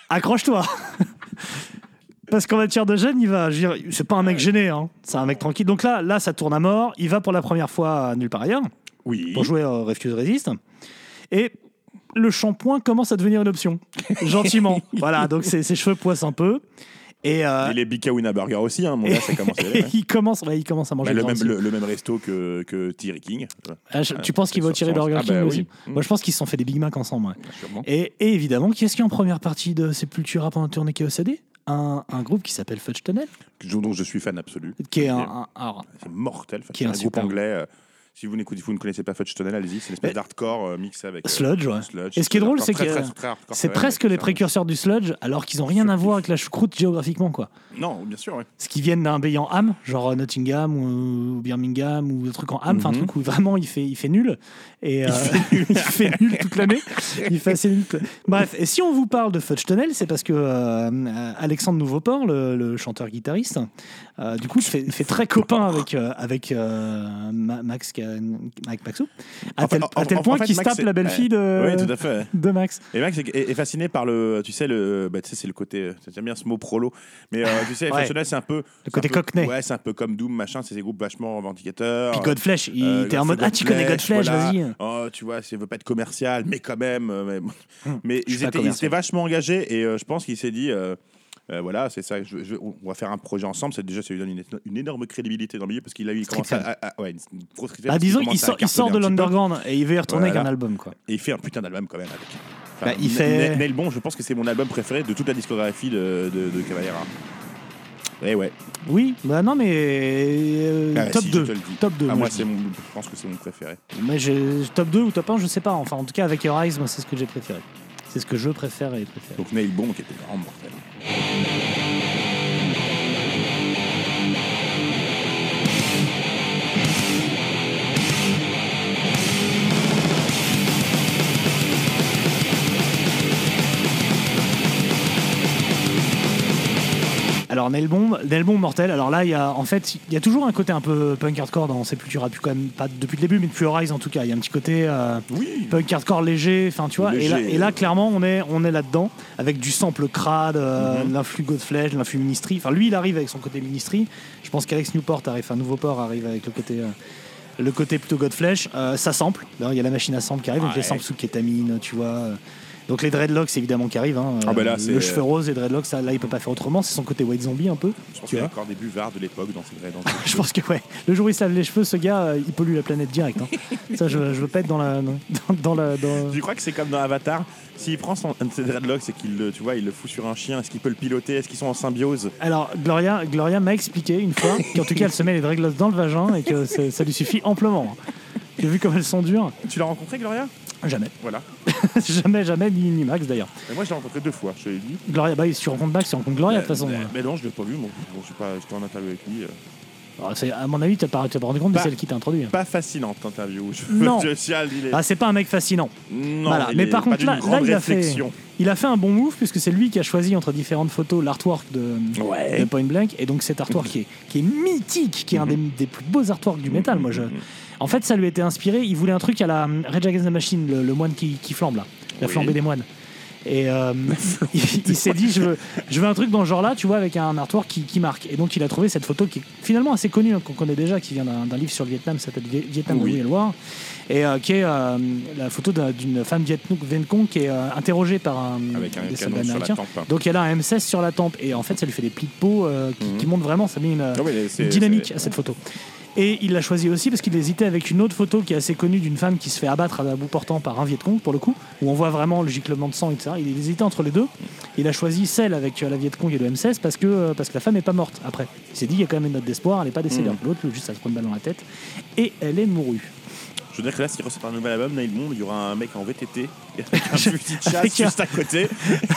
[SPEAKER 1] accroche-toi. Parce qu'en matière de gêne, il va. je veux dire, C'est pas un mec gêné, hein. c'est un mec tranquille. Donc là, là, ça tourne à mort. Il va pour la première fois à nulle part ailleurs
[SPEAKER 3] oui.
[SPEAKER 1] pour jouer euh, Refuse Resist. Et le shampoing commence à devenir une option, gentiment. voilà, donc ses, ses cheveux poissent un peu. Et, euh,
[SPEAKER 3] Et les Bikawina Burger aussi, hein, mon gars, ça commence. à aller,
[SPEAKER 1] et
[SPEAKER 3] ouais.
[SPEAKER 1] il, commence, ouais, il commence à manger
[SPEAKER 3] Bah, le,
[SPEAKER 1] dedans
[SPEAKER 3] même,
[SPEAKER 1] aussi.
[SPEAKER 3] le, le même resto que, que Thierry King. euh,
[SPEAKER 1] Ah, je- tu penses qu'il va
[SPEAKER 3] ça-
[SPEAKER 1] tirer
[SPEAKER 3] ça-
[SPEAKER 1] Burger
[SPEAKER 3] ah,
[SPEAKER 1] King
[SPEAKER 3] bah oui.
[SPEAKER 1] aussi
[SPEAKER 3] Mm.
[SPEAKER 1] Moi, je pense qu'ils se sont fait des Big Mac ensemble. ouais.
[SPEAKER 3] Sûrement.
[SPEAKER 1] Et, et évidemment, qui est-ce qui est en première partie de Sepultura pendant la tournée Chaos AD un, un groupe qui s'appelle Fudge Tunnel,
[SPEAKER 3] Dont dont je suis fan absolu.
[SPEAKER 1] qui est un, un- alors,
[SPEAKER 3] C'est mortel. enfin,
[SPEAKER 1] Qui est
[SPEAKER 3] c'est
[SPEAKER 1] un
[SPEAKER 3] un groupe
[SPEAKER 1] super
[SPEAKER 3] anglais. euh, Si vous, n'écoutez- vous ne connaissez pas Fudge Tunnel, allez-y, c'est une espèce
[SPEAKER 1] Mais-
[SPEAKER 3] d'hardcore euh, mixé avec euh,
[SPEAKER 1] Sludge, ouais.
[SPEAKER 3] sludge.
[SPEAKER 1] Et ce qui est
[SPEAKER 3] un
[SPEAKER 1] drôle,
[SPEAKER 3] hardcore
[SPEAKER 1] c'est
[SPEAKER 3] très,
[SPEAKER 1] que
[SPEAKER 3] très, très hardcore
[SPEAKER 1] C'est
[SPEAKER 3] quand même,
[SPEAKER 1] presque
[SPEAKER 3] avec
[SPEAKER 1] les
[SPEAKER 3] ça.
[SPEAKER 1] précurseurs du sludge, alors qu'ils ont rien à voir avec la choucroute géographiquement, quoi.
[SPEAKER 3] Non, bien sûr, ouais.
[SPEAKER 1] Ce qui viennent d'un pays en ham, genre Nottingham ou, ou Birmingham ou un truc en ham, enfin un
[SPEAKER 3] Mhm.
[SPEAKER 1] truc où vraiment il fait, il fait nul. Et euh, il fait nul toute l'année. Il fait assez nul. toute- Bref, et si on vous parle de Fudge Tunnel, c'est parce que euh, euh, Alexandre Nouveauport, le, le chanteur-guitariste, euh, du coup, fait, fait très copain avec, euh, avec euh, Ma- Max, Ca- Max Maxou, à
[SPEAKER 3] Enfin,
[SPEAKER 1] tel,
[SPEAKER 3] en-
[SPEAKER 1] à tel
[SPEAKER 3] en- en
[SPEAKER 1] point
[SPEAKER 3] fait,
[SPEAKER 1] qu'il se
[SPEAKER 3] Max,
[SPEAKER 1] tape
[SPEAKER 3] c'est-
[SPEAKER 1] la belle-fille de,
[SPEAKER 3] Oui, tout à fait.
[SPEAKER 1] de Max.
[SPEAKER 3] Et Max est, est- est fasciné par le, tu sais, le, bah, tu sais, c'est le côté, euh, j'aime bien ce mot prolo, mais euh, tu sais,
[SPEAKER 1] Ouais.
[SPEAKER 3] Fudge Tunnel, c'est un peu. c'est un
[SPEAKER 1] côté
[SPEAKER 3] peu-
[SPEAKER 1] cockney.
[SPEAKER 3] Ouais, c'est un peu comme Doom, machin, c'est des groupes vachement revendicateurs.
[SPEAKER 1] Puis Godflesh, il
[SPEAKER 3] Euh,
[SPEAKER 1] était en
[SPEAKER 3] Godflesh,
[SPEAKER 1] mode Ah, tu connais Godflesh,
[SPEAKER 3] voilà.
[SPEAKER 1] vas-y.
[SPEAKER 3] Oh, tu vois, c'est veut pas être commercial, mais quand même. euh, Mais, mais
[SPEAKER 1] Hum, je suis
[SPEAKER 3] ils,
[SPEAKER 1] pas
[SPEAKER 3] étaient, ils
[SPEAKER 1] commercial.
[SPEAKER 3] étaient vachement engagés et euh, je pense qu'il s'est dit. euh, euh, voilà, c'est ça. je- je- on va faire un projet ensemble. Ça, déjà, ça lui donne une, éno- une énorme crédibilité dans le milieu parce qu'il a eu. il commence
[SPEAKER 1] Street
[SPEAKER 3] à- à- à- ouais, une- une grosse crédibilité
[SPEAKER 1] Bah,
[SPEAKER 3] parce qu'il
[SPEAKER 1] disons, il
[SPEAKER 3] commence à
[SPEAKER 1] sort, il sort de
[SPEAKER 3] cartonner un petit peu.
[SPEAKER 1] l'underground et il veut y retourner avec
[SPEAKER 3] Voilà.
[SPEAKER 1] un album, quoi.
[SPEAKER 3] Et il fait un putain d'album quand même avec. Enfin,
[SPEAKER 1] Bah, il
[SPEAKER 3] N-
[SPEAKER 1] fait-
[SPEAKER 3] N- Neil Bon, je pense que c'est mon album préféré de toute la discographie de, de, de Cavalera. Et ouais,
[SPEAKER 1] Oui, bah non, mais. euh,
[SPEAKER 3] Ah,
[SPEAKER 1] top
[SPEAKER 3] si, je
[SPEAKER 1] 2.
[SPEAKER 3] te le dis.
[SPEAKER 1] Top 2.
[SPEAKER 3] Ah,
[SPEAKER 1] moi,
[SPEAKER 3] moi,
[SPEAKER 1] je
[SPEAKER 3] c'est
[SPEAKER 1] dis.
[SPEAKER 3] mon, je pense que c'est mon préféré.
[SPEAKER 1] Mais je- top 2 ou top 1, je sais pas. Enfin, en tout cas, avec Your Eyes, moi, c'est ce que j'ai préféré. C'est ce que je préfère et préfère.
[SPEAKER 3] Donc Neil Bon, qui était vraiment mortel.
[SPEAKER 1] Alors, Nail Bomb, Nail Bomb mortel. Alors là, il y a, en fait, il y a toujours un côté un peu punk hardcore dans Sepultura, plus quand même, pas depuis le début, mais depuis Your Eyes en tout cas. Il y a un petit côté. euh,
[SPEAKER 3] Oui.
[SPEAKER 1] Punk hardcore léger, enfin tu vois, et là,
[SPEAKER 3] Léger.
[SPEAKER 1] et là, clairement on est, on est là-dedans avec du sample crade, euh,
[SPEAKER 3] Mhm.
[SPEAKER 1] l'influx Godflesh, l'influx Ministry. Enfin lui il arrive avec son côté Ministry. Je pense qu'Alex Newport arrive, enfin Nouveau-Port arrive avec le côté, euh, le côté plutôt Godflesh. Euh, ça sample. Là, Il y a la machine à sample qui arrive, donc les
[SPEAKER 3] Ouais.
[SPEAKER 1] samples sous kétamine, tu vois. Donc les dreadlocks évidemment qui arrivent. hein.
[SPEAKER 3] Ah, bah là,
[SPEAKER 1] Euh,
[SPEAKER 3] c'est-
[SPEAKER 1] le cheveu rose et dreadlocks, ça, là il peut pas faire autrement. C'est son côté white zombie un peu.
[SPEAKER 3] Je pense
[SPEAKER 1] Tu
[SPEAKER 3] qu'il y a
[SPEAKER 1] vois.
[SPEAKER 3] encore des buvards de l'époque dans ces vrais dans ces-
[SPEAKER 1] Je pense que ouais. Le jour où il se lave les cheveux, ce gars euh, il pollue la planète direct. hein. ça je, je veux pas être dans la, dans, dans la, dans-
[SPEAKER 3] Tu crois que c'est comme dans Avatar S'il prend son, un de ses dreadlocks et qu'il le, tu vois, il le fout sur un chien, est-ce qu'il peut le piloter Est-ce qu'ils sont en symbiose
[SPEAKER 1] Alors, Gloria, Gloria m'a expliqué une fois qu'en tout cas, elle se met les dreadlocks dans le vagin et que ça, ça lui suffit amplement. hein. J'ai vu comme elles sont dures.
[SPEAKER 3] Tu l'as rencontré, Gloria
[SPEAKER 1] Jamais.
[SPEAKER 3] Voilà.
[SPEAKER 1] jamais, jamais, ni, ni Max d'ailleurs.
[SPEAKER 3] Et moi, je l'ai rencontré deux fois. Je te l'ai dit.
[SPEAKER 1] Gloria, bah, si tu rencontres Max, tu rencontres Gloria de toute façon. hein.
[SPEAKER 3] Mais, mais non, je l'ai pas vu. Bon, bon, je sais pas, j'étais en interview avec lui. euh.
[SPEAKER 1] Alors, c'est- à mon avis, tu pas, t'as pas rendu compte, mais
[SPEAKER 3] Pas-
[SPEAKER 1] c'est elle qui t'a introduit.
[SPEAKER 3] Pas fascinante interview. Je,
[SPEAKER 1] Non.
[SPEAKER 3] je tiens à le dire.
[SPEAKER 1] Ah, c'est pas un mec fascinant.
[SPEAKER 3] Non,
[SPEAKER 1] Voilà,
[SPEAKER 3] il
[SPEAKER 1] mais
[SPEAKER 3] est
[SPEAKER 1] par
[SPEAKER 3] pas
[SPEAKER 1] contre,
[SPEAKER 3] d'une
[SPEAKER 1] là- là,
[SPEAKER 3] grande
[SPEAKER 1] il a fait-
[SPEAKER 3] réflexion.
[SPEAKER 1] Il a fait un bon move puisque c'est lui qui a choisi entre différentes photos l'artwork de,
[SPEAKER 3] Ouais.
[SPEAKER 1] de Point Blank et donc cet artwork qui est, qui est mythique, qui est un des, des plus beaux artworks du métal. Moi, je... En fait, ça lui était inspiré. Il voulait un truc à la hum, Rage Against the Machine, le, le moine qui, qui flambe là, la
[SPEAKER 3] Oui.
[SPEAKER 1] flambée des moines. Et euh, il, il s'est dit, je veux, je veux un truc dans ce genre-là, tu vois, avec un artwork qui, qui marque. Et donc il a trouvé cette photo qui est finalement assez connue, hein, qu'on connaît déjà, qui vient d'un d'un livre sur le Vietnam, ça s'appelle Vi- Vietnam
[SPEAKER 3] Oui.
[SPEAKER 1] The Real War, et euh, qui est euh, la photo d'un- d'une femme Viet Viet Cong qui est euh, interrogée par un,
[SPEAKER 3] Avec un
[SPEAKER 1] des soldats
[SPEAKER 3] canon sur la
[SPEAKER 1] américains.
[SPEAKER 3] tempe.
[SPEAKER 1] Donc elle a un M16 sur la tempe et en fait ça lui fait des plis de peau euh, qui, qui montrent vraiment, ça met une, euh,
[SPEAKER 3] Non, mais Mhm. Ah c'est-
[SPEAKER 1] une
[SPEAKER 3] c'est-
[SPEAKER 1] dynamique à cette photo. Et il l'a choisi aussi parce qu'il hésitait avec une autre photo qui est assez connue d'une femme qui se fait abattre à bout portant par un Viet Cong pour le coup, où on voit vraiment le giclement de sang, etc. Il hésitait entre les deux. Il a choisi celle avec euh, la Viet Cong et le M16 parce que, euh, parce que la femme n'est pas morte après. Il s'est dit, il y a quand même une note d'espoir, elle n'est pas
[SPEAKER 3] Mm.
[SPEAKER 1] décédée. L'autre, juste, elle se prend une balle dans la tête. Et elle est mourue.
[SPEAKER 3] Je veux dire que là, s'il ressort un nouvel album, Nail Monde, il y aura un mec en VTT avec un
[SPEAKER 1] Je-
[SPEAKER 3] fusil de chasse
[SPEAKER 1] avec un-
[SPEAKER 3] juste à côté.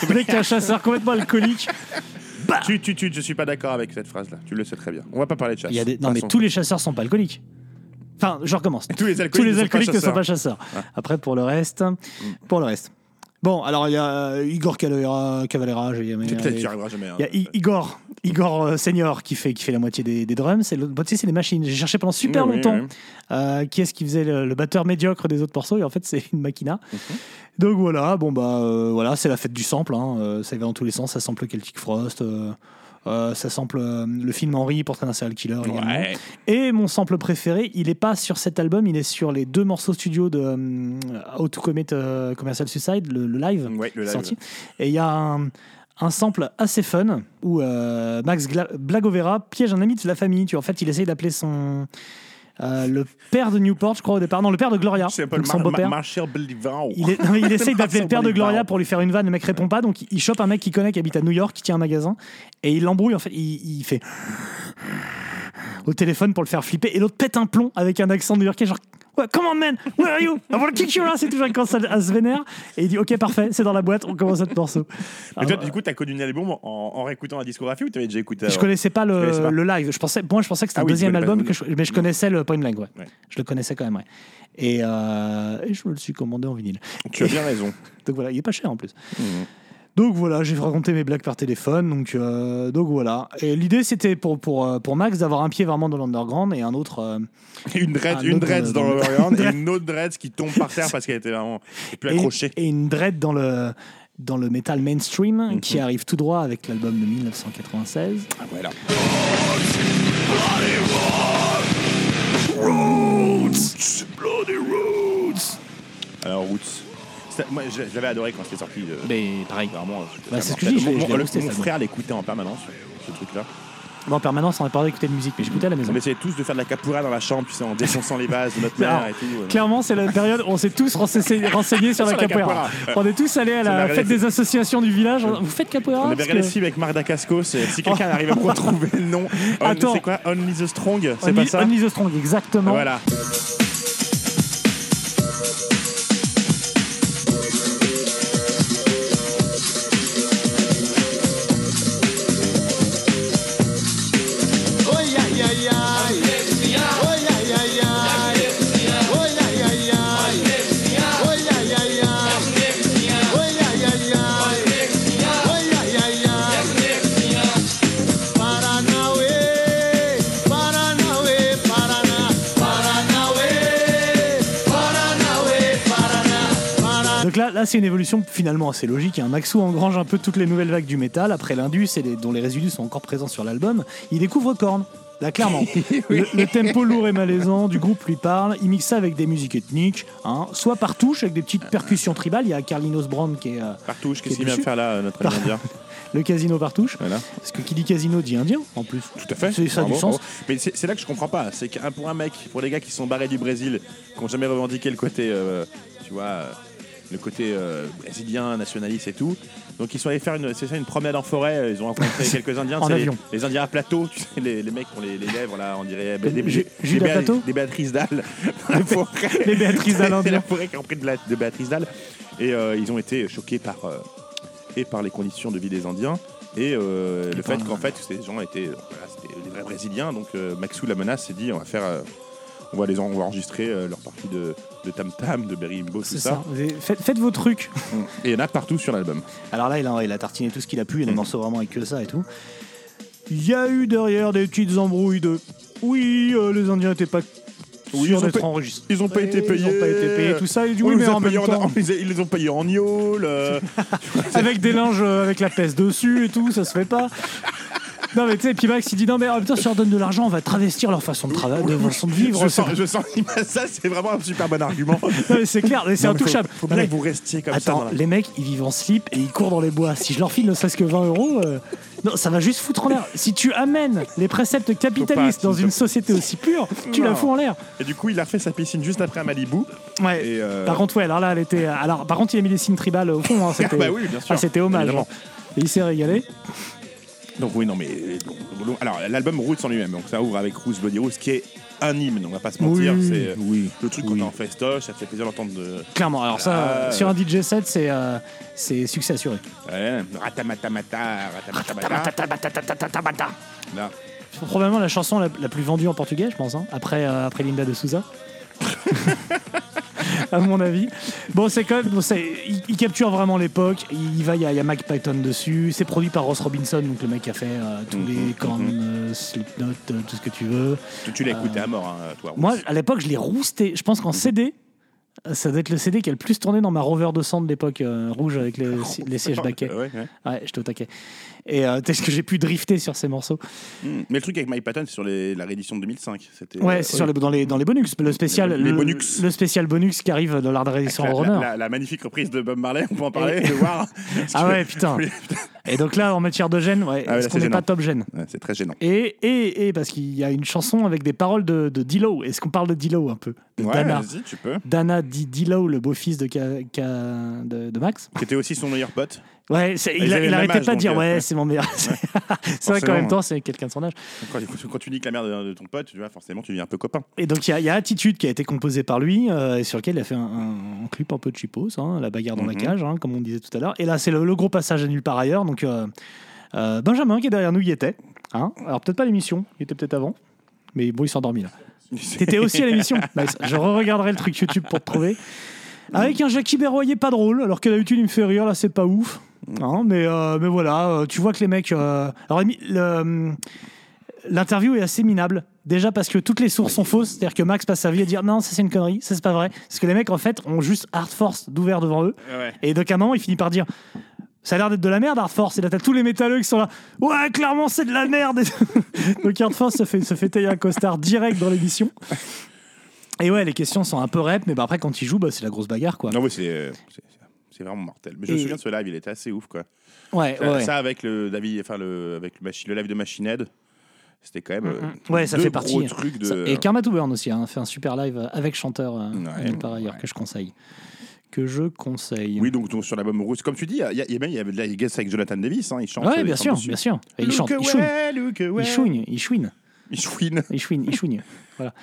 [SPEAKER 1] Le mec, un chasseur complètement alcoolique. Bah
[SPEAKER 3] tu, tu, tu, je suis pas d'accord avec cette phrase-là. Tu le sais très bien. On va pas parler de chasse.
[SPEAKER 1] Il y a des... Non, mais
[SPEAKER 3] Passons.
[SPEAKER 1] tous les chasseurs sont pas alcooliques. Enfin, je recommence.
[SPEAKER 3] Tous les alcooliques
[SPEAKER 1] Tous les
[SPEAKER 3] ne sont pas
[SPEAKER 1] alcooliques ne sont
[SPEAKER 3] chasseurs. Ah. Mm.
[SPEAKER 1] pas chasseurs. Après, pour le reste, pour le reste. Bon, alors il y a euh, Igor Cavalera, Cavalera j'ai- euh, mais-
[SPEAKER 3] Peut-être tu
[SPEAKER 1] il
[SPEAKER 3] arriveras jamais. hein.
[SPEAKER 1] y a I- Igor, Igor euh, senior qui fait qui fait la moitié des, des drums et l'autre moitié c'est des machines. J'ai cherché pendant super
[SPEAKER 3] Oui, oui,
[SPEAKER 1] longtemps
[SPEAKER 3] oui.
[SPEAKER 1] euh, qui est-ce qui faisait le, le batteur médiocre des autres morceaux et en fait c'est une machina.
[SPEAKER 3] Mhm.
[SPEAKER 1] Donc voilà, bon bah euh, voilà, c'est la fête du sample. hein, euh, ça va dans tous les sens. Ça sample Celtic Frost. euh, euh, ça sample euh, le film Henry, Portrait d'un serial killer également.
[SPEAKER 3] Ouais.
[SPEAKER 1] Et mon sample préféré, il est pas sur cet album, il est sur les deux morceaux studio de hum, How to Commit euh, Commercial Suicide, le, le live
[SPEAKER 3] Ouais, le live.
[SPEAKER 1] sorti. Et il y a un, un sample assez fun où euh, Max Gla- Blagovera piège un ami de la famille. Tu vois, en fait, il essaye d'appeler son. euh, le père de Newport, je crois, au départ. Non, le père de Gloria.
[SPEAKER 3] C'est un peu
[SPEAKER 1] donc
[SPEAKER 3] le
[SPEAKER 1] son
[SPEAKER 3] Mar-
[SPEAKER 1] beau-père.
[SPEAKER 3] Mar- Marshall Blivao.
[SPEAKER 1] Il, est- non, il essaye d'appeler le père de Gloria
[SPEAKER 3] Blivao.
[SPEAKER 1] pour lui faire une vanne, le mec répond pas, donc il- il chope un mec qu'il connaît qui habite à New York, qui tient un magasin, et il l'embrouille en fait, il, il fait au téléphone pour le faire flipper. Et l'autre pète un plomb avec un accent new-yorkais, genre Ouais, Come on man, where are you? I will kick your ass. Et toujours, il commence à, à se vénère. Et il dit Ok, parfait, c'est dans la boîte, on commence notre morceau.
[SPEAKER 3] Mais toi,
[SPEAKER 1] Alors,
[SPEAKER 3] du coup, t'as connu Nelly Bomb en, en réécoutant la discographie ou t'avais déjà écouté
[SPEAKER 1] Ah. je
[SPEAKER 3] avant
[SPEAKER 1] connaissais pas le,
[SPEAKER 3] Tu connaissais pas
[SPEAKER 1] le live. Je pensais, moi, je pensais que c'était
[SPEAKER 3] Ah
[SPEAKER 1] un
[SPEAKER 3] oui, tu
[SPEAKER 1] deuxième
[SPEAKER 3] connais pas
[SPEAKER 1] album,
[SPEAKER 3] le-
[SPEAKER 1] que je- mais je connaissais le Point Blank. Ouais.
[SPEAKER 3] Ouais.
[SPEAKER 1] Je le connaissais quand même, ouais. Et, euh, et je me le suis commandé en vinyle.
[SPEAKER 3] Tu as bien raison. Mmh.
[SPEAKER 1] Donc voilà, il est pas cher en plus. Donc voilà, j'ai raconté mes blagues par téléphone. Donc, euh, donc voilà. Et l'idée, c'était pour, pour, euh, pour Max d'avoir un pied vraiment dans l'underground et un autre. euh,
[SPEAKER 3] Une dread,
[SPEAKER 1] Un
[SPEAKER 3] une
[SPEAKER 1] autre,
[SPEAKER 3] dread
[SPEAKER 1] euh,
[SPEAKER 3] dans
[SPEAKER 1] dans le-
[SPEAKER 3] l'Orient et une autre dread qui tombe par terre parce qu'elle était vraiment plus
[SPEAKER 1] et-
[SPEAKER 3] accrochée.
[SPEAKER 1] Et, une dread dans le, dans le metal mainstream
[SPEAKER 3] Mmh.
[SPEAKER 1] qui arrive tout droit avec l'album de 1996.
[SPEAKER 3] Voilà. Alors, Roots. C'est- Moi, je, je l'avais adoré quand c'était sorti. euh,
[SPEAKER 1] Mais pareil.
[SPEAKER 3] Vraiment, c'était
[SPEAKER 1] Bah, c'est ce que
[SPEAKER 3] mortel.
[SPEAKER 1] je dis, je l'ai-
[SPEAKER 3] Mon-
[SPEAKER 1] je l'ai
[SPEAKER 3] mon-
[SPEAKER 1] boosté,
[SPEAKER 3] mon
[SPEAKER 1] ça,
[SPEAKER 3] frère l'écoutait en permanence, ce truc-là.
[SPEAKER 1] Moi, en permanence, on n'a pas d'écouter de musique, mais j'écoutais à la maison.
[SPEAKER 3] On essayait tous de faire de la capoeira dans la chambre, tu sais, en défonçant les vases de notre
[SPEAKER 1] Alors,
[SPEAKER 3] mère et tout. euh.
[SPEAKER 1] Clairement, c'est la période où on s'est tous renseign- renseignés sur la
[SPEAKER 3] Sur la
[SPEAKER 1] capoeira.
[SPEAKER 3] capoeira.
[SPEAKER 1] On est tous allés à
[SPEAKER 3] Ça m'a
[SPEAKER 1] la
[SPEAKER 3] régalé.
[SPEAKER 1] fête des associations du village. On- Vous faites capoeira
[SPEAKER 3] On avait
[SPEAKER 1] Parce
[SPEAKER 3] regardé
[SPEAKER 1] que- Oh.
[SPEAKER 3] le film avec Marc Dacascos. et Si quelqu'un arrive à me retrouver le nom, On-
[SPEAKER 1] Attends.
[SPEAKER 3] c'est quoi Only the Strong C'est
[SPEAKER 1] Only-
[SPEAKER 3] pas ça Ah
[SPEAKER 1] Only the Strong, exactement.
[SPEAKER 3] Voilà.
[SPEAKER 1] Donc là, là c'est une évolution finalement assez logique. Hein. Maxou engrange un peu toutes les nouvelles vagues du métal après l'Indus et les- dont les résidus sont encore présents sur l'album. Il découvre Korn. Là, clairement, le, le tempo lourd et malaisant du groupe lui parle. Il mixe ça avec des musiques ethniques, hein, soit par touche avec des petites percussions tribales. Il y a Carlinos Brand qui est euh,
[SPEAKER 3] Partouche,
[SPEAKER 1] Qui
[SPEAKER 3] qu'est-ce
[SPEAKER 1] est
[SPEAKER 3] qu'il vient
[SPEAKER 1] dessus
[SPEAKER 3] faire là, euh, notre ami
[SPEAKER 1] Par-
[SPEAKER 3] indien
[SPEAKER 1] le casino par touche.
[SPEAKER 3] Voilà.
[SPEAKER 1] Parce que qui dit casino dit indien en plus.
[SPEAKER 3] Tout à fait.
[SPEAKER 1] C'est ça a
[SPEAKER 3] Bravo,
[SPEAKER 1] du sens.
[SPEAKER 3] bravo. Mais c'est c'est là que je comprends pas. C'est qu'un pour un mec, pour les gars qui sont barrés du Brésil, qui n'ont jamais revendiqué le côté, euh, tu vois, euh, le côté euh, brésilien, nationaliste et tout. Donc ils sont allés faire une, c'est ça, une promenade en forêt. euh, Ils ont rencontré quelques Indiens.
[SPEAKER 1] En
[SPEAKER 3] c'est les-
[SPEAKER 1] avion.
[SPEAKER 3] Les, Indiens à plateau, tu sais, les, les mecs qui ont les, les lèvres là, on dirait des,
[SPEAKER 1] Ju- Jules à
[SPEAKER 3] Béa-
[SPEAKER 1] plateau
[SPEAKER 3] des Béatrice Dalle. dans la forêt.
[SPEAKER 1] Les Béatrice Dalle
[SPEAKER 3] C'est la
[SPEAKER 1] indiens.
[SPEAKER 3] forêt qui a repris de, la- de Béatrice Dalle. Et euh, ils ont été choqués par, euh, et par les conditions de vie des Indiens et euh, le fait
[SPEAKER 1] par-
[SPEAKER 3] qu'en fait ces gens étaient, euh, voilà, c'était des vrais Brésiliens. Donc euh, Maxou la menace s'est dit on va faire, euh, on va les en- on va enregistrer euh, leur partie de, de Tam Tam, de Berimbo, tout
[SPEAKER 1] C'est
[SPEAKER 3] ça.
[SPEAKER 1] ça. Vous- Faites, faites vos trucs.
[SPEAKER 3] Et il y en a partout sur l'album.
[SPEAKER 1] Alors là, il a, il a tartiné tout ce qu'il a pu, il y a
[SPEAKER 3] Mhm.
[SPEAKER 1] des morceaux vraiment avec que ça et tout. Il y a eu derrière des petites embrouilles de. Oui, euh, les Indiens n'étaient pas
[SPEAKER 3] Oui, ils ont
[SPEAKER 1] sûrs
[SPEAKER 3] pas-
[SPEAKER 1] d'être enregistrés.
[SPEAKER 3] Ils ont pas été payés.
[SPEAKER 1] Ils n'ont pas été payés, tout ça. Il dit
[SPEAKER 3] On
[SPEAKER 1] oui,
[SPEAKER 3] les
[SPEAKER 1] mais
[SPEAKER 3] a
[SPEAKER 1] en même
[SPEAKER 3] payés en-
[SPEAKER 1] temps, Ah,
[SPEAKER 3] on les a- ils les ont payés en yole. euh,
[SPEAKER 1] avec des linges euh, avec la peste dessus et tout, ça se fait pas. Non, mais tu sais, puis Max il dit non, mais en même temps, si on leur donne de l'argent, on va travestir leur façon de, travailler, de façon de vivre.
[SPEAKER 3] je
[SPEAKER 1] c'est-
[SPEAKER 3] sens, je sens- ça c'est vraiment un super bon argument.
[SPEAKER 1] Non, mais c'est clair, mais c'est
[SPEAKER 3] Non, mais faut-
[SPEAKER 1] intouchable.
[SPEAKER 3] Faut,
[SPEAKER 1] Non,
[SPEAKER 3] bien
[SPEAKER 1] mais-
[SPEAKER 3] que vous restiez comme ça.
[SPEAKER 1] Attends,
[SPEAKER 3] dans la-
[SPEAKER 1] les mecs, ils vivent en slip et ils courent dans les bois. Si je leur file ne serait-ce que 20 euros, euh, non, ça va juste foutre en l'air. Si tu amènes les préceptes capitalistes
[SPEAKER 3] Faut pas,
[SPEAKER 1] dans
[SPEAKER 3] s'il
[SPEAKER 1] une
[SPEAKER 3] te-
[SPEAKER 1] société aussi pure, tu la
[SPEAKER 3] Non.
[SPEAKER 1] fous en l'air.
[SPEAKER 3] Et du coup, il a refait sa piscine juste après à Malibu.
[SPEAKER 1] Ouais.
[SPEAKER 3] Et, euh,
[SPEAKER 1] Par contre, ouais, alors là, elle était. Alors, par contre, il a mis des signes tribales au fond. hein, c'était
[SPEAKER 3] Ah bah oui, bien sûr,
[SPEAKER 1] ah, c'était hommage.
[SPEAKER 3] évidemment.
[SPEAKER 1] hein. Et il s'est régalé.
[SPEAKER 3] Donc oui, non mais euh, bon, bon, alors l'album Roots en lui-même, donc ça ouvre avec Roots Bloody Roots qui est un hymne, on va pas se mentir,
[SPEAKER 1] Oui,
[SPEAKER 3] c'est euh,
[SPEAKER 1] oui,
[SPEAKER 3] le truc
[SPEAKER 1] oui.
[SPEAKER 3] qu'on a en festoche, ça te fait plaisir d'entendre de
[SPEAKER 1] Clairement, alors ça,
[SPEAKER 3] Ah,
[SPEAKER 1] euh, sur un DJ set, c'est euh, c'est succès assuré.
[SPEAKER 3] ouais, ratamatamata, ratamatamata. Là.
[SPEAKER 1] C'est probablement la chanson la, la plus vendue en portugais, je pense, hein, après, euh, après Linda de Souza. à mon avis. Bon, c'est quand même. bon, c'est- il, il capture vraiment l'époque. Il, il va, il y, a- il y a Mike Patton dessus. C'est produit par Ross Robinson, donc le mec qui a fait euh, tous
[SPEAKER 3] Mhm,
[SPEAKER 1] les Korn, euh, Slipknot, euh, tout ce que tu veux.
[SPEAKER 3] Tu, tu l'as écouté à mort, hein, toi. Roots.
[SPEAKER 1] Moi, à l'époque, je l'ai rousté. Je pense
[SPEAKER 3] Mhm.
[SPEAKER 1] qu'en CD, ça doit être le CD qui a le plus tourné dans ma rover de sang de l'époque euh, rouge avec les, les sièges baquets.
[SPEAKER 3] Ouais, ouais.
[SPEAKER 1] Ouais, j'étais au taquet. Et euh, est-ce que j'ai pu drifter sur ces morceaux
[SPEAKER 3] Hmm. Mais le truc avec Mike Patton, c'est sur les- la réédition de 2005. C'était,
[SPEAKER 1] Ouais,
[SPEAKER 3] euh,
[SPEAKER 1] c'est sur les, dans, les, dans les bonus, le spécial,
[SPEAKER 3] Les- les
[SPEAKER 1] le,
[SPEAKER 3] bonus.
[SPEAKER 1] le spécial bonus qui arrive dans l'art de
[SPEAKER 3] la,
[SPEAKER 1] résistance
[SPEAKER 3] la-
[SPEAKER 1] runner.
[SPEAKER 3] la- la magnifique reprise de Bob Marley, on peut en parler, de voir. Parce
[SPEAKER 1] Ah
[SPEAKER 3] que-
[SPEAKER 1] ouais, putain.
[SPEAKER 3] Oui,
[SPEAKER 1] Et donc là, en matière de gêne, ouais,
[SPEAKER 3] Ah ouais, là,
[SPEAKER 1] est-ce qu'on
[SPEAKER 3] c'est
[SPEAKER 1] n'est pas
[SPEAKER 3] gênant.
[SPEAKER 1] top gêne
[SPEAKER 3] Ouais, c'est très gênant.
[SPEAKER 1] et, et, et parce qu'il y a une chanson avec des paroles de, de Dilo. Est-ce qu'on parle de Dilo un peu De
[SPEAKER 3] Ouais,
[SPEAKER 1] Dana.
[SPEAKER 3] vas-y, tu peux.
[SPEAKER 1] Dana dit Dilo, le beau-fils de, Ka- Ka- de, de Max.
[SPEAKER 3] Qui était aussi son meilleur pote.
[SPEAKER 1] Ouais, c'est- il,
[SPEAKER 3] Ils
[SPEAKER 1] a-
[SPEAKER 3] avaient
[SPEAKER 1] il
[SPEAKER 3] le même
[SPEAKER 1] arrêtait
[SPEAKER 3] âge,
[SPEAKER 1] pas de
[SPEAKER 3] donc,
[SPEAKER 1] dire,
[SPEAKER 3] euh,
[SPEAKER 1] ouais,
[SPEAKER 3] ouais.
[SPEAKER 1] c'est mon meilleur. c'est vrai qu'en
[SPEAKER 3] Forcément,
[SPEAKER 1] même temps, c'est quelqu'un de son âge.
[SPEAKER 3] Quand, quand tu dis que la mère de, de ton pote, tu vois, forcément, tu deviens un peu copain.
[SPEAKER 1] Et donc, il y, a- il y a Attitude qui a été composée par lui, euh, et sur lequel il a fait un, un- un clip un peu de chipos, hein, la bagarre dans
[SPEAKER 3] Mhm.
[SPEAKER 1] la cage, hein, comme on disait tout à l'heure. Et là, c'est le, le gros passage à nulle part ailleurs. Donc, euh, euh, Benjamin, qui est derrière nous, y était. hein. Alors, peut-être pas à l'émission, il était peut-être avant. Mais bon, il s'est endormi là. T'étais aussi à l'émission Nice. Je re-regarderai le truc YouTube pour te trouver. Avec un Jackie Berroyer pas drôle, alors que d'habitude il me fait rire, là c'est pas ouf. Hein, mais, euh, mais voilà, euh, tu vois que les mecs. euh, Alors, Émi- le- hum, l'interview est assez minable. Déjà parce que toutes les sources sont fausses, c'est-à-dire que Max passe sa vie à dire non, ça c'est une connerie, ça c'est pas vrai. Parce que les mecs en fait ont juste Hard Force d'ouvert devant eux.
[SPEAKER 3] Ouais.
[SPEAKER 1] Et donc à un moment il finit par dire ça a l'air d'être de la merde Hard Force. Et là t'as tous les métalleux qui sont là ouais, clairement c'est de la merde. Et donc Hard Force se fait, se fait tailler un costard direct dans l'émission. Et ouais, les questions sont un peu rep, mais bah après quand il joue, bah, c'est la grosse bagarre quoi.
[SPEAKER 3] Non, oui, c'est. euh, c'est- C'est vraiment mortel. Mais je me
[SPEAKER 1] Et-
[SPEAKER 3] souviens de ce live, il était assez ouf, quoi.
[SPEAKER 1] Ouais,
[SPEAKER 3] Ça,
[SPEAKER 1] ouais.
[SPEAKER 3] ça avec le David, enfin le avec le, machi- le live de Machine Head, c'était quand même. euh,
[SPEAKER 1] Mm. Ouais, ça
[SPEAKER 3] deux
[SPEAKER 1] fait
[SPEAKER 3] gros
[SPEAKER 1] partie.
[SPEAKER 3] trucs de.
[SPEAKER 1] Ça- Et Karma to Burn aussi hein, fait un super live euh, avec chanteur euh,
[SPEAKER 3] Ouais,
[SPEAKER 1] nulle part ailleurs
[SPEAKER 3] ouais.
[SPEAKER 1] que je conseille. Que je conseille.
[SPEAKER 3] Oui, donc donc, sur l'album rouge, comme tu dis, il y a, il y a- il y a même il y avait de la guest avec Jonathan Davis, hein, il chante.
[SPEAKER 1] Ouais,
[SPEAKER 3] il
[SPEAKER 1] bien
[SPEAKER 3] chante
[SPEAKER 1] sûr,
[SPEAKER 3] dessus.
[SPEAKER 1] bien sûr. Et il
[SPEAKER 3] Look
[SPEAKER 1] chante, il
[SPEAKER 3] away,
[SPEAKER 1] chouine.
[SPEAKER 3] look away.
[SPEAKER 1] Il chouine, il chouine.
[SPEAKER 3] Il chouine.
[SPEAKER 1] Il chouine, il chouine. voilà.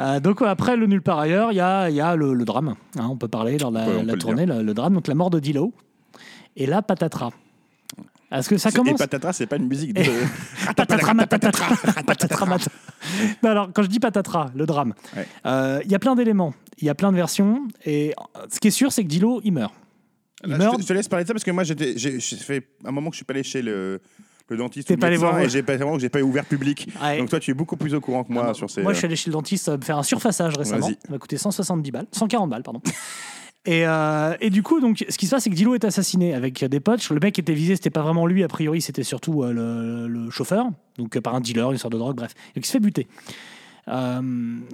[SPEAKER 1] Euh, donc ouais, après le nulle part ailleurs, il y a, il y a le, le drame. hein, on peut parler lors de la,
[SPEAKER 3] Ouais, on
[SPEAKER 1] la
[SPEAKER 3] peut le
[SPEAKER 1] tournée, le, le drame, donc la mort de Dilo. Et là, patatras. Est-ce que ça
[SPEAKER 3] C'est- Et
[SPEAKER 1] commence
[SPEAKER 3] patatras, c'est pas une musique. De... euh,
[SPEAKER 1] Patatras, patatras, patatras, patatras. Non, alors, quand je dis patatras, le drame, euh,
[SPEAKER 3] Ouais.
[SPEAKER 1] il y a plein d'éléments, il y a plein de versions, et ce qui est sûr, c'est que Dilo, il meurt. Il
[SPEAKER 3] Là,
[SPEAKER 1] meurt.
[SPEAKER 3] je, te, je te laisse parler de ça parce que moi j'étais, j'ai, j'ai fait un moment que je suis pas allé chez le. Le dentiste,
[SPEAKER 1] T'es
[SPEAKER 3] ou le
[SPEAKER 1] pas allé
[SPEAKER 3] médecin,
[SPEAKER 1] voir, ouais.
[SPEAKER 3] et j'ai pas, c'est vraiment que j'ai pas ouvert public.
[SPEAKER 1] Ouais.
[SPEAKER 3] Donc toi, tu es beaucoup plus au courant que moi Ah, sur ces.
[SPEAKER 1] Moi, je suis allé chez le dentiste euh, me faire un surfaçage récemment.
[SPEAKER 3] Vas-y.
[SPEAKER 1] Ça m'a coûté 170 balles, 140 balles, pardon. Et, euh, et du coup, donc, ce qui se passe, c'est que Dilo est assassiné avec euh, des potes. Le mec qui était visé, c'était pas vraiment lui. A priori, c'était surtout euh, le, le chauffeur, donc euh, par un dealer, une sorte de drogue, bref. Donc, il se fait buter. Euh,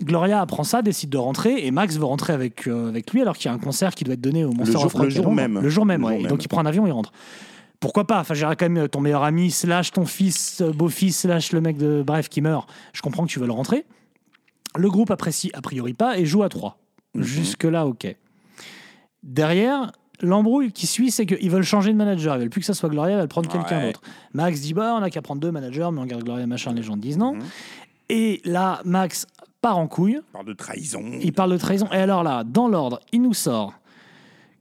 [SPEAKER 1] Gloria apprend ça, décide de rentrer, et Max veut rentrer avec, euh, avec lui alors qu'il y a un concert qui doit être donné au Monster
[SPEAKER 3] jour-
[SPEAKER 1] of Rock
[SPEAKER 3] le
[SPEAKER 1] à
[SPEAKER 3] jour
[SPEAKER 1] Londres.
[SPEAKER 3] même.
[SPEAKER 1] Le jour même,
[SPEAKER 3] Le
[SPEAKER 1] ouais.
[SPEAKER 3] jour
[SPEAKER 1] Et
[SPEAKER 3] même.
[SPEAKER 1] donc il prend un avion, il rentre. Pourquoi pas Enfin, j'irai quand même euh, ton meilleur ami, slash ton fils, euh, beau-fils, slash le mec de bref qui meurt. Je comprends que tu veux le rentrer. Le groupe apprécie a priori pas et joue à 3. Jusque-là, ok. Derrière, l'embrouille qui suit, c'est qu'ils veulent changer de manager. Ils veulent plus que ça soit Gloria, ils veulent prendre quelqu'un
[SPEAKER 3] Ouais.
[SPEAKER 1] d'autre. Max dit Bah, on a qu'à prendre deux managers, mais on garde Gloria, machin. Les gens disent non. Et là, Max part en couille.
[SPEAKER 3] On parle de trahison.
[SPEAKER 1] Il parle de trahison. Et alors là, dans l'ordre, il nous sort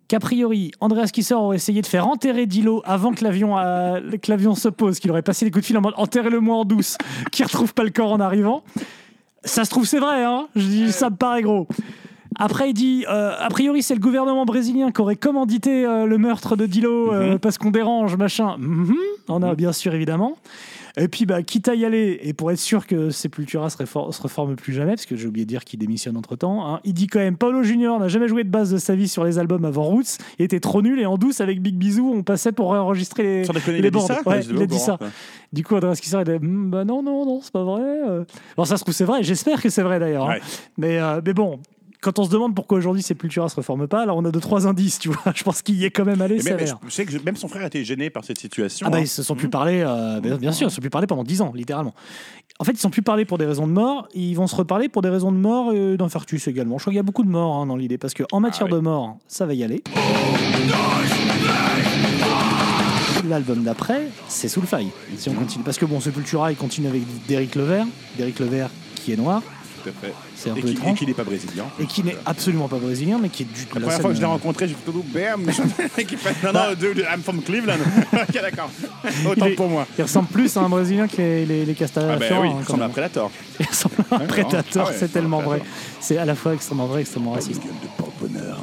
[SPEAKER 1] qu'a priori, Andreas Kisser aurait essayé de faire enterrer Dilo avant que l'avion euh, que l'avion se pose, qu'il aurait passé les coups de fil en mode enterrez-le-moi en douce, qu'il retrouve pas le corps en arrivant. Ça se trouve, c'est vrai, hein Je dis, ça me paraît gros. Après, il dit, euh, a priori, c'est le gouvernement brésilien qui aurait commandité euh, le meurtre de Dilo
[SPEAKER 3] Mhm.
[SPEAKER 1] euh, parce qu'on dérange, machin. Mhm. On a bien sûr, évidemment. Et puis, bah, quitte à y aller, et pour être sûr que Sepultura se, réfor- se reforme plus jamais, parce que j'ai oublié de dire qu'il démissionne entre temps, il dit quand même Paolo Junior n'a jamais joué de base de sa vie sur les albums avant Roots, il était trop nul, et en douce, avec Big Bisou, on passait pour réenregistrer les.
[SPEAKER 3] Sans déconner,
[SPEAKER 1] les
[SPEAKER 3] il a dit
[SPEAKER 1] bandes.
[SPEAKER 3] ça
[SPEAKER 1] Ouais,
[SPEAKER 3] Je devais
[SPEAKER 1] il a
[SPEAKER 3] au
[SPEAKER 1] dit ça.
[SPEAKER 3] courant, quoi.
[SPEAKER 1] Du coup, Andreas Kisser était Hmm, bah non, non, non, c'est pas vrai. euh. Alors, ça se trouve, c'est vrai, j'espère que c'est vrai d'ailleurs. hein.
[SPEAKER 3] Ouais.
[SPEAKER 1] Mais, euh, mais bon. Quand on se demande pourquoi aujourd'hui Sepultura se reforme pas, alors on a deux trois indices, tu vois. Je pense qu'il y est quand même allé,
[SPEAKER 3] Et
[SPEAKER 1] ça
[SPEAKER 3] même,
[SPEAKER 1] a l'air.
[SPEAKER 3] je sais que je- même son frère était gêné par cette situation.
[SPEAKER 1] Ah bah,
[SPEAKER 3] hein.
[SPEAKER 1] ils se sont plus parlé, euh, bien, bien sûr, ils se sont plus parlé pendant 10 ans, littéralement. En fait, ils se sont plus parlé pour des raisons de mort, ils vont se reparler pour des raisons de mort et d'infarctus également. Je crois qu'il y a beaucoup de morts hein, dans l'idée, parce qu'en matière
[SPEAKER 3] Ah
[SPEAKER 1] de mort, ça va y aller. L'album d'après, c'est Soulfly, si
[SPEAKER 3] Mmh.
[SPEAKER 1] on continue. Parce que bon, Sepultura, il continue avec Derrick Levert, Derrick Levert qui est noir,
[SPEAKER 3] Tout à fait.
[SPEAKER 1] c'est un
[SPEAKER 3] Et
[SPEAKER 1] peu
[SPEAKER 3] qui- et
[SPEAKER 1] étrange,
[SPEAKER 3] qu'il n'est pas brésilien.
[SPEAKER 1] et qui n'est absolument pas brésilien, mais qui est du tout...
[SPEAKER 3] La
[SPEAKER 1] là,
[SPEAKER 3] première
[SPEAKER 1] ça
[SPEAKER 3] fois que je l'ai
[SPEAKER 1] me- Ah.
[SPEAKER 3] rencontré, j'ai fait tout doux, bam qui fait Non, non, dude, I'm from Cleveland. ok, d'accord.
[SPEAKER 1] il,
[SPEAKER 3] Autant
[SPEAKER 1] est-
[SPEAKER 3] pour moi.
[SPEAKER 1] il ressemble plus à un Brésilien que les, les, les
[SPEAKER 3] Ah, bah oui,
[SPEAKER 1] Castafiorans, hein,
[SPEAKER 3] il
[SPEAKER 1] quand
[SPEAKER 3] ressemble à
[SPEAKER 1] même.
[SPEAKER 3] Predator.
[SPEAKER 1] Il ressemble à un
[SPEAKER 3] Ouais,
[SPEAKER 1] prédateur,
[SPEAKER 3] ah ouais,
[SPEAKER 1] c'est tellement
[SPEAKER 3] un
[SPEAKER 1] vrai. C'est à la fois extrêmement vrai, extrêmement raciste.
[SPEAKER 3] gueule de porte-bonheur.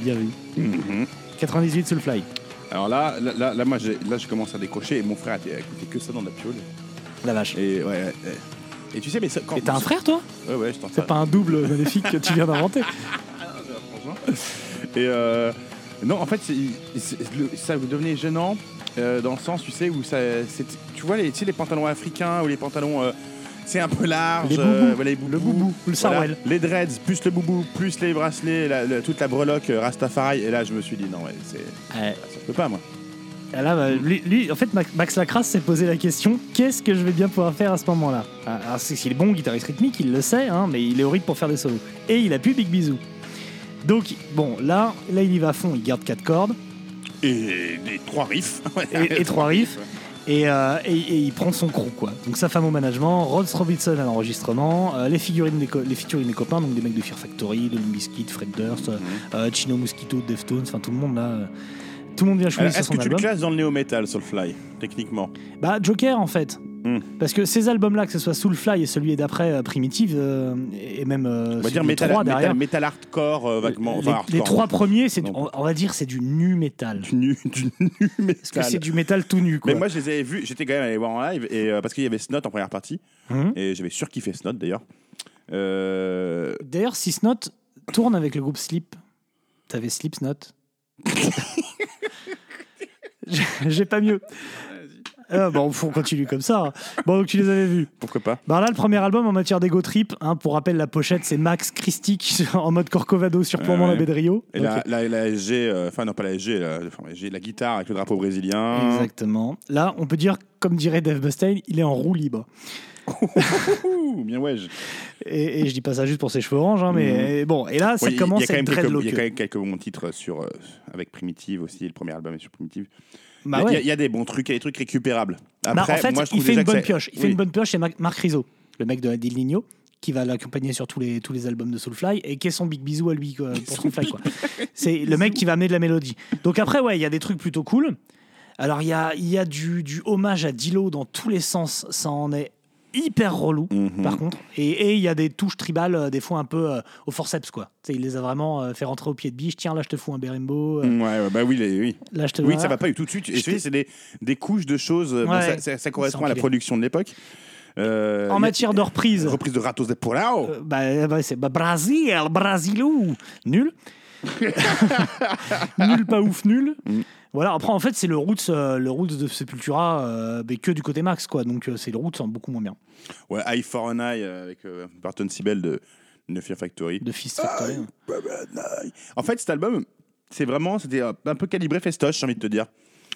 [SPEAKER 1] Bien vu.
[SPEAKER 3] Mm-hmm.
[SPEAKER 1] 98 sur le fly.
[SPEAKER 3] Alors là, là, là, là, moi, j'ai- là, je commence à décrocher et mon frère a écouté que ça dans la piole.
[SPEAKER 1] La vache.
[SPEAKER 3] Et ouais, ouais. ouais. Et tu sais, mais ça, quand.
[SPEAKER 1] Et t'as un frère, toi
[SPEAKER 3] Ouais, ouais, je t'en
[SPEAKER 1] C'est pas un double magnifique que tu viens d'inventer.
[SPEAKER 3] Et euh, non, en fait, c'est- c'est- le- ça devenait gênant euh, dans le sens, tu sais, où ça, c'est- tu vois, les, tu sais, les pantalons africains ou les pantalons, euh, c'est un peu large, euh,
[SPEAKER 1] Les boubous.
[SPEAKER 3] voilà, les boubous,
[SPEAKER 1] Le boubou, le sarouel.
[SPEAKER 3] les dreads, plus le boubou, plus les bracelets, la- la- toute la breloque euh, Rastafari. Et là, je me suis dit, non, ouais, c'est,
[SPEAKER 1] Ouais.
[SPEAKER 3] ça peut pas, moi.
[SPEAKER 1] Ah Là, bah, lui, lui- en fait, Max- Max Lacrasse s'est posé la question qu'est-ce que je vais bien pouvoir faire à ce moment-là Ah, Alors, c'est qu'il est bon guitariste rythmique, il le sait, hein, mais il est horrible pour faire des solos. Et il a plus Big Bisou. Donc, bon, là, là, il y va à fond, il garde quatre cordes.
[SPEAKER 3] et des trois riffs.
[SPEAKER 1] Et- et trois riffs. Et, euh, et- et il prend son crew quoi. Donc sa femme au management, Ross Robinson à l'enregistrement, euh, les figurines des co- les figurines des copains, donc des mecs de Fear Factory, de Limp Bizkit, Fred Durst,
[SPEAKER 3] Mhm.
[SPEAKER 1] euh, euh, Chino Mosquito, Deftones, enfin tout le monde là, euh, tout le monde vient jouer
[SPEAKER 3] Alors,
[SPEAKER 1] sur
[SPEAKER 3] Euh, Est-ce
[SPEAKER 1] son
[SPEAKER 3] que tu le
[SPEAKER 1] album.
[SPEAKER 3] classes dans le néo-metal, Soulfly, techniquement
[SPEAKER 1] Bah Joker en fait.
[SPEAKER 3] Hmm.
[SPEAKER 1] Parce que ces albums-là, que ce soit Soulfly et celui d'après euh, Primitive, euh, et même euh,
[SPEAKER 3] On va
[SPEAKER 1] celui
[SPEAKER 3] dire
[SPEAKER 1] des
[SPEAKER 3] metal,
[SPEAKER 1] trois derrière,
[SPEAKER 3] metal, metal hardcore, euh, vaguement.
[SPEAKER 1] les,
[SPEAKER 3] enfin, hardcore,
[SPEAKER 1] les trois premiers, c'est du-
[SPEAKER 3] Non.
[SPEAKER 1] on, on va dire c'est du nu métal.
[SPEAKER 3] Du nu, du nu
[SPEAKER 1] Parce que
[SPEAKER 3] metal.
[SPEAKER 1] c'est du métal tout nu quoi.
[SPEAKER 3] Mais moi, je les avais vus, j'étais quand même allé les voir en live, et, euh, parce qu'il y avait Snot en première partie,
[SPEAKER 1] Mhm.
[SPEAKER 3] et j'avais surkiffé Snot d'ailleurs. Euh,
[SPEAKER 1] D'ailleurs, si Snot tourne avec le groupe Sleep, t'avais Sleep Snot J'ai- J'ai pas mieux. Ah, bon, on continue comme ça. hein. Bon, donc tu les avais vus.
[SPEAKER 3] pourquoi pas
[SPEAKER 1] Bah là, le premier album en matière d'ego trip, hein, pour rappel, la pochette, c'est Max Christie qui- en mode Corcovado surplombant la
[SPEAKER 3] Ouais, ouais.
[SPEAKER 1] baie de Rio.
[SPEAKER 3] Et
[SPEAKER 1] Donc,
[SPEAKER 3] la, la, la SG, euh, enfin non pas la SG, la, enfin, la SG, la guitare avec le drapeau brésilien.
[SPEAKER 1] Exactement. Là, on peut dire, comme dirait Dave Mustaine, il est en roue libre.
[SPEAKER 3] Ouh, bien ouais. je-
[SPEAKER 1] Et, et je dis pas ça juste pour ses cheveux orange, hein, mais bon. Et là, ça
[SPEAKER 3] Mm. Oui, il- il y a
[SPEAKER 1] commence
[SPEAKER 3] quand
[SPEAKER 1] à
[SPEAKER 3] même
[SPEAKER 1] être très
[SPEAKER 3] quelques- Il
[SPEAKER 1] glauque.
[SPEAKER 3] y a quand même quelques bons titres sur, euh, avec Primitive aussi, le premier album est sur Primitive.
[SPEAKER 1] Bah
[SPEAKER 3] il, y a,
[SPEAKER 1] ouais.
[SPEAKER 3] il y a des bons trucs, il y a des trucs récupérables.
[SPEAKER 1] Bah,
[SPEAKER 3] Après,
[SPEAKER 1] en fait,
[SPEAKER 3] moi, je trouve
[SPEAKER 1] il fait
[SPEAKER 3] déjà
[SPEAKER 1] une
[SPEAKER 3] que
[SPEAKER 1] bonne
[SPEAKER 3] c'est-
[SPEAKER 1] pioche. Il fait
[SPEAKER 3] oui.
[SPEAKER 1] une bonne pioche, c'est Mar- Marc Rizzo, le mec de Del Nino, qui va l'accompagner sur tous les, tous les albums de Soulfly et qui est son big bisou à lui quoi, pour Soulfly. quoi. C'est le mec qui va amener de la mélodie. Donc après, ouais, il y a des trucs plutôt cool. Alors il y a, il y a du, du hommage à Dilo dans tous les sens. Ça en est hyper relou,
[SPEAKER 3] Mhm.
[SPEAKER 1] par contre. Et et il y a des touches tribales, euh, des fois un peu euh, au forceps, quoi. Tu sais, il les a vraiment euh, fait rentrer au pied de biche. Tiens, là, je te fous un bérimbo. euh,
[SPEAKER 3] Ouais, ouais, bah oui, les- oui.
[SPEAKER 1] Là, je te
[SPEAKER 3] Oui,
[SPEAKER 1] voilà.
[SPEAKER 3] ça va pas eu tout de suite. Et
[SPEAKER 1] Je
[SPEAKER 3] je te dis, c'est des, des couches de choses. euh, bon,
[SPEAKER 1] Ouais.
[SPEAKER 3] ça, ça- ça correspond à la
[SPEAKER 1] enculés.
[SPEAKER 3] production de l'époque. Euh,
[SPEAKER 1] En
[SPEAKER 3] il y a-
[SPEAKER 1] matière de reprise.
[SPEAKER 3] Reprise de Ratos de Polao.
[SPEAKER 1] Euh, bah, bah, c'est bah, Brasil, Brasilou, nul. nul, pas ouf, nul. Voilà, après, en fait, c'est le Roots, euh, le Roots de Sepultura, euh, mais que du côté Max, quoi. Donc, euh, c'est le Roots en beaucoup moins bien.
[SPEAKER 3] Ouais, Eye for an Eye euh, avec euh, Barton Sibel de, de Fear Factory.
[SPEAKER 1] De Fist Factory.
[SPEAKER 3] En fait, cet album, c'est vraiment, c'était euh, un peu calibré festoche, j'ai envie de te dire.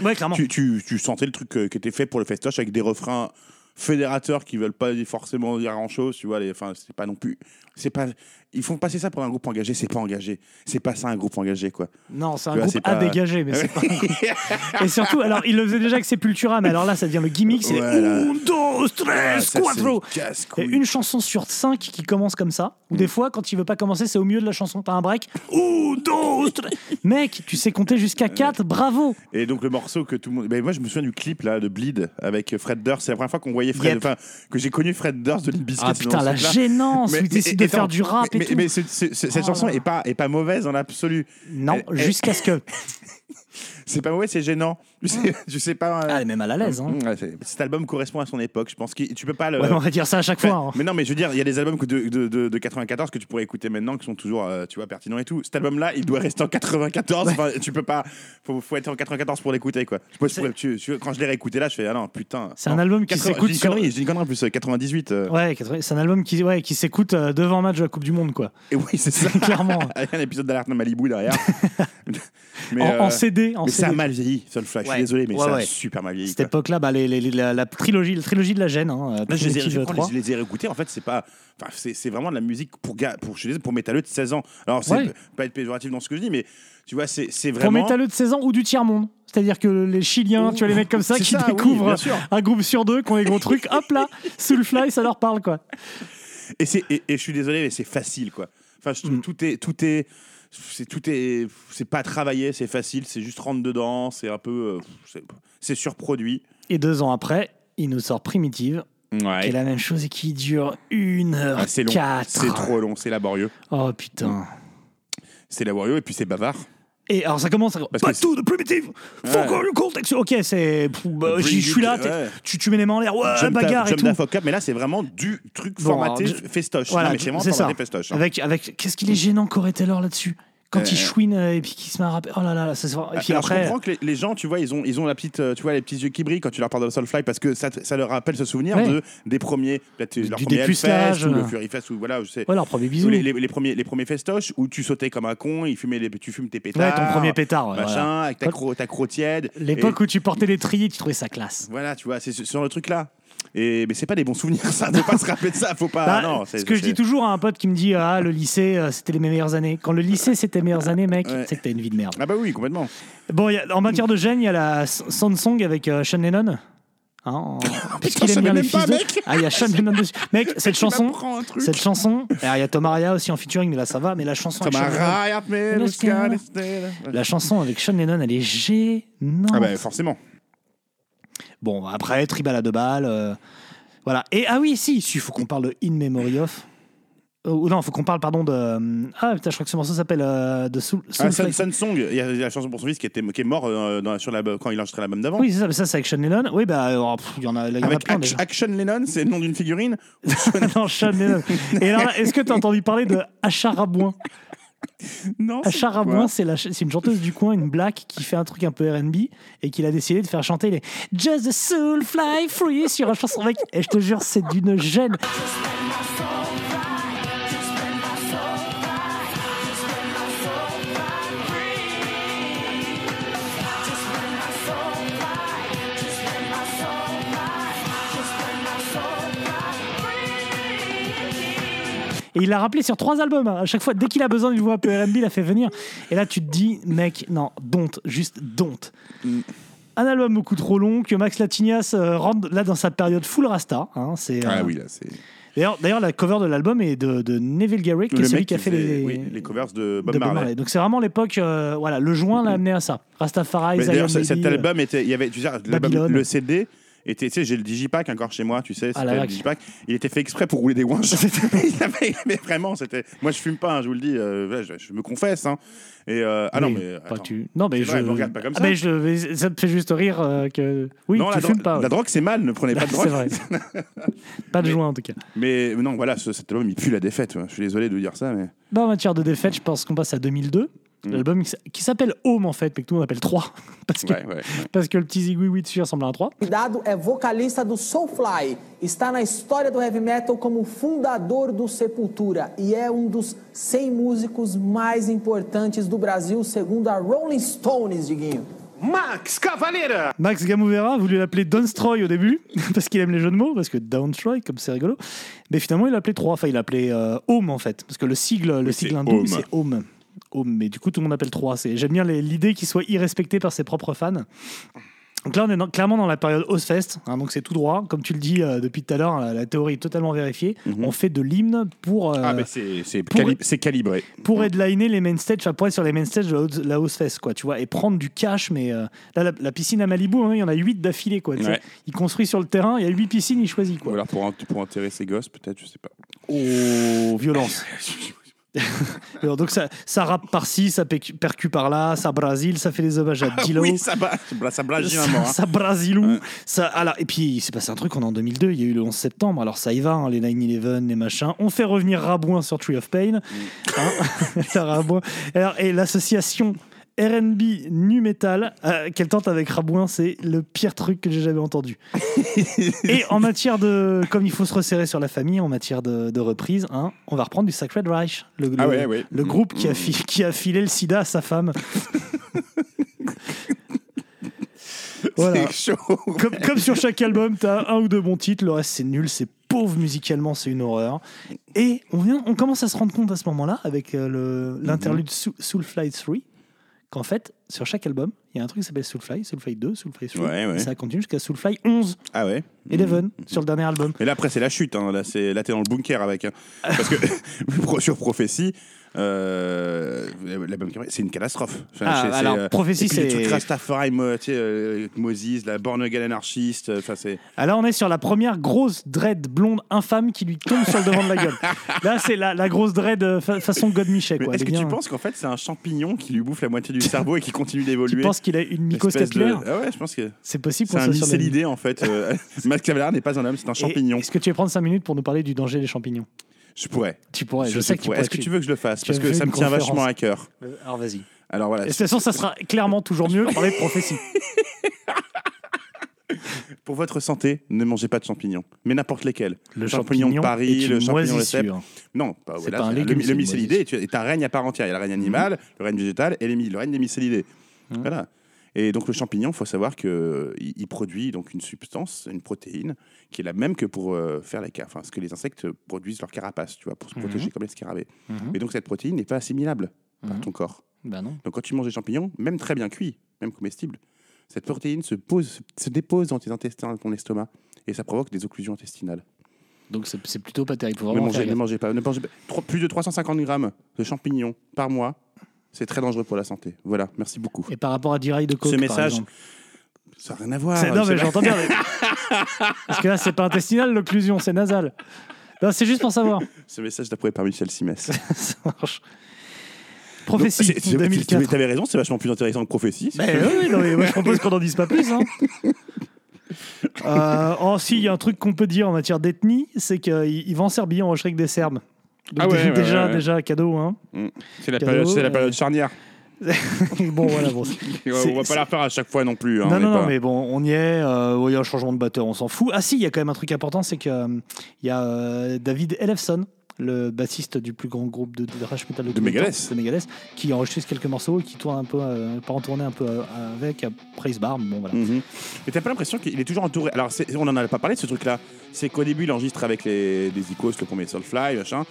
[SPEAKER 1] Ouais, clairement.
[SPEAKER 3] Tu, tu- tu sentais le truc euh, qui était fait pour le festoche avec des refrains fédérateurs qui veulent pas forcément dire grand chose, tu vois. les- Enfin, c'est pas non plus. C'est pas. Ils font passer ça pour un groupe engagé. C'est pas engagé. C'est pas ça un groupe engagé, quoi.
[SPEAKER 1] Non, c'est un
[SPEAKER 3] Tu vois,
[SPEAKER 1] groupe
[SPEAKER 3] c'est
[SPEAKER 1] à
[SPEAKER 3] pas-
[SPEAKER 1] dégager, mais c'est pas. Et surtout, alors, il le faisait déjà avec Sepultura, mais alors là, ça devient le gimmick, c'est
[SPEAKER 3] Voilà.
[SPEAKER 1] un, dos,
[SPEAKER 3] Ouais,
[SPEAKER 1] tres,
[SPEAKER 3] ça,
[SPEAKER 1] cuatro.
[SPEAKER 3] c'est
[SPEAKER 1] Et
[SPEAKER 3] casse-couille. Mm.
[SPEAKER 1] une chanson sur cinq qui commence comme ça, ou des fois, quand il veut pas commencer, c'est au milieu de la chanson, t'as un break. Ouh, dos, tres. Mec, tu sais compter jusqu'à 4, bravo
[SPEAKER 3] Et donc le morceau que tout le monde. Ben, moi je me souviens du clip là de Bleed avec Fred Durst. C'est la première fois qu'on voyait Fred.
[SPEAKER 1] Yep.
[SPEAKER 3] Enfin que j'ai connu Fred Durst de Limp Bizkit.
[SPEAKER 1] Ah
[SPEAKER 3] dans
[SPEAKER 1] putain,
[SPEAKER 3] ce
[SPEAKER 1] la
[SPEAKER 3] truc-là.
[SPEAKER 1] gênance
[SPEAKER 3] Mais-
[SPEAKER 1] où il
[SPEAKER 3] mais-
[SPEAKER 1] décide
[SPEAKER 3] et-
[SPEAKER 1] de faire
[SPEAKER 3] attends,
[SPEAKER 1] du rap
[SPEAKER 3] mais,
[SPEAKER 1] et
[SPEAKER 3] mais-
[SPEAKER 1] tout.
[SPEAKER 3] mais ce- ce- ce- cette
[SPEAKER 1] Oh
[SPEAKER 3] chanson
[SPEAKER 1] là là.
[SPEAKER 3] est pas est pas mauvaise en l'absolu.
[SPEAKER 1] non,
[SPEAKER 3] et-
[SPEAKER 1] jusqu'à ce que.
[SPEAKER 3] C'est pas mauvais, c'est gênant. Tu sais, tu sais pas. euh,
[SPEAKER 1] Ah, elle est même à la l'aise. Hein.
[SPEAKER 3] Mm, ouais, c'est- cet album correspond à son époque. Je pense que tu peux pas le.
[SPEAKER 1] Ouais, on va dire ça à chaque
[SPEAKER 3] Enfin,
[SPEAKER 1] fois. hein.
[SPEAKER 3] Mais non, mais je veux dire, il y a des albums que de, de, de, de 94 que tu pourrais écouter maintenant qui sont toujours, euh, tu vois, pertinents et tout. Cet album-là, il doit rester en 94. Enfin, tu peux pas. Faut, faut être en 94 pour l'écouter, quoi. Je pense, tu, tu- quand je l'ai réécouté là, je fais ah non, putain.
[SPEAKER 1] C'est un
[SPEAKER 3] Non.
[SPEAKER 1] album qui
[SPEAKER 3] 80
[SPEAKER 1] s'écoute
[SPEAKER 3] Je dis une
[SPEAKER 1] sur-
[SPEAKER 3] connerie, je dis une connerie en plus. euh, 98. euh,
[SPEAKER 1] Ouais, 80, c'est un album qui, ouais, qui s'écoute euh, devant un match de la Coupe du Monde, quoi.
[SPEAKER 3] Et oui, c'est ça.
[SPEAKER 1] Clairement.
[SPEAKER 3] Avec un épisode d'Alerte à Malibu derrière. mais
[SPEAKER 1] en, en
[SPEAKER 3] euh,
[SPEAKER 1] CD. En
[SPEAKER 3] mais ça a
[SPEAKER 1] CD.
[SPEAKER 3] mal vieilli, Soulfly. Je
[SPEAKER 1] Ouais.
[SPEAKER 3] suis désolé, mais
[SPEAKER 1] Ouais,
[SPEAKER 3] ça a
[SPEAKER 1] ouais.
[SPEAKER 3] super mal vieilli.
[SPEAKER 1] Cette
[SPEAKER 3] quoi.
[SPEAKER 1] époque-là, bah, les- les- les- la, la trilogie, la trilogie de la gêne. Hein, euh,
[SPEAKER 3] Là, je les, ai,
[SPEAKER 1] Primitive
[SPEAKER 3] je crois que
[SPEAKER 1] 3.
[SPEAKER 3] je les ai réécoutés. En fait, c'est pas. Enfin, c'est c'est vraiment de la musique pour gars, pour je suis désolé, pour métalleux de 16 ans. Alors, c'est
[SPEAKER 1] Ouais.
[SPEAKER 3] p- pas être péjoratif dans ce que je dis, mais tu vois, c'est c'est
[SPEAKER 1] Pour
[SPEAKER 3] vraiment.
[SPEAKER 1] métalleux de 16 ans ou du tiers-monde. C'est-à-dire que les Chiliens, tu vois, les mecs comme ça
[SPEAKER 3] C'est
[SPEAKER 1] qui
[SPEAKER 3] ça, oui,
[SPEAKER 1] découvrent
[SPEAKER 3] bien sûr.
[SPEAKER 1] un groupe sur deux, qui ont les gros trucs, hop là, Soulfly, ça leur parle, quoi.
[SPEAKER 3] Et c'est et, et je suis désolé, mais c'est facile, quoi. Enfin,
[SPEAKER 1] Mm.
[SPEAKER 3] je- tout est tout est c'est tout est c'est pas travaillé, c'est facile, c'est juste rentre dedans, c'est un peu euh, c'est- c'est surproduit.
[SPEAKER 1] Et deux ans après, il nous sort Primitive, qui est
[SPEAKER 3] Ouais.
[SPEAKER 1] la même chose et qui dure une heure
[SPEAKER 3] Ah, c'est long,
[SPEAKER 1] quatre.
[SPEAKER 3] c'est trop long, c'est laborieux,
[SPEAKER 1] Oh putain.
[SPEAKER 3] c'est laborieux et puis c'est bavard.
[SPEAKER 1] Et alors ça commence à.
[SPEAKER 3] Parce
[SPEAKER 1] Pas
[SPEAKER 3] que
[SPEAKER 1] tout de primitive Fuck
[SPEAKER 3] Ouais.
[SPEAKER 1] all you call text- Ok, c'est. pff, bah,
[SPEAKER 3] Bring
[SPEAKER 1] Je je suis
[SPEAKER 3] it,
[SPEAKER 1] là, t'es-
[SPEAKER 3] ouais.
[SPEAKER 1] tu, tu mets les mains en l'air, ouais,
[SPEAKER 3] Jump da-
[SPEAKER 1] bagarre et
[SPEAKER 3] Jump
[SPEAKER 1] tout.
[SPEAKER 3] da fuck up, mais là c'est vraiment du truc
[SPEAKER 1] Bon,
[SPEAKER 3] formaté
[SPEAKER 1] alors, je-
[SPEAKER 3] festoche. Non,
[SPEAKER 1] Voilà,
[SPEAKER 3] mais c'est vraiment
[SPEAKER 1] ça.
[SPEAKER 3] formaté festoche. hein.
[SPEAKER 1] Avec, avec, qu'est-ce qu'il est gênant, Corey Taylor, là-dessus Quand
[SPEAKER 3] Euh.
[SPEAKER 1] il chouine euh, et puis qu'il se met à rapper. Oh là là, là, ça se voit. Et puis
[SPEAKER 3] hein. Alors, je
[SPEAKER 1] après.
[SPEAKER 3] comprends que les, les gens, tu vois, ils ont, ils ont la petite, euh, tu vois, les petits yeux qui brillent quand tu leur parles de Soulfly parce que ça, te- ça leur rappelle ce souvenir
[SPEAKER 1] Ouais.
[SPEAKER 3] de, des premiers, peut-être leur
[SPEAKER 1] Du
[SPEAKER 3] premier
[SPEAKER 1] dépucelage,
[SPEAKER 3] Hellfest ou
[SPEAKER 1] euh.
[SPEAKER 3] le Fury Fest ou voilà, je sais.
[SPEAKER 1] Ouais, leur premier
[SPEAKER 3] Ou
[SPEAKER 1] bisou.
[SPEAKER 3] les, les- les premiers, les premiers festoches où tu sautais comme un con, il fumait les, tu fumes tes pétards.
[SPEAKER 1] Ouais, ton premier pétard. ouais,
[SPEAKER 3] Machin,
[SPEAKER 1] voilà.
[SPEAKER 3] avec ta, cro, ta crotte tiède.
[SPEAKER 1] L'époque
[SPEAKER 3] Et-
[SPEAKER 1] où tu portais des triers, tu trouvais ça classe.
[SPEAKER 3] Voilà, tu vois, c'est ce- sur le truc là. Et mais c'est pas des bons souvenirs, ça. Faut pas se rappeler de ça. Faut pas.
[SPEAKER 1] Bah,
[SPEAKER 3] Ah, non,
[SPEAKER 1] ce que je dis toujours à un pote qui me dit Ah, le lycée, euh, c'était les meilleures années. Quand le lycée, c'était les meilleures années, mec,
[SPEAKER 3] Ouais.
[SPEAKER 1] c'est que t'as une vie de merde.
[SPEAKER 3] Ah bah oui, complètement.
[SPEAKER 1] Bon, il y a- en matière de gêne, il y a la S- Samsung avec euh, Sean Lennon. Hein, en- Est-ce
[SPEAKER 3] je savais même pas,
[SPEAKER 1] d'eux
[SPEAKER 3] mec.
[SPEAKER 1] Ah, il y a Sean Lennon dessus. Mec, cette chanson,
[SPEAKER 3] m'apprends un truc.
[SPEAKER 1] cette chanson, alors il y a Tom Araya aussi en featuring, mais là ça va, mais la chanson, avec Sean Lennon,
[SPEAKER 3] Tomorrow, me, the sky is still.
[SPEAKER 1] la chanson avec Sean Lennon, elle est gênante.
[SPEAKER 3] Ah bah forcément.
[SPEAKER 1] Bon, après, tribal à deux balles. euh, voilà. Et ah oui, si, il faut qu'on parle de In Memory of. Ou non, faut qu'on parle, pardon, de. euh, Ah putain, je crois que ce morceau s'appelle euh, de Soul.
[SPEAKER 3] Ah,
[SPEAKER 1] Soul
[SPEAKER 3] Sun,
[SPEAKER 1] Fly-
[SPEAKER 3] Sun Song, il y a il y a la chanson pour son fils qui, était, qui est mort euh, dans la- sur la, quand il enregistrait l'album d'avant.
[SPEAKER 1] Oui, c'est ça, mais ça, c'est avec Sean Lennon. Oui, bah, alors, pff, il y en a, il y en a
[SPEAKER 3] Avec
[SPEAKER 1] plein
[SPEAKER 3] Ac-
[SPEAKER 1] déjà.
[SPEAKER 3] Action Lennon, c'est le nom d'une figurine.
[SPEAKER 1] non, Sean Lennon. Et alors, là, est-ce que t'as entendu parler de Acharabouin
[SPEAKER 3] non.
[SPEAKER 1] Ah,
[SPEAKER 3] Ah, c'est
[SPEAKER 1] Acharabouin, c'est la ch- c'est une chanteuse du coin, une black, qui fait un truc un peu RB et qui a décidé de faire chanter les Just the Soul Fly Free sur un chanson mec. Et je te jure, c'est d'une gêne. Et il l'a rappelé sur trois albums. hein. À chaque fois, dès qu'il a besoin d'une voix un peu RB, il la fait venir. Et là, tu te dis, mec, non, don't, juste don't.
[SPEAKER 3] Mm.
[SPEAKER 1] Un album beaucoup trop long que Max Latinas euh, rentre là dans sa période full rasta. hein. C'est, euh,
[SPEAKER 3] Ah oui, là, c'est.
[SPEAKER 1] D'ailleurs, d'ailleurs, la cover de l'album est de, de Neville Garrick, qui est celui qui a fait
[SPEAKER 3] faisait,
[SPEAKER 1] les,
[SPEAKER 3] oui, les covers de Bob
[SPEAKER 1] de Bob
[SPEAKER 3] Marley.
[SPEAKER 1] Marley. Donc c'est vraiment l'époque, euh, voilà, le joint l'a amené à ça. Rastafari,
[SPEAKER 3] Mais
[SPEAKER 1] Zion
[SPEAKER 3] D'ailleurs, ce-
[SPEAKER 1] Baby,
[SPEAKER 3] cet
[SPEAKER 1] euh,
[SPEAKER 3] album était. Il y avait, tu sais, l'album-
[SPEAKER 1] Babylone.
[SPEAKER 3] le CD. Était, tu sais, j'ai le digipack encore chez moi, tu sais,
[SPEAKER 1] Ah,
[SPEAKER 3] c'était
[SPEAKER 1] la
[SPEAKER 3] le
[SPEAKER 1] vache.
[SPEAKER 3] digipack. Il était fait exprès pour rouler des wanches. C'était- il avait- mais vraiment, c'était. Moi, je fume pas, hein, je vous le dis, euh, je, je me confesse. hein. Et euh, ah non,
[SPEAKER 1] oui,
[SPEAKER 3] mais.
[SPEAKER 1] pas
[SPEAKER 3] attends.
[SPEAKER 1] tu- Non, mais
[SPEAKER 3] C'est
[SPEAKER 1] je.
[SPEAKER 3] vrai, me regarde pas comme
[SPEAKER 1] Ah,
[SPEAKER 3] ça.
[SPEAKER 1] mais je- mais ça me fait juste rire euh, que. Oui,
[SPEAKER 3] non,
[SPEAKER 1] tu
[SPEAKER 3] la,
[SPEAKER 1] fumes
[SPEAKER 3] dro-
[SPEAKER 1] pas. ouais.
[SPEAKER 3] la drogue, c'est mal, ne prenez pas de
[SPEAKER 1] C'est
[SPEAKER 3] drogue.
[SPEAKER 1] vrai. pas de joint en tout cas.
[SPEAKER 3] Mais non, voilà, ce- cet album, il pue la défaite. ouais. Je suis désolé de dire ça, mais.
[SPEAKER 1] Dans en matière de défaite, je pense qu'on passe à 2002.
[SPEAKER 3] Mm.
[SPEAKER 1] L'album qui s- qui s'appelle Home en fait, mais que nous on appelle 3. Parce que,
[SPEAKER 3] Ouais, ouais.
[SPEAKER 1] parce que le petit Zigouiwi dessus ressemble à un 3.
[SPEAKER 10] Cuidado é vocalista do Soulfly, está na história do heavy metal como fundador do Sepultura e é um dos 100 músicos mais importantes do Brasil, segundo a Rolling Stones, Diguinho.
[SPEAKER 9] Max Cavalera
[SPEAKER 1] Max Gamouvera a voulu l'appeler Downstroy au début, parce qu'il aime les jeux de mots, parce que Downstroy, comme c'est rigolo. Mais finalement, il l'appelait 3. Enfin, il l'appelait euh, Home en fait, parce que le sigle, le sigle
[SPEAKER 3] c'est
[SPEAKER 1] hindou,
[SPEAKER 3] Home.
[SPEAKER 1] c'est Home. Home, mais du coup, tout le monde appelle 3. C'est- J'aime bien les- l'idée qu'il soit irrespecté par ses propres fans. Donc là, on est dans- clairement dans la période Ozfest, hein, donc c'est tout droit. Comme tu le dis euh, depuis tout à l'heure, la, la théorie est totalement vérifiée. On fait de l'hymne pour, euh,
[SPEAKER 3] Mhm. ah, mais c'est c'est
[SPEAKER 1] pour-
[SPEAKER 3] cali- c'est calibré.
[SPEAKER 1] pour headliner les main stages, enfin pour être sur les main stages de la House- la House Fest, quoi, tu vois, et prendre du cash. Mais euh, là, la, la piscine à Malibu, hein, il y en a 8 d'affilée, quoi. tu sais.
[SPEAKER 3] Ouais.
[SPEAKER 1] Il construit sur le terrain, il y a 8 piscines, il choisit,
[SPEAKER 3] Ou
[SPEAKER 1] quoi.
[SPEAKER 3] alors pour, en- pour enterrer ses gosses, peut-être, je sais pas.
[SPEAKER 1] Oh, violence. Alors, donc ça, ça rappe par-ci, ça pécu- percute par-là, ça Brésil, ça fait des hommages à Dilo.
[SPEAKER 3] Ah Oui, ça bat, ça bla- ça blage un mort.
[SPEAKER 1] Ça,
[SPEAKER 3] hein.
[SPEAKER 1] ça Brasilou.
[SPEAKER 3] Ouais.
[SPEAKER 1] Ça, alors, et puis, il s'est passé un truc, on est en 2002, il y a eu le 11 septembre, alors ça y va, hein, les 9-11, les machins. On fait revenir Rabouin sur Tree of
[SPEAKER 3] Mm.
[SPEAKER 1] Pain. Hein, ça, Rabouin. Alors, et l'association RB Nu Metal euh, qu'elle tente avec Rabouin, c'est le pire truc que j'ai jamais entendu. et en matière de. Comme il faut se resserrer sur la famille, en matière de, de reprise, hein, on va reprendre du Sacred Reich, le, le-
[SPEAKER 3] Ah ouais, ouais.
[SPEAKER 1] le groupe qui a, fi- qui a filé le sida à sa femme. voilà.
[SPEAKER 3] hein. C'est chaud.
[SPEAKER 1] Comme, comme sur chaque album, t'as un ou deux bons titres, le reste c'est nul, c'est pauvre musicalement, c'est une horreur. Et on, vient, on commence à se rendre compte à ce moment-là, avec euh, le-
[SPEAKER 3] Mhm.
[SPEAKER 1] l'interlude Soul- Soulfly 3, qu'en fait, sur chaque album, il y a un truc qui s'appelle Soulfly, Soulfly 2, Soulfly 3,
[SPEAKER 3] Ouais, ouais.
[SPEAKER 1] et ça continue jusqu'à Soulfly 11,
[SPEAKER 3] Ah ouais
[SPEAKER 1] 11, sur le dernier album.
[SPEAKER 3] Mais là, après, c'est la chute. Hein. Là, c'est- là, t'es dans le bunker avec. hein. Parce que pro- sur Prophétie, euh, la bunker, c'est une catastrophe. Enfin, euh,
[SPEAKER 1] Ah, alors, Prophétie,
[SPEAKER 3] et puis les
[SPEAKER 1] c'est-
[SPEAKER 3] trucs Rastafari, Mo- tu sais, euh, Moses, la borne Again anarchiste. euh, Enfin, c'est.
[SPEAKER 1] Alors on est sur la première grosse dread blonde infâme qui lui tombe sur le devant de la gueule. Là c'est la, la grosse dread euh, fa- façon God Michel.
[SPEAKER 3] Mais
[SPEAKER 1] quoi. hein
[SPEAKER 3] Est-ce
[SPEAKER 1] Elle
[SPEAKER 3] que
[SPEAKER 1] est
[SPEAKER 3] tu
[SPEAKER 1] bien-
[SPEAKER 3] penses qu'en fait, c'est un champignon qui lui bouffe la moitié du cerveau et qui continue
[SPEAKER 1] tu
[SPEAKER 3] d'évoluer
[SPEAKER 1] penses qu'il a une mycose
[SPEAKER 3] Espèce de-
[SPEAKER 1] capillaire
[SPEAKER 3] Ah ouais, je pense que.
[SPEAKER 1] C'est possible
[SPEAKER 3] C'est
[SPEAKER 1] qu'on
[SPEAKER 3] un
[SPEAKER 1] soit sur la-
[SPEAKER 3] mycélidé en fait. Euh, Max Cavalera n'est pas un homme, c'est un
[SPEAKER 1] Et-
[SPEAKER 3] champignon.
[SPEAKER 1] Est-ce que tu veux prendre 5 minutes pour nous parler du danger des champignons
[SPEAKER 3] Je pourrais.
[SPEAKER 1] Tu pourrais, je, sais que tu
[SPEAKER 3] pourrais.
[SPEAKER 1] pourrais.
[SPEAKER 3] Est-ce que tu veux que je le fasse
[SPEAKER 1] tu
[SPEAKER 3] Parce
[SPEAKER 1] as
[SPEAKER 3] que
[SPEAKER 1] fait
[SPEAKER 3] ça
[SPEAKER 1] une
[SPEAKER 3] me tient
[SPEAKER 1] conférence. Euh,
[SPEAKER 3] vachement à cœur.
[SPEAKER 1] Alors vas-y.
[SPEAKER 3] Alors voilà.
[SPEAKER 1] Et de toute façon, ça sera clairement toujours mieux que parler de prophétie.
[SPEAKER 3] Pour votre santé, ne mangez pas de champignons, mais n'importe lesquels.
[SPEAKER 1] Le
[SPEAKER 3] de Paris,
[SPEAKER 1] est
[SPEAKER 3] le
[SPEAKER 1] une
[SPEAKER 3] champignon de
[SPEAKER 1] moisissure.
[SPEAKER 3] Non, pas,
[SPEAKER 1] C'est
[SPEAKER 3] voilà,
[SPEAKER 1] pas un
[SPEAKER 3] c'est-
[SPEAKER 1] légume,
[SPEAKER 3] le,
[SPEAKER 1] c'est
[SPEAKER 3] le
[SPEAKER 1] une Mhm.
[SPEAKER 3] mycélidé est, est un règne à part entière. Il y a le règne animal, le règne végétal et les my- le règne des mycélidés. Voilà. Et donc le champignon, faut savoir que il il produit donc une substance, une protéine, qui est la même que pour euh, faire la ca- enfin, ce que les insectes produisent leur carapace, tu vois, pour se
[SPEAKER 1] Mhm.
[SPEAKER 3] protéger comme les scarabées.
[SPEAKER 1] Mhm.
[SPEAKER 3] Et donc cette protéine n'est pas assimilable par
[SPEAKER 1] Mhm.
[SPEAKER 3] ton corps.
[SPEAKER 1] Bah non.
[SPEAKER 3] Donc quand tu manges des champignons, même très bien cuits, même comestibles, cette protéine se, pose, se dépose dans tes intestins, dans ton estomac, et ça provoque des occlusions intestinales.
[SPEAKER 11] Donc c'est c'est plutôt pas terrible. Faut
[SPEAKER 3] Ne
[SPEAKER 11] vraiment
[SPEAKER 3] mangez,
[SPEAKER 11] faire
[SPEAKER 3] ne
[SPEAKER 11] gaffe.
[SPEAKER 3] mangez pas. Ne mangez pas. Trois- plus de 350 grammes de champignons par mois, c'est très dangereux pour la santé. Voilà, merci beaucoup.
[SPEAKER 1] Et par rapport à du rail de coke,
[SPEAKER 3] Ce
[SPEAKER 1] par
[SPEAKER 3] message,
[SPEAKER 1] exemple.
[SPEAKER 3] ça n'a rien à voir.
[SPEAKER 1] C'est- non, mais
[SPEAKER 3] C'est-
[SPEAKER 1] j'entends bien. mais- Parce que là, c'est pas intestinal l'occlusion, c'est nasal. Non, c'est juste pour savoir.
[SPEAKER 3] Ce message d'après par Michel Simès.
[SPEAKER 1] Ça marche. Prophétie,
[SPEAKER 3] Donc, c'est- c'est-
[SPEAKER 1] 2004.
[SPEAKER 3] mais T'avais raison, c'est vachement plus intéressant que prophétie.
[SPEAKER 1] Bah oui, non, mais moi, je propose qu'on n'en dise pas plus. Hein. Euh, oh, si, il y a un truc qu'on peut dire en matière d'ethnie, c'est qu'il va en Serbie, en rocherie avec des Serbes. Donc,
[SPEAKER 3] Ah
[SPEAKER 1] déjà,
[SPEAKER 3] ouais, ouais, ouais,
[SPEAKER 1] déjà,
[SPEAKER 3] ouais.
[SPEAKER 1] déjà, cadeau. Hein.
[SPEAKER 3] Mm. C'est la,
[SPEAKER 1] Cadeau,
[SPEAKER 3] période, c'est la
[SPEAKER 1] euh,
[SPEAKER 3] période charnière.
[SPEAKER 1] bon, voilà, bon.
[SPEAKER 3] euh, on va
[SPEAKER 1] c'est-
[SPEAKER 3] pas la refaire à chaque fois non plus. hein,
[SPEAKER 1] non,
[SPEAKER 3] on est
[SPEAKER 1] non, non,
[SPEAKER 3] pas-
[SPEAKER 1] mais bon, on y est. euh, ouais, Il y a un changement de batteur, on s'en fout. Ah si, il y a quand même un truc important, c'est que euh, il y a euh, David Ellefson, le bassiste du plus grand groupe de, de thrash metal de, tous les
[SPEAKER 3] Megadeth.
[SPEAKER 1] temps, de Megadeth, qui enregistre quelques morceaux et qui tourne un peu, euh, part en tournée un peu euh, avec euh, Praise Bar. mais Bon voilà.
[SPEAKER 3] Mhm. Mais t'as pas l'impression qu'il est toujours entouré. Alors, c'est- on en a pas parlé de ce truc-là. C'est qu'au début, il enregistre avec les, les Icos, le premier Soulfly, machin.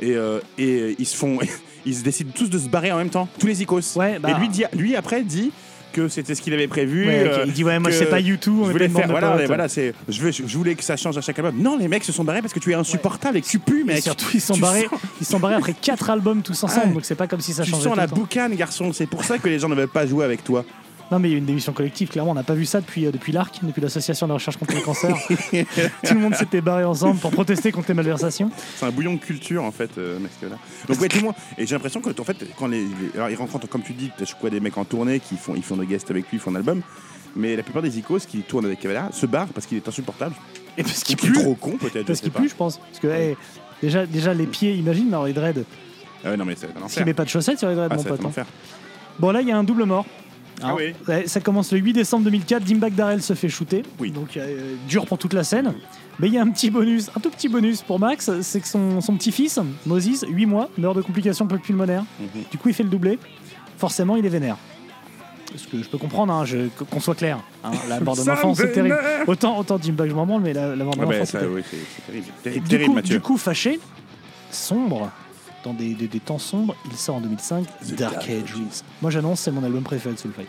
[SPEAKER 3] Et, euh, et euh, ils se font. ils se décident tous de se barrer en même temps. Tous les Icos.
[SPEAKER 1] bah-
[SPEAKER 3] Et lui, dit, lui, après, dit que c'était ce qu'il avait prévu. euh,
[SPEAKER 1] Ouais, qu'il dit, ouais, moi,
[SPEAKER 3] que
[SPEAKER 1] c'est pas U2, on
[SPEAKER 3] je
[SPEAKER 1] est
[SPEAKER 3] voulais
[SPEAKER 1] pas une
[SPEAKER 3] faire.
[SPEAKER 1] bande de
[SPEAKER 3] Voilà,
[SPEAKER 1] potes.
[SPEAKER 3] et voilà, c'est- je, veux- je voulais que ça change à chaque album. Non, les mecs se sont barrés parce que tu es insupportable et que tu pues, mec.
[SPEAKER 1] Et surtout, ils sont
[SPEAKER 3] Tu
[SPEAKER 1] barrés.
[SPEAKER 3] sens-
[SPEAKER 1] Ils sont barrés après quatre albums tous ensemble, donc c'est pas comme si ça
[SPEAKER 3] tu
[SPEAKER 1] changeait.
[SPEAKER 3] sens
[SPEAKER 1] tout
[SPEAKER 3] la
[SPEAKER 1] le temps.
[SPEAKER 3] boucane, garçon. C'est pour ça que les gens ne veulent pas jouer avec toi.
[SPEAKER 1] Non, mais il y a une démission collective, clairement. On n'a pas vu ça depuis, euh, depuis l'ARC, depuis l'Association de recherche contre le cancer. Tout le monde s'était barré ensemble pour protester contre les malversations.
[SPEAKER 3] C'est un bouillon de culture en fait, euh, Masquerade. Donc ouais, tout le monde. Et j'ai l'impression que en fait, quand les, les- alors ils rencontrent, comme tu dis, je crois des mecs en tournée qui font, ils font des guests avec lui, ils font un album. Mais la plupart des icos qui tournent avec Cavallera se barrent parce qu'il est insupportable.
[SPEAKER 1] Et parce qu'il
[SPEAKER 3] pue. Trop con peut-être.
[SPEAKER 1] Parce
[SPEAKER 3] je sais
[SPEAKER 1] qu'il
[SPEAKER 3] pas.
[SPEAKER 1] pue, je pense. Parce que, hey, déjà, déjà, les pieds, imagine dans les dreads.
[SPEAKER 3] Ah ouais, non mais c'est un
[SPEAKER 1] S'il
[SPEAKER 3] enfer.
[SPEAKER 1] met pas de chaussettes sur les dreads,
[SPEAKER 3] Ah,
[SPEAKER 1] mon
[SPEAKER 3] c'est un
[SPEAKER 1] pote. hein.
[SPEAKER 3] enfer.
[SPEAKER 1] Bon, là, il y a un double mort.
[SPEAKER 3] Ah oui.
[SPEAKER 1] ouais, Ça commence le 8 décembre 2004. Dimback Darrell se fait shooter. Donc, euh, dur pour toute la scène. Mais il y a un petit bonus, un tout petit bonus pour Max c'est que son, son petit-fils, Moses, 8 mois, meurt de complications pulmonaires.
[SPEAKER 3] Mhm.
[SPEAKER 1] Du coup, il fait le doublé. Forcément, il est vénère. Ce que je peux comprendre, hein, je- qu'on soit clair. hein, la mort d'un
[SPEAKER 3] Ça
[SPEAKER 1] enfant,
[SPEAKER 3] me
[SPEAKER 1] c'est terrible.
[SPEAKER 3] vénère.
[SPEAKER 1] Autant, autant Dimback, je m'en branle, mais la, la mort d'un
[SPEAKER 3] Ah
[SPEAKER 1] enfant,
[SPEAKER 3] bah,
[SPEAKER 1] c'est
[SPEAKER 3] ça,
[SPEAKER 1] terrible.
[SPEAKER 3] oui, c'est c'est terrible,
[SPEAKER 1] Et
[SPEAKER 3] terrible,
[SPEAKER 1] du,
[SPEAKER 3] terrible,
[SPEAKER 1] coup,
[SPEAKER 3] Mathieu.
[SPEAKER 1] du coup, fâché, sombre, dans des, des- des temps sombres, il sort en 2005 Dark Age. Moi j'annonce, c'est mon album préféré de Soulfly.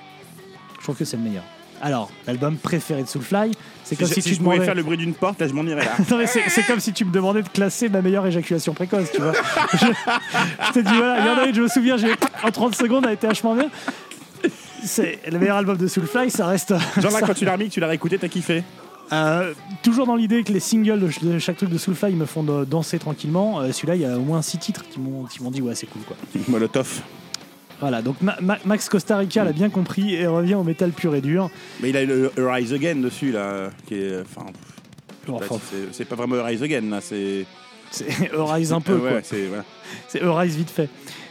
[SPEAKER 1] Je trouve que c'est le meilleur. Alors, l'album préféré de Soulfly, c'est
[SPEAKER 3] si
[SPEAKER 1] comme
[SPEAKER 3] je-
[SPEAKER 1] si,
[SPEAKER 3] si
[SPEAKER 1] tu
[SPEAKER 3] je
[SPEAKER 1] me
[SPEAKER 3] pouvais
[SPEAKER 1] demandais.
[SPEAKER 3] faire le bruit d'une porte, là je m'en irais là.
[SPEAKER 1] Non, mais c'est c'est comme si tu me demandais de classer ma meilleure éjaculation précoce, tu vois. je, je t'ai dit, voilà, il y en a une, je me souviens, j'ai- en 30 secondes, elle était vachement bien. C'est le meilleur album de Soulfly, ça reste.
[SPEAKER 3] Genre là,
[SPEAKER 1] ça-
[SPEAKER 3] quand tu l'as remis, que tu l'as réécouté, t'as kiffé.
[SPEAKER 1] euh, toujours dans l'idée que les singles de ch- de chaque truc de Soulfly me font de- danser tranquillement, euh, celui-là, il y a au moins six titres qui m'ont qui m'ont dit ouais, c'est cool quoi.
[SPEAKER 3] Molotov.
[SPEAKER 1] Voilà, donc Ma- Ma- Max Costa Rica l'a bien compris et revient au métal pur et dur.
[SPEAKER 3] Mais il a le Rise Again dessus là, euh, qui est, euh, enfin, je sais
[SPEAKER 1] Oh, Enfin.
[SPEAKER 9] Bah,
[SPEAKER 3] pas si c'est- c'est pas vraiment Rise Again là, c'est.
[SPEAKER 1] C'est Rise un peu,
[SPEAKER 3] Ouais,
[SPEAKER 1] quoi.
[SPEAKER 3] c'est voilà.
[SPEAKER 1] C'est Eurise vite fait.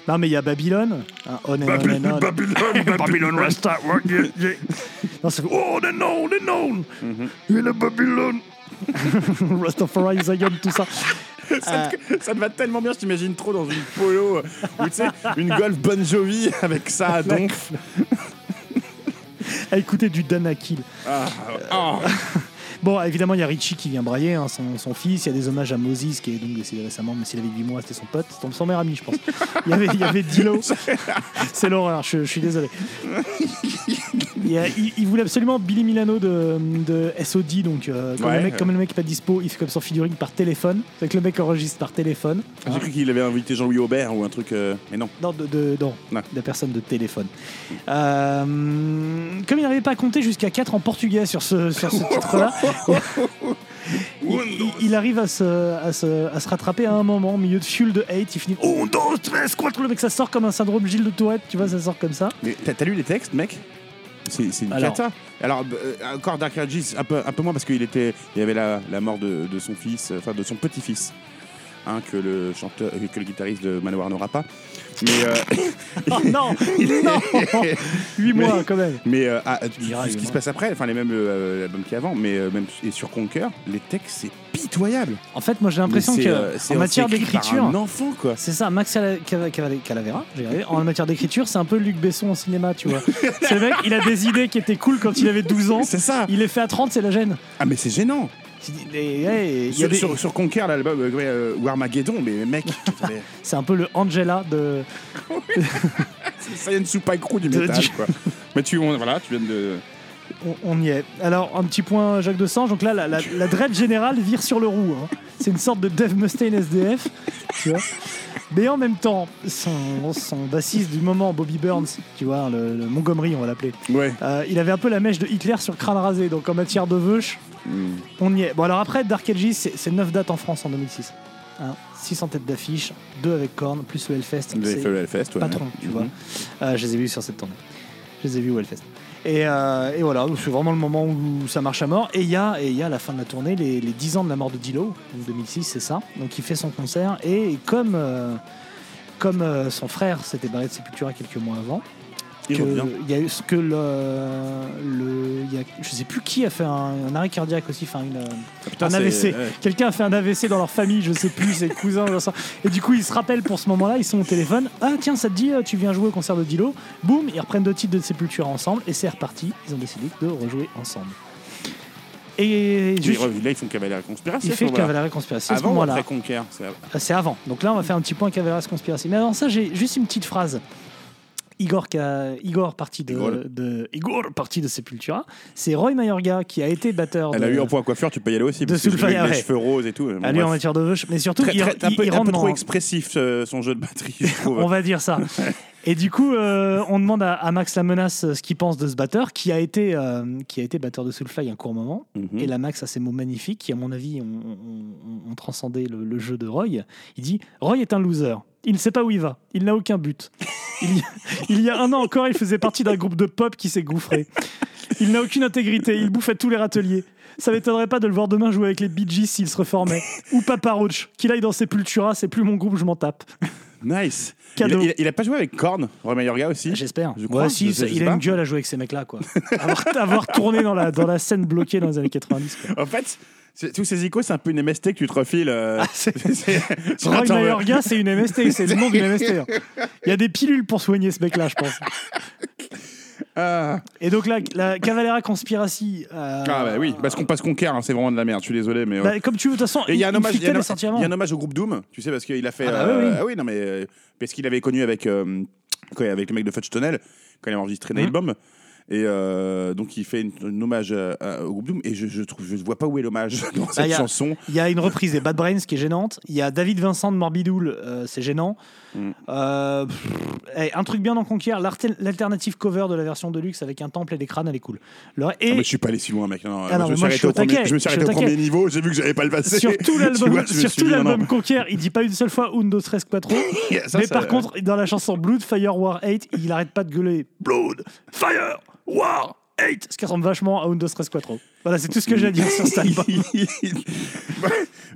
[SPEAKER 1] Non, mais il y a Babylone, hein, on and on
[SPEAKER 9] Baby-
[SPEAKER 1] and on.
[SPEAKER 9] Babylone, Babylone, rest at work, yeah, yeah.
[SPEAKER 1] Non, c'est- Mhm.
[SPEAKER 9] On and on and on. Et le Babylone.
[SPEAKER 1] Rastafari, Zion, tout ça.
[SPEAKER 3] ça, te, ça te va tellement bien, je t'imagine trop dans une polo, euh, ou tu sais, une Golf Bon Jovi avec ça à donf.
[SPEAKER 1] À écouter du Dan Akil.
[SPEAKER 3] Ah, ah.
[SPEAKER 1] Bon, évidemment, il y a Richie qui vient brailler, hein, son, son fils. Il y a des hommages à Moses, qui est donc décédé récemment, mais s'il avait 8 mois, c'était son pote, c'était son meilleur ami, je pense. Il y avait, il y avait Dilo. C'est l'horreur, je, je suis désolé. Il, y a- il- il voulait absolument Billy Milano de, de SOD, donc euh, comme,
[SPEAKER 3] Ouais,
[SPEAKER 1] le mec,
[SPEAKER 3] ouais.
[SPEAKER 1] comme le mec est pas dispo, il fait comme son featuring par téléphone. C'est que le mec enregistre par téléphone.
[SPEAKER 3] J'ai cru qu'il avait invité Jean-Louis Aubert ou un truc, euh, mais non.
[SPEAKER 1] Non, de, de- non, la personne de téléphone. Euh, comme il n'arrivait pas à compter jusqu'à 4 en portugais sur ce, sur ce titre-là, il, il- il arrive à se, à, se, à se rattraper à un moment, au milieu de Fuel de Hate, il finit Oh, Un, deux, tres, quatre le mec, ça sort comme un syndrome Gilles de Tourette, tu vois, ça sort comme ça.
[SPEAKER 3] Mais t'as t'as lu les textes, mec C'est c'est une
[SPEAKER 1] Alors.
[SPEAKER 3] cata. Alors, b- euh, encore Dark Ages, un peu, un peu moins parce qu'il était, il y avait la, la mort de, de son fils, euh, enfin de son petit-fils. un que le chanteur, euh, que le guitariste de Manowar n'aura pas. Mais euh,
[SPEAKER 1] Oh non Non 8
[SPEAKER 3] Mais-
[SPEAKER 1] mois quand même
[SPEAKER 3] Mais euh, ah, tout,
[SPEAKER 1] diras,
[SPEAKER 3] tout ce qui
[SPEAKER 1] évidemment.
[SPEAKER 3] se passe après, enfin les mêmes euh, albums qu'avant, mais euh, même et sur Conquer, les textes c'est pitoyable.
[SPEAKER 1] En fait, moi j'ai l'impression
[SPEAKER 3] Mais c'est,
[SPEAKER 1] que
[SPEAKER 3] euh, c'est-
[SPEAKER 1] en matière
[SPEAKER 3] c'est écrit par
[SPEAKER 1] d'écriture,
[SPEAKER 3] un enfant, quoi.
[SPEAKER 1] C'est ça, Max Cala- Cava- Cava- Calavera. j'ai regardé, En matière d'écriture, c'est un peu Luc Besson en cinéma, tu vois. c'est le mec, il a des idées qui étaient cool quand il avait 12 ans.
[SPEAKER 3] C'est ça.
[SPEAKER 1] Il les fait à 30, c'est la gêne.
[SPEAKER 3] Ah mais c'est gênant.
[SPEAKER 1] Tu dis, mais, ouais, il y a
[SPEAKER 3] Sur,
[SPEAKER 1] des-
[SPEAKER 3] sur- sur Conquer, l'album euh, ouais, euh, Warmageddon, mais mec, mais-
[SPEAKER 1] C'est un peu le Angela de.
[SPEAKER 3] ça vient de sous Crew du
[SPEAKER 1] De-
[SPEAKER 3] métal,
[SPEAKER 1] du-
[SPEAKER 3] quoi. mais tu, on- voilà, tu viens de.
[SPEAKER 1] On, on y est. Alors, un petit point Jacques Dessange. Donc là, la, la, la dread générale vire sur le roux. hein. C'est une sorte de Dave Mustaine SDF. tu vois. Mais en même temps, son, son bassiste du moment, Bobby Burns, tu vois, le, le Montgomery, on va l'appeler,
[SPEAKER 3] Ouais.
[SPEAKER 1] euh, il avait un peu la mèche de Hitler sur crâne rasé. Donc en matière de veuche,
[SPEAKER 3] Hmm.
[SPEAKER 1] on y est. Bon, alors après, Dark Edges, c'est c'est 9 dates en France en 2006. Hein, 600 têtes d'affiche, 2 avec Korn, plus le Hellfest.
[SPEAKER 3] Vous avez
[SPEAKER 1] C'est
[SPEAKER 3] fait le Hellfest, ouais.
[SPEAKER 1] Patron, tu
[SPEAKER 3] Mhm.
[SPEAKER 1] vois. Euh, je les ai vus sur cette tournée. Je les ai vus au Hellfest. Et, euh, et voilà, c'est vraiment le moment où ça marche à mort. Et il y a, et il y a à la fin de la tournée les, les 10 ans de la mort de Dilo, donc 2006, c'est ça. Donc il fait son concert. Et comme, euh, comme euh, son frère s'était barré de Sepultura quelques mois avant,
[SPEAKER 3] Il
[SPEAKER 1] que-
[SPEAKER 3] revient.
[SPEAKER 1] il y a eu ce que le, le il y a- je sais plus qui a fait un, un arrêt cardiaque aussi, enfin une,
[SPEAKER 3] Ah, putain,
[SPEAKER 1] un
[SPEAKER 3] c'est-
[SPEAKER 1] AVC.
[SPEAKER 3] ouais.
[SPEAKER 1] Quelqu'un a fait un AVC dans leur famille, je sais plus, ses cousins, j'en sais- et du coup ils se rappellent pour ce moment-là, ils sont au téléphone. Ah tiens, ça te dit, euh, tu viens jouer au concert de Dilo. Boum, ils reprennent deux titres de Sepultura ensemble et c'est reparti. Ils ont décidé de rejouer ensemble. Et
[SPEAKER 3] Ils
[SPEAKER 1] juste,
[SPEAKER 3] reviennent, là, ils font Cavalier Conspiration.
[SPEAKER 1] Il fait Cavalerie Conspiracy à ce
[SPEAKER 3] Avant ou
[SPEAKER 1] moment-là.
[SPEAKER 3] après Conquer c'est avant.
[SPEAKER 1] Ah, C'est avant. Donc là, on va faire un petit point Cavaleras Conspiracy. Mais avant ça, j'ai juste une petite phrase. Igor, qui a- Igor, parti de,
[SPEAKER 3] Igor.
[SPEAKER 1] de- Igor, parti de Sepultura. C'est Roy Mayorga qui a été batteur
[SPEAKER 3] Elle
[SPEAKER 1] Oh, de,
[SPEAKER 3] a eu un point coiffure, tu peux y aller aussi.
[SPEAKER 1] de
[SPEAKER 3] parce que
[SPEAKER 1] Soulfire,
[SPEAKER 3] avec les
[SPEAKER 1] ouais.
[SPEAKER 3] cheveux roses et tout. bon,
[SPEAKER 1] à lui en
[SPEAKER 3] bref.
[SPEAKER 1] matière de veuche. Mais surtout,
[SPEAKER 3] Très-
[SPEAKER 1] il,
[SPEAKER 3] très- un
[SPEAKER 1] il-
[SPEAKER 3] peu,
[SPEAKER 1] il
[SPEAKER 3] un peu
[SPEAKER 1] rentre
[SPEAKER 3] trop
[SPEAKER 1] dans-
[SPEAKER 3] expressif ce- son jeu de batterie, je trouve.
[SPEAKER 1] on va dire ça. Et du coup, euh, on demande à, à Max la menace euh, ce qu'il pense de ce batteur, qui a été, euh, qui a été batteur de Soulfly un court moment.
[SPEAKER 3] Mhm.
[SPEAKER 1] Et la Max a ces mots magnifiques qui, à mon avis, ont, ont- ont- ont transcendé le, le jeu de Roy. Il dit Roy est un loser. Il ne sait pas où il va. Il n'a aucun but. Il y, a, il y a un an encore, il faisait partie d'un groupe de pop qui s'est gouffré. Il n'a aucune intégrité. Il bouffait tous les râteliers. Ça m'étonnerait pas de le voir demain jouer avec les Bee Gees s'il se reformait. Ou Papa Roach. Qu'il aille dans Sepultura, c'est plus mon groupe, je m'en tape.
[SPEAKER 3] Nice.
[SPEAKER 1] Cadeau.
[SPEAKER 3] Il, il- il a pas joué avec Korn, Roy Mayorga aussi
[SPEAKER 1] J'espère.
[SPEAKER 3] Je crois,
[SPEAKER 1] Ouais, si,
[SPEAKER 3] je sais- je
[SPEAKER 1] il
[SPEAKER 3] sais
[SPEAKER 1] a
[SPEAKER 3] pas.
[SPEAKER 1] une gueule à jouer avec ces mecs-là, quoi. avoir, avoir tourné dans la, dans la scène bloquée dans les années 90. quoi.
[SPEAKER 3] En fait, c'est- tous ces icônes, c'est un peu une MST que tu te refiles. euh,
[SPEAKER 1] Ah, c'est-
[SPEAKER 3] c'est- sur
[SPEAKER 1] Roy
[SPEAKER 3] un temps-
[SPEAKER 1] Mayorga, c'est une MST, c'est le nom d'une MST. hein. Il y a des pilules pour soigner ce mec-là, je pense.
[SPEAKER 3] Ah,
[SPEAKER 1] Et donc là, la Cavalera Conspiracy. euh,
[SPEAKER 3] Ah, bah oui, parce qu'on passe Conquer, hein, c'est vraiment de la merde, je suis désolé, mais. ouais.
[SPEAKER 1] bah, comme tu veux, de toute façon,
[SPEAKER 3] Et il y a un
[SPEAKER 1] In-
[SPEAKER 3] hommage, il y a
[SPEAKER 1] Infected
[SPEAKER 3] un-
[SPEAKER 1] est sorti avant.
[SPEAKER 3] il y a un hommage au groupe Doom, tu sais, parce qu'il a fait.
[SPEAKER 1] Ah bah oui,
[SPEAKER 3] euh,
[SPEAKER 1] oui.
[SPEAKER 3] ah oui, non, mais. euh, parce qu'il avait connu avec, euh, quoi, avec le mec de Fudge Tunnel, quand il a enregistré
[SPEAKER 1] Mmh.
[SPEAKER 3] Nail Bomb. Et euh, donc, il fait une, un hommage euh, à- au groupe Doom, et je ne je trouve- je vois pas où est l'hommage dans cette
[SPEAKER 1] il Ah, y a-
[SPEAKER 3] chanson.
[SPEAKER 1] Il y a une reprise des Bad Brains qui est gênante. Il y a David Vincent de Morbidoul, euh, c'est gênant.
[SPEAKER 3] Mm.
[SPEAKER 1] Euh, pff, eh, un truc bien dans Conquer, l'alter- l'alternative cover de la version de luxe avec un temple et des crânes, elle est cool. Le-
[SPEAKER 3] Ah,
[SPEAKER 1] et
[SPEAKER 3] mais je suis pas allé si loin, mec. Non, non,
[SPEAKER 1] Ah non,
[SPEAKER 3] je, me
[SPEAKER 1] mais
[SPEAKER 3] suis
[SPEAKER 1] moi, je
[SPEAKER 3] arrêté
[SPEAKER 1] suis
[SPEAKER 3] au
[SPEAKER 1] au
[SPEAKER 3] premier,
[SPEAKER 1] taquet,
[SPEAKER 3] je me suis
[SPEAKER 1] je suis
[SPEAKER 3] arrêté au
[SPEAKER 1] au
[SPEAKER 3] premier
[SPEAKER 1] taquet.
[SPEAKER 3] niveau, j'ai vu que j'avais pas le passé.
[SPEAKER 1] sur tout
[SPEAKER 3] Tu
[SPEAKER 1] l'album,
[SPEAKER 3] vois, je me
[SPEAKER 1] sur
[SPEAKER 3] suis
[SPEAKER 1] tout
[SPEAKER 3] dit, non,
[SPEAKER 1] l'album
[SPEAKER 3] non.
[SPEAKER 1] Conquer, il dit pas une seule fois Undo tres quattro.
[SPEAKER 3] Ça,
[SPEAKER 1] mais
[SPEAKER 3] ça,
[SPEAKER 1] par
[SPEAKER 3] euh,
[SPEAKER 1] contre, dans la chanson Blood Fire War 8, il arrête pas de gueuler Blood Fire War 8, ce qui ressemble vachement à Undo tres quattro. Voilà, c'est tout ce que j'ai à dire sur cet album.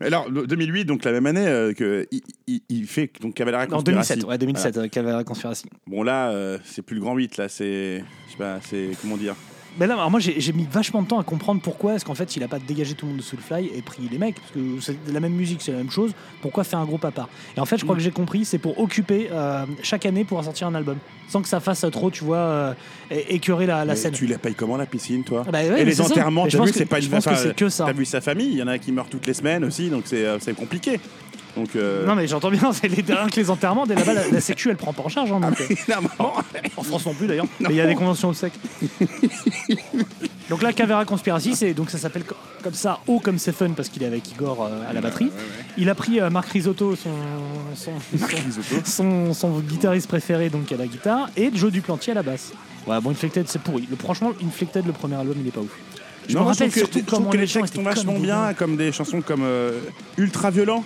[SPEAKER 3] Alors, le- 2008, donc la même année, euh, que, il, il- il fait donc Cavalera
[SPEAKER 1] En
[SPEAKER 3] Conspiracy.
[SPEAKER 1] 2007, ouais, 2007, euh, Cavalera Conspiracy.
[SPEAKER 3] Voilà. Bon, là, euh, c'est plus le grand 8, là, c'est. Je sais pas, c'est. Comment dire
[SPEAKER 1] Mais là, alors moi, j'ai j'ai mis vachement de temps à comprendre pourquoi est-ce qu'en fait, il a pas dégagé tout le monde de Soulfly et pris les mecs, parce que c'est la même musique, c'est la même chose. Pourquoi faire un groupe à part Et en fait, je crois que j'ai compris, c'est pour occuper euh, chaque année pour en sortir un album, sans que ça fasse trop, tu vois, euh, é- écœurer la, la
[SPEAKER 3] Mais
[SPEAKER 1] scène.
[SPEAKER 3] Tu la payes comment, la piscine, toi
[SPEAKER 1] Bah ouais, mais
[SPEAKER 3] Et les
[SPEAKER 1] c'est ça.
[SPEAKER 3] enterrements,
[SPEAKER 1] Mais je
[SPEAKER 3] t'as vu,
[SPEAKER 1] pense que-
[SPEAKER 3] c'est pas une
[SPEAKER 1] je pense que
[SPEAKER 3] enfin,
[SPEAKER 1] c'est que ça.
[SPEAKER 3] T'as vu sa famille, il y en a qui meurent toutes les semaines aussi, donc c'est euh, c'est compliqué. Donc. euh,
[SPEAKER 1] Non mais j'entends bien, c'est les rien que les enterrements, dès là-bas la, la sécu elle prend pas en charge hein, donc, euh,
[SPEAKER 3] non, bon,
[SPEAKER 1] en France non plus d'ailleurs, mais il y a des conventions au sec. donc là Cavera Conspiracy, c'est donc ça s'appelle co- comme ça, haut comme c'est fun parce qu'il est avec Igor euh, à la batterie. Il a pris euh, Marc Risotto son son, son, son- son guitariste préféré donc à la guitare et Joe Duplantier à la basse. Ouais bon Inflected c'est pourri. Le, franchement Inflected le premier album il est pas ouf. Je me
[SPEAKER 3] moi,
[SPEAKER 1] rappelle
[SPEAKER 3] trouve que,
[SPEAKER 1] surtout
[SPEAKER 3] je trouve
[SPEAKER 1] comment
[SPEAKER 3] que les
[SPEAKER 1] gens
[SPEAKER 3] textes sont
[SPEAKER 1] étaient
[SPEAKER 3] vachement
[SPEAKER 1] comme des
[SPEAKER 3] bien,
[SPEAKER 1] dingues.
[SPEAKER 3] comme des chansons comme euh, Ultra Violent.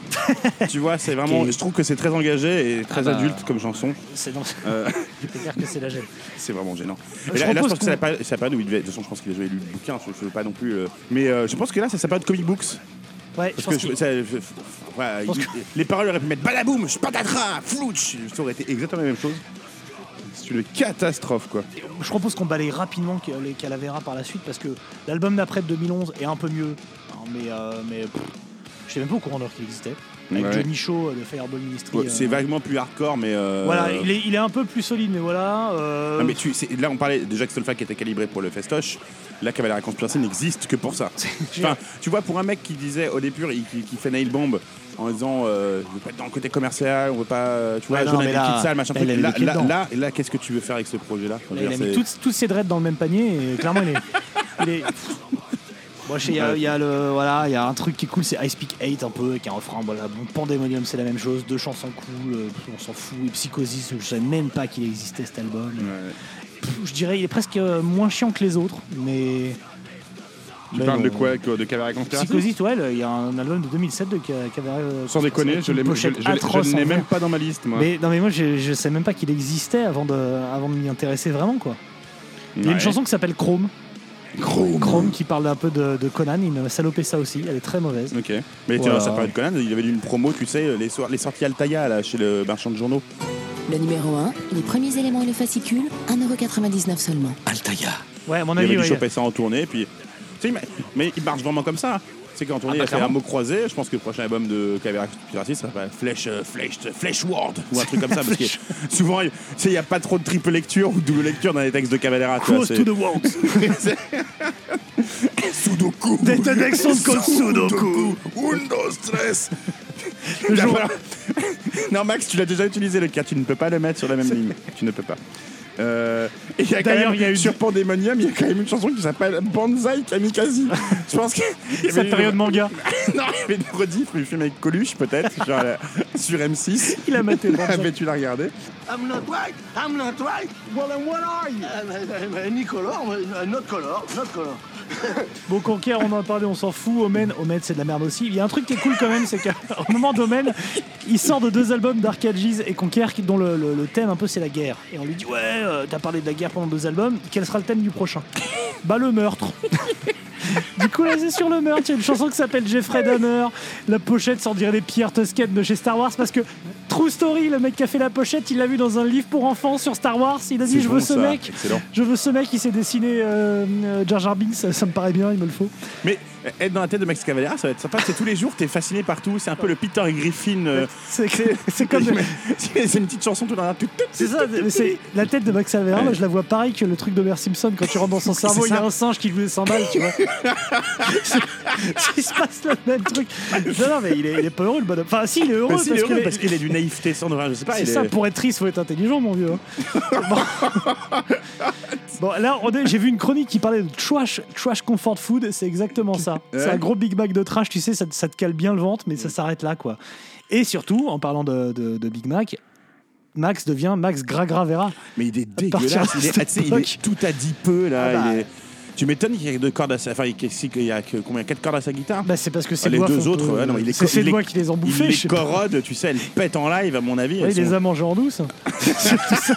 [SPEAKER 3] tu vois, c'est vraiment.
[SPEAKER 1] Qui est-
[SPEAKER 3] Je trouve que c'est très engagé et très
[SPEAKER 1] Ah bah.
[SPEAKER 3] adulte comme chanson.
[SPEAKER 1] C'est dans-
[SPEAKER 3] Euh,
[SPEAKER 1] c'est-à-dire que c'est la gêne.
[SPEAKER 3] c'est vraiment gênant.
[SPEAKER 1] Je
[SPEAKER 3] Et là, là, je
[SPEAKER 1] propose
[SPEAKER 3] pense que c'est la
[SPEAKER 1] qu'on-
[SPEAKER 3] période euh, c'est la période où il devait. De toute façon, je pense qu'il a joué lu le bouquin, je ne veux pas non plus. euh, mais euh, je pense que là, c'est sa période comic books.
[SPEAKER 1] Ouais,
[SPEAKER 3] Parce
[SPEAKER 1] je pense
[SPEAKER 3] que je-
[SPEAKER 1] qu'il-
[SPEAKER 3] ça- je- je- ouais,
[SPEAKER 1] pense
[SPEAKER 3] il- les paroles auraient pu mettre badaboum, patatras, flouch. Ça aurait été exactement la même chose. C'est une catastrophe, quoi.
[SPEAKER 1] Je propose qu'on balaye rapidement que- les Calavera par la suite parce que l'album d'après de 2011 est un peu mieux. hein, mais euh, mais pff, je sais même pas au courant d'heure qu'il existait. Avec
[SPEAKER 3] Ouais.
[SPEAKER 1] Johnny Shaw euh, de Fireball Ministry.
[SPEAKER 3] Ouais, C'est
[SPEAKER 1] euh,
[SPEAKER 3] vaguement plus hardcore, mais. euh,
[SPEAKER 1] Voilà, il est, il est un peu plus solide, mais voilà. euh,
[SPEAKER 3] Non, Ah, mais tu, c'est- là, on parlait déjà que Solfac était calibré pour le festoche. La Cavalerie Conspiracy n'existe que pour ça. enfin, tu vois, pour un mec qui disait au départ, il- qui, qui fait Nail Bomb en disant euh, je veux pas être dans le côté commercial, on veut pas. euh, Tu vois,
[SPEAKER 1] Ouais, Ah non,
[SPEAKER 3] Jonathan
[SPEAKER 1] mais là-
[SPEAKER 3] Kitzal, machin
[SPEAKER 1] là,
[SPEAKER 3] truc.
[SPEAKER 1] il a mis
[SPEAKER 3] Là,
[SPEAKER 1] le pied
[SPEAKER 3] là,
[SPEAKER 1] dedans.
[SPEAKER 3] là, là, qu'est-ce que tu veux faire avec ce projet-là Je veux
[SPEAKER 1] Là, il
[SPEAKER 3] dire,
[SPEAKER 1] a mis
[SPEAKER 3] c'est-
[SPEAKER 1] toutes, toutes ses dreads dans le même panier et clairement il est. il est- Moi, je sais, il y, a- il y a le voilà, il y a un truc qui est cool, c'est I Speak 8 un peu, qui est un refrain. Voilà, bon, Pandemonium, c'est la même chose, deux chansons cool, euh, on s'en fout. Et Psychosis, je savais même pas qu'il existait cet album. Pff, Je dirais, il est presque euh, moins chiant que les autres, mais.
[SPEAKER 12] Tu
[SPEAKER 1] mais
[SPEAKER 12] parles
[SPEAKER 1] non.
[SPEAKER 12] de quoi que- De Cavalerie Conspiracy
[SPEAKER 1] Psychosis, ouais, le- il y a un album de 2007 de Ca- Cabaret. euh,
[SPEAKER 12] Sans déconner,
[SPEAKER 1] avec
[SPEAKER 12] je
[SPEAKER 1] une
[SPEAKER 12] l'ai- je-
[SPEAKER 1] pochette
[SPEAKER 12] je l'ai- je
[SPEAKER 1] atroce
[SPEAKER 12] l'ai
[SPEAKER 1] en
[SPEAKER 12] même
[SPEAKER 1] vert.
[SPEAKER 12] pas dans ma liste, moi.
[SPEAKER 1] Mais non, mais moi, je, je savais même pas qu'il existait avant de, avant de m'y intéresser vraiment, quoi. Il y a une
[SPEAKER 12] Ouais.
[SPEAKER 1] chanson qui s'appelle Chrome. Chrome. qui parle un peu de, de Conan. Il m'a salopé ça aussi. Elle est très mauvaise.
[SPEAKER 3] Ok. Mais
[SPEAKER 1] Voilà.
[SPEAKER 3] tiens, ça parlait de Conan, il avait une promo, tu sais, les, soirs- les sorties Altaïa, là, chez le marchand de journaux.
[SPEAKER 13] Le numéro 1, les premiers éléments et le fascicule, 1,99€ seulement.
[SPEAKER 3] Altaïa.
[SPEAKER 1] Ouais, à mon
[SPEAKER 3] il
[SPEAKER 1] avis,
[SPEAKER 3] avait
[SPEAKER 1] ouais,
[SPEAKER 3] dû choper ça en tournée, puis. Tu sais, mais, mais il marche vraiment comme ça. C'est qu'en tournée,
[SPEAKER 1] Ah bah,
[SPEAKER 3] il a fait un
[SPEAKER 1] clairement.
[SPEAKER 3] mot croisé. Je pense que le prochain album de Caviar Conspiracy, ça s'appelle Flesh, euh, Flesh, Flesh World, ou un truc comme ça. parce que souvent, il- tu sais, il n'y a pas trop de triple lecture ou double lecture dans les textes de Cavalera. tu vois,
[SPEAKER 1] Close to
[SPEAKER 3] c'est-
[SPEAKER 1] the world.
[SPEAKER 3] Sudoku.
[SPEAKER 1] Détection de code
[SPEAKER 3] Sudoku. Windows stress. non, Max, tu l'as déjà utilisé le cas. Tu ne peux pas le mettre sur la même ligne. Tu ne peux pas. Euh, et il y a quand
[SPEAKER 1] D'ailleurs,
[SPEAKER 3] même,
[SPEAKER 1] il y a une-
[SPEAKER 3] sur Pandemonium, il y a quand même une chanson qui s'appelle Banzai Kamikaze. Je pense que. il y
[SPEAKER 1] Sa
[SPEAKER 3] avait une-
[SPEAKER 1] période manga.
[SPEAKER 3] non, il y avait une rediff, mais le film avec Coluche, peut-être, genre, euh, sur M6.
[SPEAKER 1] Il a maté Banzai.
[SPEAKER 3] Ah, mais tu l'as regardé.
[SPEAKER 14] I'm not white. I'm not white. Well, then what are you? I'm, I'm, I'm Nicolor. I'm not color. Not color.
[SPEAKER 1] Bon, Conquer, on en a parlé, on s'en fout. Omen, Omen, c'est de la merde aussi. Il y a un truc qui est cool quand même, c'est qu'au moment d'Omen, il sort de deux albums d'Arcadges et Conquer, qui- dont le, le- le thème un peu c'est la guerre. Et on lui dit, ouais, euh, t'as parlé de la guerre pendant deux albums, quel sera le thème du prochain Bah, le meurtre. Du coup, là, c'est sur le meurtre. Il y a une chanson qui s'appelle Jeffrey Dahmer. La pochette, sans dire des pierres Tusken de chez Star Wars. Parce que, true story, le mec qui a fait la pochette, il l'a vu dans un livre pour enfants sur Star Wars. Il a dit
[SPEAKER 3] C'est
[SPEAKER 1] Je
[SPEAKER 3] bon,
[SPEAKER 1] veux ce
[SPEAKER 3] ça.
[SPEAKER 1] mec.
[SPEAKER 3] Excellent.
[SPEAKER 1] Je veux ce mec. Il s'est dessiné euh, euh, Jar Jar Binks. Ça, ça me paraît bien, il me le faut.
[SPEAKER 3] Mais euh, être dans la tête de Max Cavalera, ça va être sympa. C'est tous les jours, t'es fasciné partout. C'est un peu le Peter Griffin. euh,
[SPEAKER 1] C'est c'est comme.
[SPEAKER 3] c'est c'est une petite chanson tout dans la tout- tout-
[SPEAKER 1] C'est ça, mais c'est la tête de Max Alvera. Moi, je la vois pareil que le truc d'Homer Simpson. Quand tu rentres dans son cerveau,
[SPEAKER 3] C'est
[SPEAKER 1] il y a
[SPEAKER 3] ça.
[SPEAKER 1] un singe qui lui 100 balles, tu vois. il se passe le même truc. Non, non, mais il est, il est pas heureux, le bonhomme. Enfin, si, il est heureux
[SPEAKER 3] Mais si, il Bah, est
[SPEAKER 1] parce que
[SPEAKER 3] heureux
[SPEAKER 1] les-
[SPEAKER 3] parce qu'il a du naïveté sans orage, je sais pas.
[SPEAKER 1] C'est
[SPEAKER 3] il est-
[SPEAKER 1] ça, pour être triste, faut être intelligent, mon vieux. hein. bon. Bon, là, on est- j'ai vu une chronique qui parlait de trash, trash comfort food, c'est exactement ça. C'est
[SPEAKER 3] Ouais. Mm.
[SPEAKER 1] un gros Big Mac de trash, tu sais, ça, te- ça te cale bien le ventre, mais ça s'arrête là, quoi. Et surtout, en parlant de, de- de Big Mac, Max devient Max Gragravera.
[SPEAKER 3] Mais il est
[SPEAKER 1] partir
[SPEAKER 3] dégueulasse.
[SPEAKER 1] de
[SPEAKER 3] Il est,
[SPEAKER 1] cette
[SPEAKER 3] ah, tu sais, il
[SPEAKER 1] époque.
[SPEAKER 3] est tout à dit peu là.
[SPEAKER 1] Ah bah.
[SPEAKER 3] il est- Tu m'étonnes qu'il y ait deux cordes à sa. Enfin, qu'il y ait- qu'il y a que- combien Quatre cordes à sa guitare
[SPEAKER 1] Bah, c'est parce que
[SPEAKER 3] Ah,
[SPEAKER 1] c'est
[SPEAKER 3] les
[SPEAKER 1] doigts
[SPEAKER 3] deux
[SPEAKER 1] font
[SPEAKER 3] autres,
[SPEAKER 1] que-
[SPEAKER 3] ouais, non, il est
[SPEAKER 1] c'est
[SPEAKER 3] co-
[SPEAKER 1] ses
[SPEAKER 3] il est-
[SPEAKER 1] doigts qui les ont bouffés.
[SPEAKER 3] Il
[SPEAKER 1] je sais
[SPEAKER 3] les
[SPEAKER 1] pas.
[SPEAKER 3] corrode, tu sais, elle pète en live, à mon avis.
[SPEAKER 1] Ouais,
[SPEAKER 3] elles
[SPEAKER 1] il les
[SPEAKER 3] sont-
[SPEAKER 1] a mangés en douce. c'est tout ça.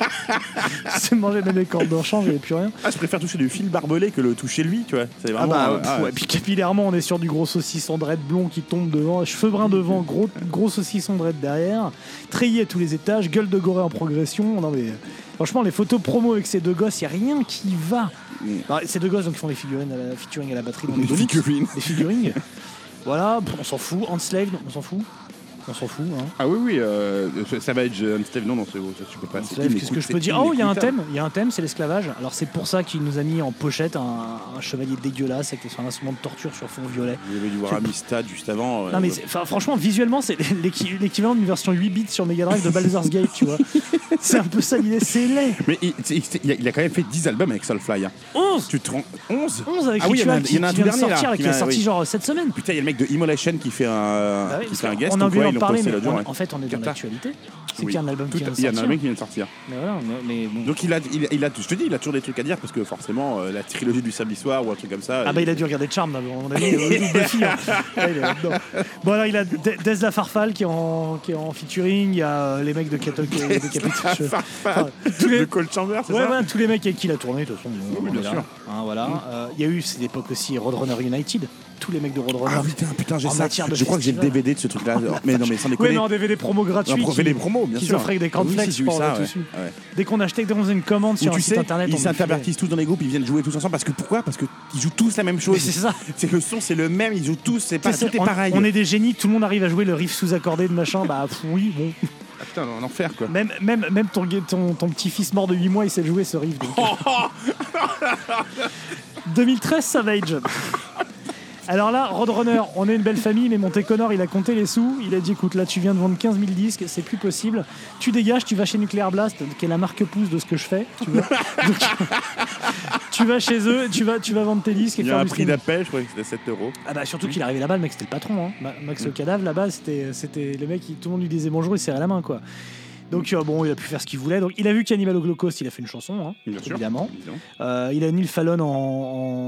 [SPEAKER 1] C'est manger même les cordes d'enchange, il n'y avait plus rien.
[SPEAKER 3] Ah, je préfère toucher du fil barbelé que le toucher lui, tu vois. C'est
[SPEAKER 1] Ah
[SPEAKER 3] vraiment.
[SPEAKER 1] bah,
[SPEAKER 3] euh,
[SPEAKER 1] pff,
[SPEAKER 3] ah,
[SPEAKER 1] ouais, puis capillairement, on est sur du gros saucisson dread blond qui tombe devant, cheveux bruns devant, gros, gros saucisson dread derrière, treillé à tous les étages, gueule de gorée en progression. Non mais franchement, les photos promo avec ces deux gosses, il a rien qui va. Non, ces deux gosses donc, qui font les figurines à la, featuring à la batterie dans les
[SPEAKER 3] Les
[SPEAKER 1] Donuts.
[SPEAKER 3] figurines.
[SPEAKER 1] Les figurines. voilà, pff, on s'en fout. Enslaved, on s'en fout. On s'en fout. Hein.
[SPEAKER 12] Ah oui, oui, euh, Savage, euh, Steve, non, non, c'est ça, tu peux pas. c'est
[SPEAKER 1] Enslaved, Qu'est-ce que je
[SPEAKER 12] inécoutable.
[SPEAKER 1] peux dire Oh, il y a un
[SPEAKER 12] Inécoutable.
[SPEAKER 1] thème, il y a un thème, c'est l'esclavage. Alors c'est pour ça qu'il nous a mis en pochette un, un chevalier dégueulasse avec un instrument de torture sur fond violet.
[SPEAKER 3] Vous avez dû voir Amistad juste avant. euh,
[SPEAKER 1] Non mais c'est- enfin, franchement visuellement c'est l'équi- l'équivalent d'une version 8 bits sur Mega Drive de Baldur's Gate tu vois. C'est un peu ça l'idée, c'est laid.
[SPEAKER 3] Mais il, tu sais, il a, il a quand même fait 10 albums avec Soulfly.
[SPEAKER 1] 11
[SPEAKER 3] Tu te rends 11
[SPEAKER 1] 11 avec
[SPEAKER 3] Ah oui, il y en a,
[SPEAKER 1] Ritual
[SPEAKER 3] un-
[SPEAKER 1] qui-
[SPEAKER 3] il y en a un
[SPEAKER 1] qui
[SPEAKER 3] tout
[SPEAKER 1] vient de
[SPEAKER 3] dernier
[SPEAKER 1] sortir,
[SPEAKER 3] là.
[SPEAKER 1] qui est sorti genre cette semaine.
[SPEAKER 3] Putain, il y a le mec de Immolation qui fait un,
[SPEAKER 1] Ah oui,
[SPEAKER 3] qui
[SPEAKER 1] parce
[SPEAKER 3] fait un
[SPEAKER 1] qu'on
[SPEAKER 3] guest.
[SPEAKER 1] a
[SPEAKER 3] donc,
[SPEAKER 1] oublié
[SPEAKER 3] ouais,
[SPEAKER 1] d'en
[SPEAKER 3] ils l'ont
[SPEAKER 1] parler,
[SPEAKER 3] posté
[SPEAKER 1] mais
[SPEAKER 3] l'autre jour,
[SPEAKER 1] on-
[SPEAKER 3] ouais.
[SPEAKER 1] en fait on est dans
[SPEAKER 3] Qatar.
[SPEAKER 1] l'actualité. C'est
[SPEAKER 3] Oui.
[SPEAKER 1] qu'il y a un album
[SPEAKER 3] Tout-
[SPEAKER 1] qui vient de
[SPEAKER 3] Il y en a un
[SPEAKER 1] sortir.
[SPEAKER 3] mec qui vient de sortir.
[SPEAKER 1] Mais voilà, mais- mais bon.
[SPEAKER 3] Donc il a, il, il a, je te dis, il a toujours des trucs à dire parce que forcément euh, la trilogie du samedi soir ou un truc comme ça.
[SPEAKER 1] Ah bah il a dû regarder Charm là, on a vu euh, ou Buffy. hein. Ouais, il est là-dedans. Bon alors il a De- Dez la Farfalle qui est en, qui est en featuring, il y a euh, les mecs de Cattle qui
[SPEAKER 3] Dez
[SPEAKER 1] décapitent.
[SPEAKER 3] la
[SPEAKER 1] je-
[SPEAKER 3] Farfalle, de Cold Chamber, c'est
[SPEAKER 1] ouais,
[SPEAKER 3] ça
[SPEAKER 1] voilà, tous les mecs avec qui il a tourné, de toute façon. on
[SPEAKER 3] bien
[SPEAKER 1] est là.
[SPEAKER 3] sûr.
[SPEAKER 1] Hein, voilà. Euh, Il y a eu cette époque aussi Roadrunner United. tous les mecs de Roadrunner.
[SPEAKER 3] Ah putain, putain, j'ai
[SPEAKER 1] En
[SPEAKER 3] ça.
[SPEAKER 1] matière de
[SPEAKER 3] Je crois que j'ai le
[SPEAKER 1] festival.
[SPEAKER 3] DVD de ce truc-là. mais non, mais sans déconner.
[SPEAKER 1] Ouais, mais en DVD promo gratuit.
[SPEAKER 3] On fait des promos, bien
[SPEAKER 1] Qu'ils
[SPEAKER 3] sûr.
[SPEAKER 1] offraient avec des
[SPEAKER 3] Ah oui,
[SPEAKER 1] cornflakes,
[SPEAKER 3] si, j'ai eu
[SPEAKER 1] je pense,
[SPEAKER 3] ça,
[SPEAKER 1] là,
[SPEAKER 3] ouais.
[SPEAKER 1] dessus.
[SPEAKER 3] Ouais.
[SPEAKER 1] Dès qu'on achetait, dès qu'on faisait une commande
[SPEAKER 3] Où
[SPEAKER 1] sur un
[SPEAKER 3] tu
[SPEAKER 1] site
[SPEAKER 3] sais,
[SPEAKER 1] internet, on
[SPEAKER 3] ils
[SPEAKER 1] nous filait.
[SPEAKER 3] s'intervertissent tous dans les groupes, ils viennent jouer tous ensemble parce que pourquoi Parce que ils jouent tous la même chose. C'est
[SPEAKER 1] ça.
[SPEAKER 3] C'est que le son c'est le même, ils jouent tous, c'est pas
[SPEAKER 1] Tu sais,
[SPEAKER 3] tout est
[SPEAKER 1] on,
[SPEAKER 3] pareil.
[SPEAKER 1] on est des génies, tout le monde arrive à jouer le riff sous-accordé de machin. Bah pff, oui, bon.
[SPEAKER 3] Ah, putain, en enfer quoi.
[SPEAKER 1] Même, même, même ton, gue- ton, ton petit-fils mort de 8 mois, il sait le jouer ce riff. donc. 2013 Savage. Alors là, Roadrunner, on est une belle famille, mais mon Connor, il a compté les sous. Il a dit écoute, là, tu viens de vendre 15 000 disques, c'est plus possible. Tu dégages, tu vas chez Nuclear Blast, qui est la marque pouce de ce que je fais. Tu, vois. Donc, tu vas chez eux, tu vas, tu vas vendre tes disques. et
[SPEAKER 3] Il y a
[SPEAKER 1] faire
[SPEAKER 3] un
[SPEAKER 1] du
[SPEAKER 3] prix
[SPEAKER 1] streaming.
[SPEAKER 3] d'appel, je crois que c'était 7 euros.
[SPEAKER 1] Ah bah surtout qu'il arrivait là-bas, le mec c'était le patron. hein. Ma- Max le cadavre là-bas, c'était c'était le mec, il- tout le monde lui disait bonjour, il serrait la main quoi. Donc euh, bon, il a pu faire ce qu'il voulait. Donc il a vu qu'Animal Holocaust, il a fait une chanson, hein,
[SPEAKER 3] Bien sûr.
[SPEAKER 1] évidemment. Euh, il a Neil Fallon en,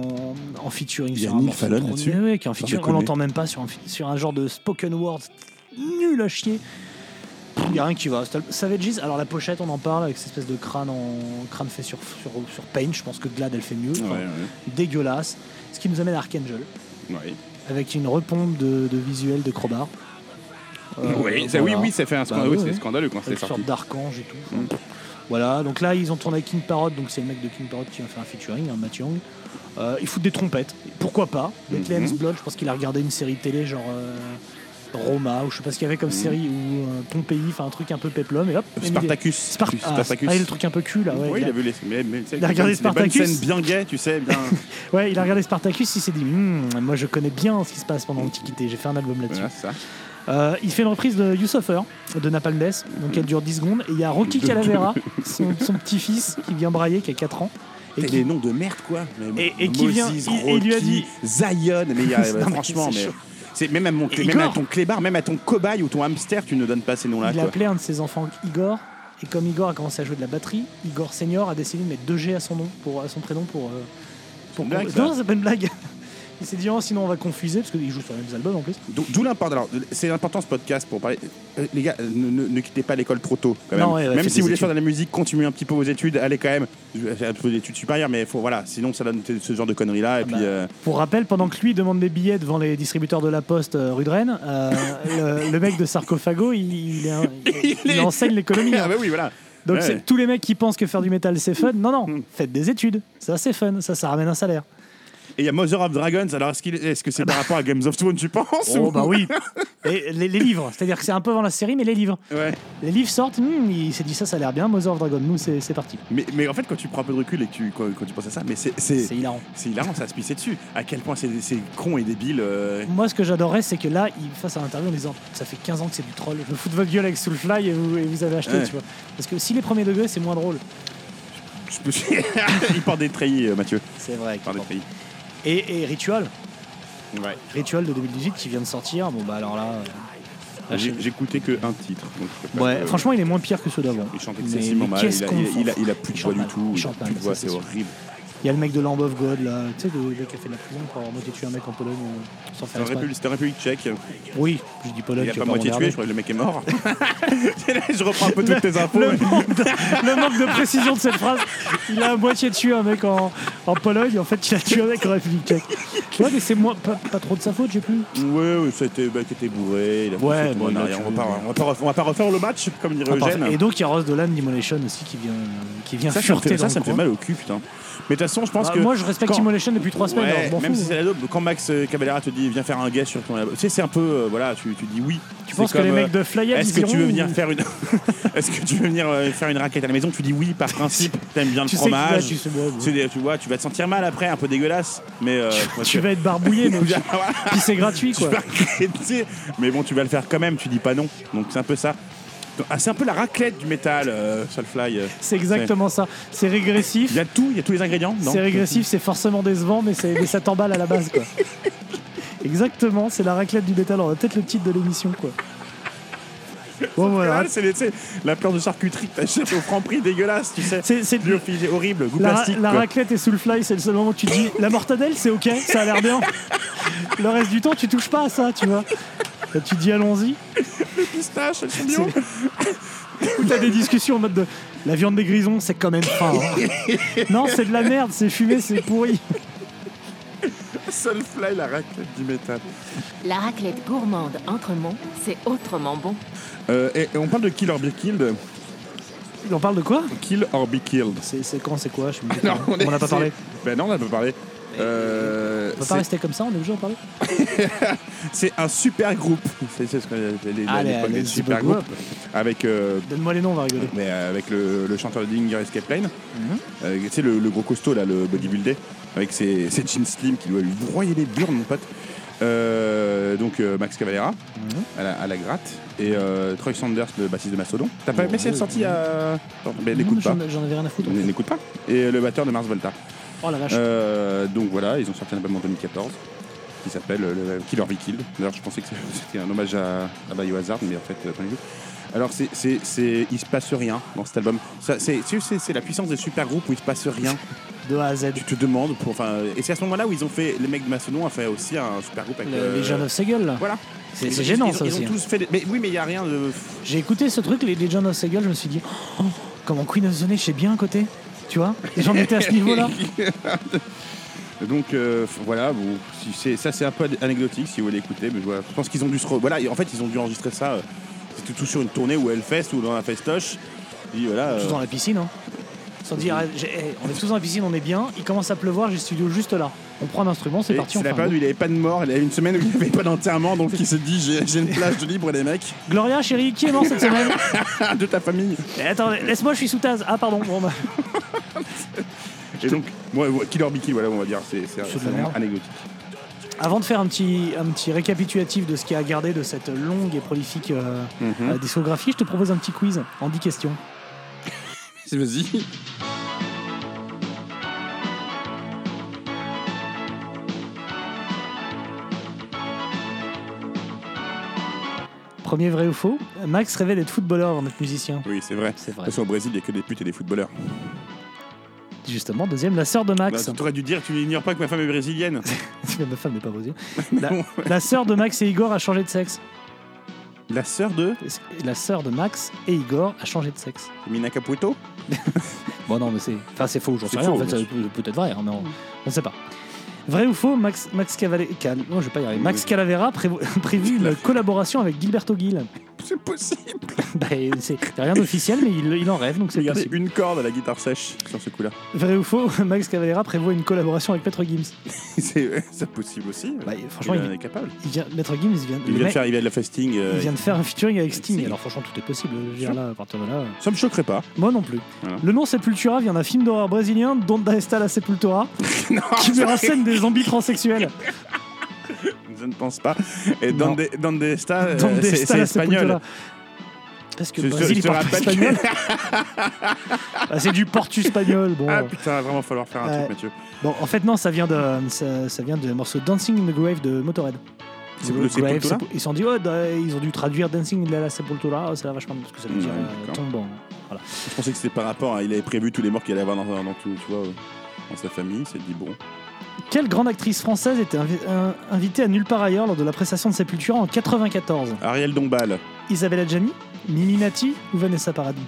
[SPEAKER 1] en, en featuring.
[SPEAKER 3] Il y a
[SPEAKER 1] sur un
[SPEAKER 3] Neil
[SPEAKER 1] morceau de
[SPEAKER 3] Fallon
[SPEAKER 1] Brown.
[SPEAKER 3] là-dessus
[SPEAKER 1] Ouais, ouais, qui est en
[SPEAKER 3] Sans
[SPEAKER 1] featuring. On
[SPEAKER 3] déconner.
[SPEAKER 1] l'entend même pas sur un, fi- sur un genre de spoken word nul à chier. Il y a rien qui va. Cet al- Savages, alors la pochette, on en parle avec cette espèce de crâne en crâne fait sur, sur, sur Paint. Je pense que Glad elle fait mieux. Enfin,
[SPEAKER 3] Ouais, ouais.
[SPEAKER 1] Dégueulasse. Ce qui nous amène à Archangel
[SPEAKER 3] Ouais.
[SPEAKER 1] avec une repompe de, de visuel de Crowbar. Euh, Bah
[SPEAKER 12] Oui, ça- oui, oui, ça fait un scandale- oui, c'était scandaleux quand c'était
[SPEAKER 1] Avec Une sorte
[SPEAKER 12] sorti. Mm.
[SPEAKER 1] d'archange et tout. Enfin, Voilà, donc là ils ont tourné avec King Parrot, donc c'est le mec de King Parrot qui a fait un featuring, hein, Matt Young. Euh, ils foutent des trompettes, pourquoi pas Bethlehem
[SPEAKER 12] Mhm.
[SPEAKER 1] Blood, je pense qu'il a regardé une série télé genre euh, Roma, ou je sais pas ce qu'il y avait comme
[SPEAKER 12] Mm.
[SPEAKER 1] série, ou euh, Pompéi, enfin un truc un peu peplum, et hop. il a mis des-
[SPEAKER 3] Spartacus.
[SPEAKER 1] Spart- ah,
[SPEAKER 3] Spartacus.
[SPEAKER 1] ah, et le truc un peu cul là, ouais.
[SPEAKER 3] Oui,
[SPEAKER 1] il
[SPEAKER 3] il
[SPEAKER 1] a-
[SPEAKER 3] a vu les. Mais, mais, tu sais,
[SPEAKER 1] Il a regardé
[SPEAKER 3] les bonnes
[SPEAKER 1] Spartacus.
[SPEAKER 3] scènes bien gay, tu sais, bien.
[SPEAKER 1] Ouais, il a regardé Spartacus, il s'est dit Hmm, moi je connais bien ce qui se passe pendant l'Antiquité, j'ai fait un album là-dessus.
[SPEAKER 12] Voilà, ça.
[SPEAKER 1] Euh, il fait une reprise de You Suffer de Napalm Death, donc elle dure 10 secondes. Et il y a Rocky Calavera, son, son petit-fils, qui vient brailler, qui a 4 ans. Et
[SPEAKER 3] Et
[SPEAKER 1] qui,
[SPEAKER 3] les noms de merde quoi. Mais
[SPEAKER 1] Et- et qui vient-
[SPEAKER 3] Moses,
[SPEAKER 1] il- il lui a
[SPEAKER 3] Rocky,
[SPEAKER 1] dit-
[SPEAKER 3] Zion. Mais il y a-
[SPEAKER 1] Non, mais
[SPEAKER 3] franchement,
[SPEAKER 1] c'est
[SPEAKER 3] mais
[SPEAKER 1] chaud.
[SPEAKER 3] c'est même à mon clé-
[SPEAKER 1] Et
[SPEAKER 3] même à
[SPEAKER 1] Igor.
[SPEAKER 3] ton clébard, même à ton cobaye ou ton hamster, tu ne donnes pas ces noms-là.
[SPEAKER 1] il a
[SPEAKER 3] quoi.
[SPEAKER 1] appelé un de ses enfants Igor. Et comme Igor a commencé à jouer de la batterie, Igor Senior a décidé de mettre 2G à son, nom pour, à son prénom pour. euh, pour
[SPEAKER 3] C'est une blague,
[SPEAKER 1] non,
[SPEAKER 3] ça.
[SPEAKER 1] c'est pas une blague. Il s'est dit, Oh, sinon on va confuser, parce qu'il joue sur les mêmes albums en plus.
[SPEAKER 3] D'où d'où l'importance. Alors, c'est important ce podcast pour parler. Euh, Les gars, ne, ne- ne quittez pas l'école trop tôt. Quand même
[SPEAKER 1] Non, ouais, ouais,
[SPEAKER 3] même
[SPEAKER 1] faites
[SPEAKER 3] si
[SPEAKER 1] des
[SPEAKER 3] vous voulez
[SPEAKER 1] études.
[SPEAKER 3] faire de la musique, continuez un petit peu vos études. Allez quand même faites un peu d'études supérieures, mais faut voilà. Sinon, ça donne t- ce genre de conneries
[SPEAKER 1] Ah
[SPEAKER 3] là. Et puis, euh,
[SPEAKER 1] Bah, Pour rappel, pendant que lui demande des billets devant les distributeurs de la Poste euh, rue de Rennes, euh, le, le mec de Sarcophago, il, il est un- il- il enseigne l'économie. hein.
[SPEAKER 3] ah bah oui, voilà.
[SPEAKER 1] Donc
[SPEAKER 3] Ouais, Mm.
[SPEAKER 1] c'est-
[SPEAKER 3] ouais.
[SPEAKER 1] tous les mecs qui pensent que faire du métal c'est fun, non non, faites des études, ça c'est fun, ça ça ramène un salaire.
[SPEAKER 3] Et il y a Mother of Dragons. Alors, est-ce qu'il- est-ce que c'est par rapport à Games of Thrones, tu penses
[SPEAKER 1] Ah bah. Oh
[SPEAKER 3] ou-
[SPEAKER 1] bah oui. Et les, les livres, c'est-à-dire que c'est un peu avant la série, mais les livres.
[SPEAKER 3] Ouais.
[SPEAKER 1] Les livres sortent, hmm, il s'est dit ça ça a l'air bien, Mother of Dragon, nous c'est c'est parti.
[SPEAKER 3] Mais, mais en fait, quand tu prends un peu de recul et que tu, quand, quand tu penses à ça, mais c'est c'est
[SPEAKER 1] C'est hilarant.
[SPEAKER 3] c'est hilarant, ça se pissait dessus. À quel point c'est c'est con et débile. euh,
[SPEAKER 1] Moi ce que j'adorais c'est que là, il fasse un interview en disant ça fait 15 ans que c'est du troll, je me fous de votre gueule avec Soulfly et vous, et vous avez acheté,
[SPEAKER 3] Ouais.
[SPEAKER 1] tu vois. Parce que si les premiers degrés c'est moins drôle.
[SPEAKER 3] je peux- il porte des treillis, euh, Mathieu.
[SPEAKER 1] C'est vrai.
[SPEAKER 3] Il porte des treillis.
[SPEAKER 1] Et, et Ritual,
[SPEAKER 3] Ouais.
[SPEAKER 1] Ritual de 2018 qui vient de sortir, bon bah alors là... euh, là, je-
[SPEAKER 3] J'ai j'ai écouté que un titre. donc je peux pas
[SPEAKER 1] Ouais,
[SPEAKER 3] te-
[SPEAKER 1] franchement, il est moins pire que ceux d'avant.
[SPEAKER 3] Il chante
[SPEAKER 1] Mais-
[SPEAKER 3] excessivement
[SPEAKER 1] mais
[SPEAKER 3] mal.
[SPEAKER 1] qu'est-ce
[SPEAKER 3] Il a,
[SPEAKER 1] qu'on
[SPEAKER 3] il a-
[SPEAKER 1] s'en
[SPEAKER 3] il a-
[SPEAKER 1] fout.
[SPEAKER 3] il a plus de
[SPEAKER 1] Il
[SPEAKER 3] voix
[SPEAKER 1] chante
[SPEAKER 3] du
[SPEAKER 1] mal, il
[SPEAKER 3] tout. Il a
[SPEAKER 1] chante
[SPEAKER 3] plus de
[SPEAKER 1] mal,
[SPEAKER 3] voix,
[SPEAKER 1] ça,
[SPEAKER 3] c'est
[SPEAKER 1] c'est
[SPEAKER 3] horrible.
[SPEAKER 1] Il y a le mec de Lamb of God là, tu sais, le le mec qui a fait de la prison pour avoir moitié tué un mec en Pologne euh, sans
[SPEAKER 3] C'est
[SPEAKER 1] faire
[SPEAKER 3] en
[SPEAKER 1] exprès.
[SPEAKER 3] République- C'était en République tchèque.
[SPEAKER 1] Oui, je dis Pologne.
[SPEAKER 3] Il a
[SPEAKER 1] tu vas
[SPEAKER 3] pas
[SPEAKER 1] me
[SPEAKER 3] moitié tué,
[SPEAKER 1] regarder.
[SPEAKER 3] je crois que le mec est mort. je reprends un peu toutes tes infos.
[SPEAKER 1] Le manque, de, le manque de précision de cette phrase, il a à moitié tué un mec en, en Pologne, en fait il a tué un mec en République tchèque. Ouais, mais c'est moins- pas, pas trop de sa faute, j'ai plus.
[SPEAKER 3] Ouais, ouais, c'était bah, qui était bourré. Il a
[SPEAKER 1] Ouais,
[SPEAKER 3] fait tout
[SPEAKER 1] bon,
[SPEAKER 3] en
[SPEAKER 1] il a
[SPEAKER 3] arrière.
[SPEAKER 1] tué-
[SPEAKER 3] on va, pas, on, va pas refaire, on va pas refaire le match comme dirait Eugène.
[SPEAKER 1] Et donc il y a Rose Dolan Demolition aussi qui vient, qui vient
[SPEAKER 3] ça, ça, me
[SPEAKER 1] fureter
[SPEAKER 3] fait,
[SPEAKER 1] dans
[SPEAKER 3] ça, ça
[SPEAKER 1] le
[SPEAKER 3] me fait
[SPEAKER 1] coin.
[SPEAKER 3] mal au cul, putain. Mais de toute façon, je pense
[SPEAKER 1] Bah,
[SPEAKER 3] que.
[SPEAKER 1] moi, je respecte
[SPEAKER 3] quand-
[SPEAKER 1] Immolation depuis trois semaines,
[SPEAKER 3] Ouais,
[SPEAKER 1] alors je m'en
[SPEAKER 3] même
[SPEAKER 1] fous,
[SPEAKER 3] si c'est la dope, quand Max euh, Cavalera te dit viens faire un guest sur ton album, tu sais, c'est un peu. euh, voilà, tu, tu dis oui.
[SPEAKER 1] Tu
[SPEAKER 3] C'est
[SPEAKER 1] penses que les
[SPEAKER 3] euh,
[SPEAKER 1] mecs de Fly Up,
[SPEAKER 3] Est-ce
[SPEAKER 1] ils
[SPEAKER 3] que tu veux
[SPEAKER 1] iront
[SPEAKER 3] venir
[SPEAKER 1] ou-
[SPEAKER 3] faire une. Est-ce que tu veux venir euh, faire une raquette à la maison Tu dis oui par principe, t'aimes bien le
[SPEAKER 1] Tu sais que tu vas-
[SPEAKER 3] fromage.
[SPEAKER 1] tu sais, ouais, ouais.
[SPEAKER 3] C'est des- tu vois, tu vas te sentir mal après, un peu dégueulasse. Mais. euh, parce
[SPEAKER 1] Tu
[SPEAKER 3] que-
[SPEAKER 1] vas être barbouillé, mais
[SPEAKER 3] Voilà.
[SPEAKER 1] puis c'est gratuit
[SPEAKER 3] Tu
[SPEAKER 1] quoi.
[SPEAKER 3] vas regretter. Mais bon, tu vas le faire quand même, tu dis pas non. Donc c'est un peu ça. Donc, ah, c'est un peu la raclette du métal, euh, Soulfly. euh.
[SPEAKER 1] C'est exactement ça. C'est régressif.
[SPEAKER 3] Il y a tout, il y a tous les ingrédients. non
[SPEAKER 1] C'est régressif, c'est forcément décevant, mais, c'est- mais ça t'emballe à la base, quoi. Exactement, c'est la raclette du métal. On a peut-être le titre de l'émission, quoi. Bon, voilà.
[SPEAKER 3] Ah, c'est les- tu sais, la planche de charcuterie que t'achètes au franc prix dégueulasse, tu sais.
[SPEAKER 1] C'est- c'est-
[SPEAKER 3] Lyophilisé, horrible, goût
[SPEAKER 1] La, ra-
[SPEAKER 3] plastique.
[SPEAKER 1] la
[SPEAKER 3] quoi.
[SPEAKER 1] raclette et sous le fly, c'est le seul moment où tu te dis la mortadelle, c'est ok, ça a l'air bien. Le reste du temps, tu touches pas à ça, tu vois. Là, tu te dis allons-y.
[SPEAKER 3] pistache, elles sont
[SPEAKER 1] bio. Ou t'as des discussions en mode de la viande des grisons, c'est quand même fin. hein. Non, c'est de la merde, c'est fumé, c'est pourri.
[SPEAKER 3] Soulfly, la raclette du métal.
[SPEAKER 15] La raclette gourmande Entremont, c'est autrement bon.
[SPEAKER 3] Euh, et, et on parle de Kill or Be Killed.
[SPEAKER 1] On parle de quoi
[SPEAKER 3] Kill or Be Killed.
[SPEAKER 1] C'est quand, c'est quoi Je suis
[SPEAKER 3] Non,
[SPEAKER 1] on n'a pas
[SPEAKER 3] c'est-
[SPEAKER 1] parlé.
[SPEAKER 3] Ben non, on n'a pas parlé. Euh,
[SPEAKER 1] On va
[SPEAKER 3] c'est-
[SPEAKER 1] pas rester comme ça, on est obligé d'en parler.
[SPEAKER 3] c'est un super groupe. C'est c'est ce qu'on les, les,
[SPEAKER 1] Allez,
[SPEAKER 3] l'époque
[SPEAKER 1] allez,
[SPEAKER 3] des
[SPEAKER 1] dis
[SPEAKER 3] super
[SPEAKER 1] beaucoup.
[SPEAKER 3] groupes. Avec, euh,
[SPEAKER 1] Donne-moi les noms, on va rigoler.
[SPEAKER 3] mais euh, avec le, le chanteur de Dinger Escape Plane. Euh, tu sais, le, le gros costaud, là, le bodybuildé, avec ses, ses jeans slim qui doit lui broyer les burnes, mon pote. Euh, donc euh, Max Cavalera à, la, à la gratte et euh, Troy Sanders, le bassiste de Mastodon. T'as pas aimé cette sortie à. Attends, Mais
[SPEAKER 1] Non,
[SPEAKER 3] n'écoute pas.
[SPEAKER 1] j'en- J'en avais rien à foutre.
[SPEAKER 3] N- N'écoute pas. Et le batteur de Mars Volta.
[SPEAKER 1] Oh la vache.
[SPEAKER 3] Euh, donc voilà, ils ont sorti un album en 2014 qui s'appelle euh, le Killer Be Killed. D'ailleurs, je pensais que c'était un hommage à, à Biohazard, mais en fait, euh, pas du tout. Alors, c'est, c'est, c'est- il se passe rien dans cet album. Ça, c'est, c'est, c'est- c'est la puissance des super groupes où il se passe rien.
[SPEAKER 1] De A à Z.
[SPEAKER 3] Tu te demandes. Pour, enfin, et c'est à ce moment-là où ils ont fait. Les mecs de Massonnon ont fait aussi un super groupe avec.
[SPEAKER 1] Le-
[SPEAKER 3] euh,
[SPEAKER 1] Les John of Segel, là.
[SPEAKER 3] Voilà.
[SPEAKER 1] C'est
[SPEAKER 3] Ils-
[SPEAKER 1] c'est
[SPEAKER 3] ils-
[SPEAKER 1] gênant,
[SPEAKER 3] ils,
[SPEAKER 1] ça
[SPEAKER 3] ils
[SPEAKER 1] aussi. hein.
[SPEAKER 3] ont tous fait. des- Mais oui, mais il n'y a rien de.
[SPEAKER 1] J'ai écouté ce truc, les Legends of Seagull, je me suis dit, oh, comment Queen of the Niche est bien à côté, tu vois J'en étais à ce niveau-là.
[SPEAKER 3] Donc euh, f- voilà, bon, si c'est, ça c'est un peu anecdotique si vous voulez écouter, mais voilà, je pense qu'ils ont dû se re- voilà, en fait ils ont dû enregistrer ça, euh, c'était tout sur une tournée ou Hellfest ou dans la festoche. Et voilà,
[SPEAKER 1] Tous
[SPEAKER 3] euh,
[SPEAKER 1] dans la piscine, hein. Ils se sont dit, ah, j'ai- eh, on est tous dans la piscine, on est bien. Il commence à pleuvoir, j'ai le studio juste là. On prend un instrument, c'est
[SPEAKER 3] et
[SPEAKER 1] parti, on
[SPEAKER 3] c'est la
[SPEAKER 1] fait un
[SPEAKER 3] période où il avait pas de mort, il y avait une semaine où il n'y avait pas d'enterrement, donc il s'est dit j'ai, j'ai une plage de libre les mecs.
[SPEAKER 1] groupe. Gloria, chérie, qui est mort cette semaine
[SPEAKER 3] de ta famille.
[SPEAKER 1] Eh, Attendez, laisse-moi, je suis sous tasse. Ah, pardon. Bon, bah,
[SPEAKER 3] Et donc, ouais, ouais, Killer Be Kill, voilà on va dire, c'est, c'est,
[SPEAKER 1] C'est de
[SPEAKER 3] c'est
[SPEAKER 1] la
[SPEAKER 3] vraiment
[SPEAKER 1] merde.
[SPEAKER 3] anecdotique.
[SPEAKER 1] Avant de faire un petit, un petit récapitulatif de ce qu'il y a à garder de cette longue et prolifique euh,
[SPEAKER 3] Mhm.
[SPEAKER 1] euh, discographie, je te propose un petit quiz en 10 questions.
[SPEAKER 3] Vas-y.
[SPEAKER 1] Premier vrai ou faux Max rêvait d'être footballeur avant d'être musicien.
[SPEAKER 3] Oui c'est vrai.
[SPEAKER 1] C'est vrai.
[SPEAKER 3] Parce qu'au Brésil il n'y a que des putes et des footballeurs.
[SPEAKER 1] Justement, deuxième, la sœur de Max.
[SPEAKER 3] Bah, t'aurais dû dire tu n'ignores pas que ma femme est brésilienne.
[SPEAKER 1] Ma femme n'est pas posée. La, la sœur de Max et Igor a changé de sexe.
[SPEAKER 3] La sœur de
[SPEAKER 1] La sœur de Max et Igor a changé de sexe.
[SPEAKER 3] Mina Caputo
[SPEAKER 1] Bon, non, mais c'est. Enfin, c'est faux, j'en sais
[SPEAKER 3] C'est
[SPEAKER 1] rien. En
[SPEAKER 3] faux,
[SPEAKER 1] fait,
[SPEAKER 3] bien
[SPEAKER 1] ça peut- peut-être vrai, hein, mais on on ne sait pas. Vrai ou faux, Max, Max, Cavale- Cal- non, je vais pas y arriver. Max Calavera prévo- prévu une collaboration avec Gilberto Gil.
[SPEAKER 3] C'est possible.
[SPEAKER 1] Bah, c'est c'est rien d'officiel, mais il, il en rêve, donc c'est
[SPEAKER 3] Regardez
[SPEAKER 1] possible.
[SPEAKER 3] une corde à la guitare sèche sur ce coup-là.
[SPEAKER 1] Vrai ou faux, Max Cavalera prévoit une collaboration avec Maître Gims.
[SPEAKER 3] c'est c'est possible aussi.
[SPEAKER 1] franchement,
[SPEAKER 3] il, en
[SPEAKER 1] il-
[SPEAKER 3] est capable.
[SPEAKER 1] Il vient, Maître Gims vient, le
[SPEAKER 3] Il vient, de
[SPEAKER 1] mec-
[SPEAKER 3] faire, il vient de la fasting. euh,
[SPEAKER 1] il vient de faire un featuring avec Sting.
[SPEAKER 3] Sting.
[SPEAKER 1] Alors franchement, tout est possible. Je veux dire,
[SPEAKER 3] Sûr.
[SPEAKER 1] là, à partir de là. euh,
[SPEAKER 3] Ça me choquerait pas.
[SPEAKER 1] Moi non plus.
[SPEAKER 3] Voilà.
[SPEAKER 1] Le nom Sepultura vient d'un film d'horreur brésilien, Don da Esta la Sepultura, qui met en scène des zombies transsexuels.
[SPEAKER 3] Je ne pense pas. Et
[SPEAKER 1] Non.
[SPEAKER 3] dans des, dans des stas, euh,
[SPEAKER 1] Don da
[SPEAKER 3] c'est
[SPEAKER 1] Esta
[SPEAKER 3] c'est
[SPEAKER 1] la
[SPEAKER 3] espagnol.
[SPEAKER 1] Sepultura. Parce que
[SPEAKER 3] Je-
[SPEAKER 1] le
[SPEAKER 3] je-
[SPEAKER 1] Brésil,
[SPEAKER 3] je
[SPEAKER 1] il
[SPEAKER 3] te
[SPEAKER 1] parle pas
[SPEAKER 3] rappelle que-
[SPEAKER 1] espagnol. Ah, c'est du portu espagnol. Bon.
[SPEAKER 3] Ah putain, va vraiment falloir faire un
[SPEAKER 1] Ouais.
[SPEAKER 3] truc, Mathieu.
[SPEAKER 1] bon, en fait, non, ça vient de ça, ça vient du morceau Dancing in the Grave de Motorhead.
[SPEAKER 3] C'est
[SPEAKER 1] The
[SPEAKER 3] le Sepultura
[SPEAKER 1] Sepul- Ils se sont dit, oh, da- ils ont dû traduire Dancing in la Sepultura, oh, c'est la vachement parce que ça veut
[SPEAKER 3] Mm,
[SPEAKER 1] dire euh,
[SPEAKER 3] d'accord.
[SPEAKER 1] tombant.
[SPEAKER 3] Je pensais que c'était par rapport à. Il avait prévu tous les morts qu'il allait avoir dans, dans, tout, tu vois, euh, dans sa famille. Il s'est dit bon.
[SPEAKER 1] Quelle grande actrice française était invi- un- invitée à nulle part ailleurs lors de la prestation de Sepultura en 94
[SPEAKER 3] Ariel Dombal.
[SPEAKER 1] Isabella Gianni, Mimi Mati ou Vanessa Paradis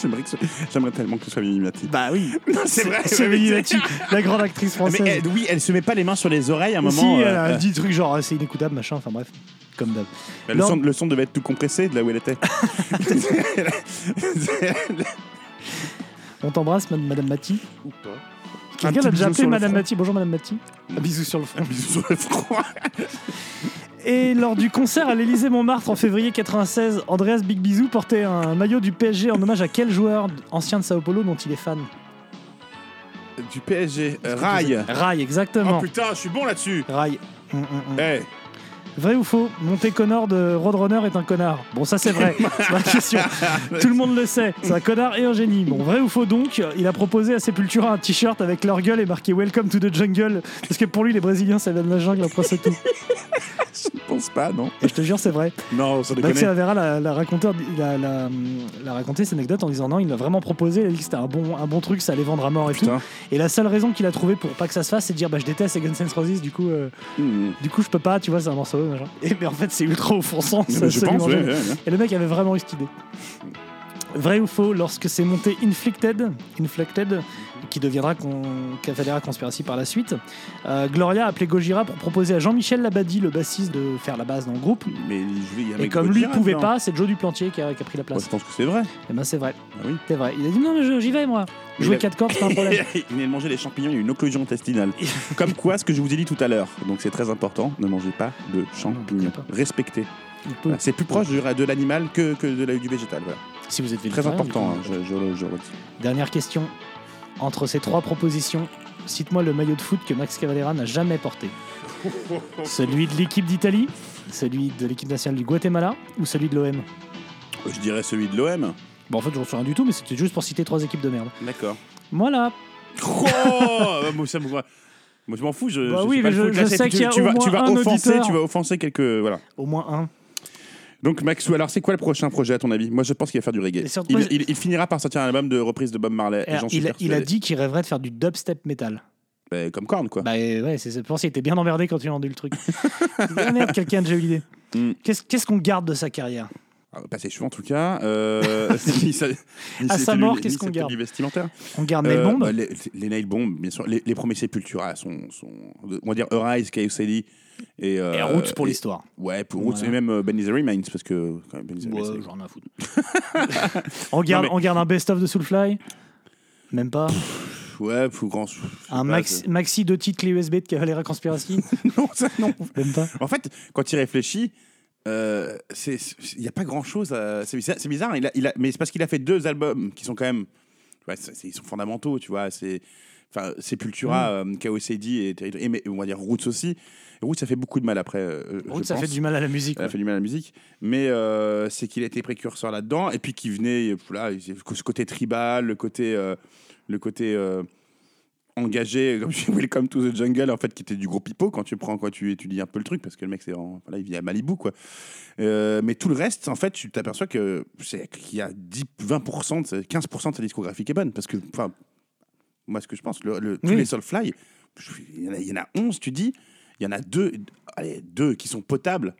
[SPEAKER 3] J'aimerais que ce- j'aimerais tellement que ce soit Minimati.
[SPEAKER 1] Bah oui,
[SPEAKER 3] Non, c'est vrai.
[SPEAKER 1] c'est
[SPEAKER 3] mais-
[SPEAKER 1] Mimi Mati, la grande actrice française.
[SPEAKER 3] Mais elle- oui, elle se met pas les mains sur les oreilles à un
[SPEAKER 1] Si,
[SPEAKER 3] moment.
[SPEAKER 1] elle
[SPEAKER 3] euh,
[SPEAKER 1] a dit des trucs genre ah, c'est inécoutable, machin, enfin bref, comme d'hab.
[SPEAKER 3] Bah, le,
[SPEAKER 1] Non.
[SPEAKER 3] son, le son devait être tout compressé de là où elle était.
[SPEAKER 1] On t'embrasse, mad- Madame Mati.
[SPEAKER 3] Ou pas.
[SPEAKER 1] Quelqu'un
[SPEAKER 3] petit
[SPEAKER 1] l'a déjà
[SPEAKER 3] bisou sur
[SPEAKER 1] appelé
[SPEAKER 3] le
[SPEAKER 1] Madame
[SPEAKER 3] front.
[SPEAKER 1] Mati. Bonjour Madame Mati. Un bisou sur le front.
[SPEAKER 3] Bisous sur le front.
[SPEAKER 1] Et lors du concert à l'Elysée Montmartre en février 96, Andreas Big Bisou portait un maillot du PSG en hommage à quel joueur ancien de Sao Paulo dont il est fan
[SPEAKER 3] Du PSG. euh, Rail.
[SPEAKER 1] Rai,
[SPEAKER 3] Oh
[SPEAKER 1] exactement.
[SPEAKER 3] putain, je suis bon là-dessus.
[SPEAKER 1] Rai. Mm, mm, mm.
[SPEAKER 3] Eh,
[SPEAKER 1] Vrai ou faux Monté Connor de Roadrunner est un connard. Bon, ça c'est vrai, c'est ma question. Tout le monde le sait, c'est un connard et un génie. Bon, vrai ou faux donc Il a proposé à Sepultura un t-shirt avec leur gueule et marqué Welcome to the jungle. Parce que pour lui, les Brésiliens, ça vient de la jungle, après c'est tout.
[SPEAKER 3] je ne pense pas, non. Bah,
[SPEAKER 1] Et je te jure, c'est vrai.
[SPEAKER 3] Non, ça déconne.
[SPEAKER 1] Max Bah, Avera l'a l'a raconté, il a, l'a- hum, l'a raconté cette anecdote en disant non, il l'a vraiment proposé, il a dit que c'était un bon, un bon truc, ça allait vendre à mort et
[SPEAKER 3] Putain.
[SPEAKER 1] tout. Et la seule raison qu'il a trouvé pour pas que ça se fasse, c'est de dire bah je déteste les Guns N' Roses, du coup, euh,
[SPEAKER 3] Mmh.
[SPEAKER 1] du coup je peux pas, tu vois, c'est un morceau. Machin. Et mais en fait c'est ultra offensant,
[SPEAKER 3] Mais
[SPEAKER 1] c'est
[SPEAKER 3] je pense,
[SPEAKER 1] absolument
[SPEAKER 3] ouais,
[SPEAKER 1] génial.
[SPEAKER 3] ouais, ouais.
[SPEAKER 1] Et le mec avait vraiment eu cette idée. Vrai ou faux, lorsque c'est monté Inflicted, Inflicted qui deviendra con... Cavalera Conspiracy par la suite, euh, Gloria a appelé Gojira pour proposer à Jean-Michel Labadie, le bassiste, de faire la basse dans le groupe.
[SPEAKER 3] Mais je vais y
[SPEAKER 1] Et
[SPEAKER 3] avec
[SPEAKER 1] comme lui
[SPEAKER 3] Gojira,
[SPEAKER 1] ne pouvait
[SPEAKER 3] non
[SPEAKER 1] pas, c'est Joe Duplantier qui a, qui a pris la
[SPEAKER 3] Moi,
[SPEAKER 1] place.
[SPEAKER 3] je pense que c'est vrai.
[SPEAKER 1] Eh ben c'est vrai.
[SPEAKER 3] oui.
[SPEAKER 1] C'est vrai. Il a dit non, mais je- j'y vais moi. Jouer
[SPEAKER 3] Il a-
[SPEAKER 1] 4 cordes, c'est pas un problème.
[SPEAKER 3] il venait de manger les champignons, il y a eu une occlusion intestinale. Comme quoi, ce que je vous ai dit tout à l'heure. Donc c'est très important, ne mangez pas de champignons. Respectez. Voilà, C'est plus proche du- de l'animal que, que de la, du végétal. voilà.
[SPEAKER 1] Si vous êtes
[SPEAKER 3] Très
[SPEAKER 1] végétarien,
[SPEAKER 3] important,
[SPEAKER 1] du
[SPEAKER 3] hein, je, je le- je le redis.
[SPEAKER 1] Dernière question. Entre ces trois propositions, cite-moi le maillot de foot que Max Cavalera n'a jamais porté. Celui de l'équipe d'Italie, celui de l'équipe nationale du Guatemala ou celui de l'OM
[SPEAKER 3] Euh, Je dirais celui de l'OM.
[SPEAKER 1] Bon, en fait, je ne sais rien du tout, mais c'était juste pour citer trois équipes de merde.
[SPEAKER 3] D'accord.
[SPEAKER 1] Voilà.
[SPEAKER 3] Oh moi, ça me- moi, je m'en fous. Je,
[SPEAKER 1] Bah
[SPEAKER 3] je
[SPEAKER 1] oui,
[SPEAKER 3] sais pas
[SPEAKER 1] mais
[SPEAKER 3] le
[SPEAKER 1] je-
[SPEAKER 3] foot, là,
[SPEAKER 1] je
[SPEAKER 3] c'est-
[SPEAKER 1] sais
[SPEAKER 3] tu-
[SPEAKER 1] qu'il y a
[SPEAKER 3] tu
[SPEAKER 1] au
[SPEAKER 3] vas-
[SPEAKER 1] moins
[SPEAKER 3] tu vas
[SPEAKER 1] un
[SPEAKER 3] offenser,
[SPEAKER 1] auditeur.
[SPEAKER 3] Tu vas offenser quelques. Voilà.
[SPEAKER 1] Au moins un.
[SPEAKER 3] Donc Maxou, alors c'est quoi le prochain projet à ton avis Moi je pense qu'il va faire du reggae.
[SPEAKER 1] sur-
[SPEAKER 3] Il, il- il finira par sortir un album de reprise de Bob Marley. et
[SPEAKER 1] Alors,
[SPEAKER 3] j'en suis
[SPEAKER 1] il, a- il a
[SPEAKER 3] persuadé.
[SPEAKER 1] dit qu'il rêverait de faire du dubstep metal.
[SPEAKER 3] Bah, comme Korn quoi.
[SPEAKER 1] Bah euh, ouais, c'est c'est pour ça qu'il était bien emmerdé quand il a rendu le truc. Il dit, ah merde, quelqu'un a déjà eu l'idée.
[SPEAKER 3] Hmm.
[SPEAKER 1] Qu'est-ce qu'est-ce qu'on garde de sa carrière
[SPEAKER 3] Ah, bah, c'est chaud en tout cas. Euh, ni sa- ni
[SPEAKER 1] À
[SPEAKER 3] ses
[SPEAKER 1] sa
[SPEAKER 3] tenues-
[SPEAKER 1] mort,
[SPEAKER 3] ni
[SPEAKER 1] qu'est-ce
[SPEAKER 3] ses
[SPEAKER 1] qu'on garde
[SPEAKER 3] tenues vestimentaires.
[SPEAKER 1] On garde Nail Bomb
[SPEAKER 3] bah, les, les Nail Bomb, bien sûr. Les, les premiers Sepultura sont, sont- On va dire Arise, Chaos Ellie Et, euh,
[SPEAKER 1] Et Roots pour l'histoire.
[SPEAKER 3] Ouais, pour Roots
[SPEAKER 1] Voilà.
[SPEAKER 3] et même euh, Benny the Remains, parce que quand même, Benny the
[SPEAKER 1] Ouais,
[SPEAKER 3] Remains, c'est-
[SPEAKER 1] j'en ai à foutre. on, garde,
[SPEAKER 3] Non, mais-
[SPEAKER 1] on garde un best-of de Soulfly Même pas
[SPEAKER 3] Ouais, plus grand. bah, je sais
[SPEAKER 1] Un
[SPEAKER 3] pas,
[SPEAKER 1] max-
[SPEAKER 3] c'est-
[SPEAKER 1] maxi de titres clé USB de Cavalera Conspiracy
[SPEAKER 3] Non, ça, non.
[SPEAKER 1] Même pas.
[SPEAKER 3] En fait, quand il réfléchit, euh, c'est- c'est- il n'y a pas grand chose. C'est bizarre, c'est bizarre, il a- il a- mais c'est parce qu'il a fait deux albums qui sont quand même. ouais, c'est- c'est- ils sont fondamentaux, tu vois. C'est. Enfin,
[SPEAKER 1] Mm.
[SPEAKER 3] Sepultura, euh, Chaos Eddy et, Territory- et mais, on va dire Roots aussi. Roots, ça fait beaucoup de mal après. euh, je
[SPEAKER 1] Roots, ça
[SPEAKER 3] pense.
[SPEAKER 1] fait du mal à la musique.
[SPEAKER 3] Ça
[SPEAKER 1] ouais.
[SPEAKER 3] fait du mal à la musique. Mais euh, c'est qu'il a été précurseur là-dedans. Et puis qu'il venait, euh, voilà, il- ce côté tribal, le côté, euh, le côté euh, engagé, comme chez Welcome to the Jungle, en fait, qui était du gros pipeau quand tu prends, quand tu étudies un peu le truc, parce que le mec, c'est en- voilà, il vit à Malibu, quoi. Euh, mais tout le reste, en fait, tu t'aperçois que c'est- qu'il y a 10, 20%, de sa- 15% de sa discographie qui est bonne. Parce que, enfin, moi, ce que je pense, le, le- tous
[SPEAKER 1] Oui.
[SPEAKER 3] les Soulfly, je- il y en a- il y, en a 11, tu dis, il y en a deux, allez, deux qui sont potables.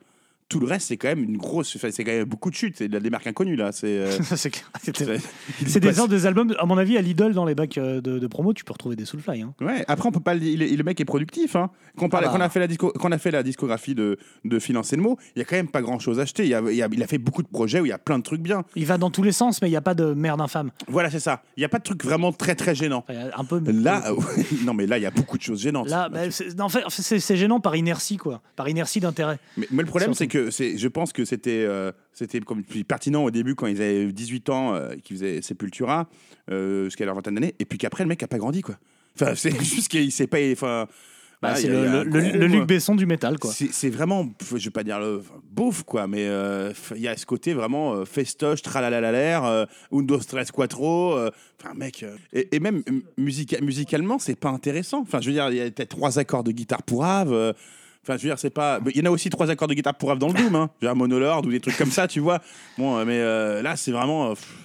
[SPEAKER 3] Tout le reste, c'est quand même une grosse. enfin, C'est quand même beaucoup de chutes. C'est de la démarque inconnue, là. C'est euh,
[SPEAKER 1] C'est clair. C'était-
[SPEAKER 3] il
[SPEAKER 1] C'est
[SPEAKER 3] passe-
[SPEAKER 1] des ordres des albums, à mon avis, à l'idole dans les bacs euh, de, de promo, tu peux retrouver des Soulfly. hein.
[SPEAKER 3] Ouais, après on peut pas le il est- le mec est productif hein. Quand on parlait-
[SPEAKER 1] Ah bah.
[SPEAKER 3] quand on a fait la disco quand on a fait la discographie de de Phil Anselmo, il y a quand même pas grand-chose à acheter, il, y a- il y a- il a fait beaucoup de projets où il y a plein de trucs bien.
[SPEAKER 1] Il va dans tous les sens, mais il n'y a pas de merde infâme.
[SPEAKER 3] Voilà, c'est ça. Il y a pas de trucs vraiment très très gênants.
[SPEAKER 1] Un peu
[SPEAKER 3] Là non mais là il y a beaucoup de choses gênantes.
[SPEAKER 1] Là, bah, c'est- en fait, c'est c'est gênant par inertie, quoi. Par inertie d'intérêt.
[SPEAKER 3] Mais, mais le problème,
[SPEAKER 1] Surtout.
[SPEAKER 3] c'est que c'est, je pense que c'était, euh, c'était comme puis pertinent au début quand ils avaient 18 ans, euh, qu'ils faisaient Sepultura, euh, jusqu'à leur vingtaine d'années, et puis qu'après, le mec a pas grandi, quoi. Enfin, c'est juste qu'il s'est pas.
[SPEAKER 1] Bah,
[SPEAKER 3] Enfin, voilà,
[SPEAKER 1] c'est
[SPEAKER 3] il y a-
[SPEAKER 1] le,
[SPEAKER 3] il y a
[SPEAKER 1] le,
[SPEAKER 3] un
[SPEAKER 1] le-
[SPEAKER 3] gros- euh,
[SPEAKER 1] le Luc Besson du métal, quoi.
[SPEAKER 3] C'est, c'est vraiment, pff, je vais pas dire le enfin, beauf, quoi, mais euh, f- il y a ce côté vraiment euh, festoche, tralalalalaire, euh, Undo Stress Quattro. euh, Enfin, mec. euh, et, et même euh, musica- musicalement, c'est pas intéressant. Enfin, je veux dire, il y a peut-être trois accords de guitare pour Ave. euh, Enfin, je veux dire, c'est pas. mais Il y en a aussi trois accords de guitare pour Ave dans le Doom, hein. Je veux dire, Monolord ou des trucs comme ça, tu vois. Bon, euh, mais euh, là, c'est vraiment. euh, pff,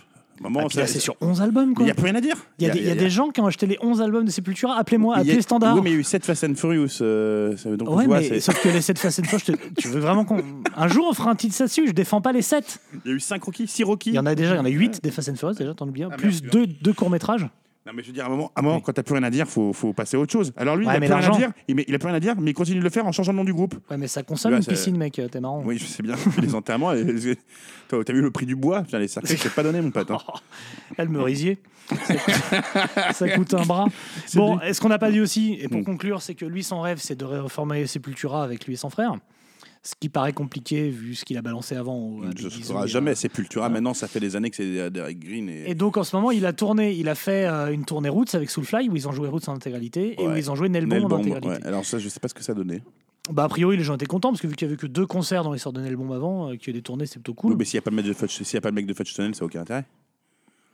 [SPEAKER 1] Ah,
[SPEAKER 3] moment,
[SPEAKER 1] puis là, c'est sur 11 albums,
[SPEAKER 3] Il
[SPEAKER 1] quoi.
[SPEAKER 3] n'y a plus rien à dire.
[SPEAKER 1] Il y a, des, il y a des gens qui ont acheté les 11 albums de Sepultura. Appelez-moi, appelez Standard.
[SPEAKER 3] Oui, mais il y a eu 7 Fast and Furious. euh, ça- donc,
[SPEAKER 1] ouais,
[SPEAKER 3] tu vois,
[SPEAKER 1] mais
[SPEAKER 3] c'est-
[SPEAKER 1] sauf que les 7 facettes fois, je te- tu veux vraiment qu'on. Un jour, on fera un titre là-dessus. Je défends pas les 7.
[SPEAKER 3] Il y a eu 5 Rocky, 6 Rocky.
[SPEAKER 1] Il y en a déjà, il y en a 8 des Fast and Furious, déjà, t'en oublies un.
[SPEAKER 3] Ah,
[SPEAKER 1] Plus
[SPEAKER 3] merde,
[SPEAKER 1] 2 deux courts-métrages.
[SPEAKER 3] Non, mais je veux dire, à un moment, à un moment quand t'as plus rien à dire, faut, faut passer à autre chose. Alors lui,
[SPEAKER 1] Ouais,
[SPEAKER 3] il, a
[SPEAKER 1] mais
[SPEAKER 3] plus rien à
[SPEAKER 1] l'argent.
[SPEAKER 3] dire, il, met- il a plus rien à dire, mais il continue de le faire en changeant le nom du groupe.
[SPEAKER 1] Ouais, mais ça consomme
[SPEAKER 3] Ouais,
[SPEAKER 1] une
[SPEAKER 3] ça-
[SPEAKER 1] piscine, mec, euh, t'es marrant.
[SPEAKER 3] Oui, je sais bien, les enterrements. et- T'as t'as vu le prix du bois Putain, Les cercueils, c'est pas donné, mon pote. hein.
[SPEAKER 1] Là, le Oh. merisier, ça, ça coûte un bras. Bon, est ce qu'on n'a pas dit aussi, et pour conclure, c'est que lui, son rêve, c'est de reformer Sepultura avec lui et son frère. Ce qui paraît compliqué vu ce qu'il a balancé avant. au- à
[SPEAKER 3] Je ne
[SPEAKER 1] Big Bisou
[SPEAKER 3] saurai
[SPEAKER 1] et à-
[SPEAKER 3] jamais Sepultura. Maintenant, ça fait des années que c'est euh, Derek Green. Et...
[SPEAKER 1] hein. Et donc en ce moment, il a tourné, il a fait euh, une tournée Roots avec Soulfly où ils ont joué Roots en intégralité et où
[SPEAKER 3] Ouais.
[SPEAKER 1] ils ont joué Nail Bomb
[SPEAKER 3] Nail
[SPEAKER 1] en
[SPEAKER 3] Bomb,
[SPEAKER 1] intégralité.
[SPEAKER 3] ouais. Alors ça, je sais pas ce que ça donnait.
[SPEAKER 1] Bah a priori, les gens étaient contents parce que vu qu'il y avait que deux concerts dans les sortes de Nail Bomb avant, euh, qu'il y ait des tournées, c'est plutôt cool.
[SPEAKER 3] Oui, mais s'il n'y a pas le mec de Fudge- s'il y a pas le mec de Fudge Tunnel, ça n'a aucun intérêt.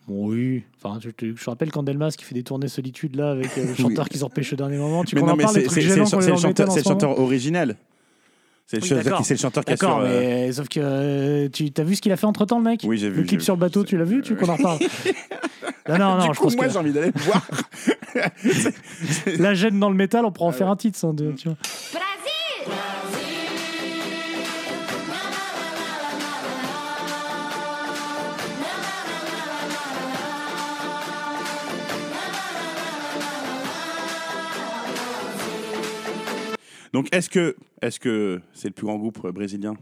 [SPEAKER 1] Bon, oui. Enfin, je, te- je rappelle qu'Andelmas qui fait des tournées solitude là avec euh, le chanteur qu'ils ont repêché au dernier moment, tu
[SPEAKER 3] Mais
[SPEAKER 1] qu'on
[SPEAKER 3] non,
[SPEAKER 1] en
[SPEAKER 3] mais
[SPEAKER 1] parle des
[SPEAKER 3] c'est-
[SPEAKER 1] trucs
[SPEAKER 3] c'est- c'est le
[SPEAKER 1] gênants qu'on met
[SPEAKER 3] chanteur- c'est
[SPEAKER 1] dans le
[SPEAKER 3] le chanteur-
[SPEAKER 1] métal en
[SPEAKER 3] c'est le
[SPEAKER 1] ce moment.
[SPEAKER 3] chanteur original. C'est le
[SPEAKER 1] Oui,
[SPEAKER 3] chanteur
[SPEAKER 1] d'accord.
[SPEAKER 3] qui- c'est le chanteur qui
[SPEAKER 1] D'accord,
[SPEAKER 3] assure. euh,
[SPEAKER 1] mais sauf que euh, tu as vu ce qu'il a fait entre temps, le mec
[SPEAKER 3] Oui, j'ai vu,
[SPEAKER 1] Le
[SPEAKER 3] j'ai
[SPEAKER 1] clip
[SPEAKER 3] vu.
[SPEAKER 1] sur le bateau, tu l'as vu Tu veux qu'on en reparle Non, non, non,
[SPEAKER 3] du
[SPEAKER 1] je
[SPEAKER 3] coup,
[SPEAKER 1] pense
[SPEAKER 3] moi,
[SPEAKER 1] que
[SPEAKER 3] j'ai envie d'aller le voir.
[SPEAKER 1] la gêne dans le métal, on pourra en faire un titre, ça, de- tu vois.
[SPEAKER 9] Brasil!
[SPEAKER 3] Donc est-ce que est-ce que c'est le plus grand groupe euh, brésilien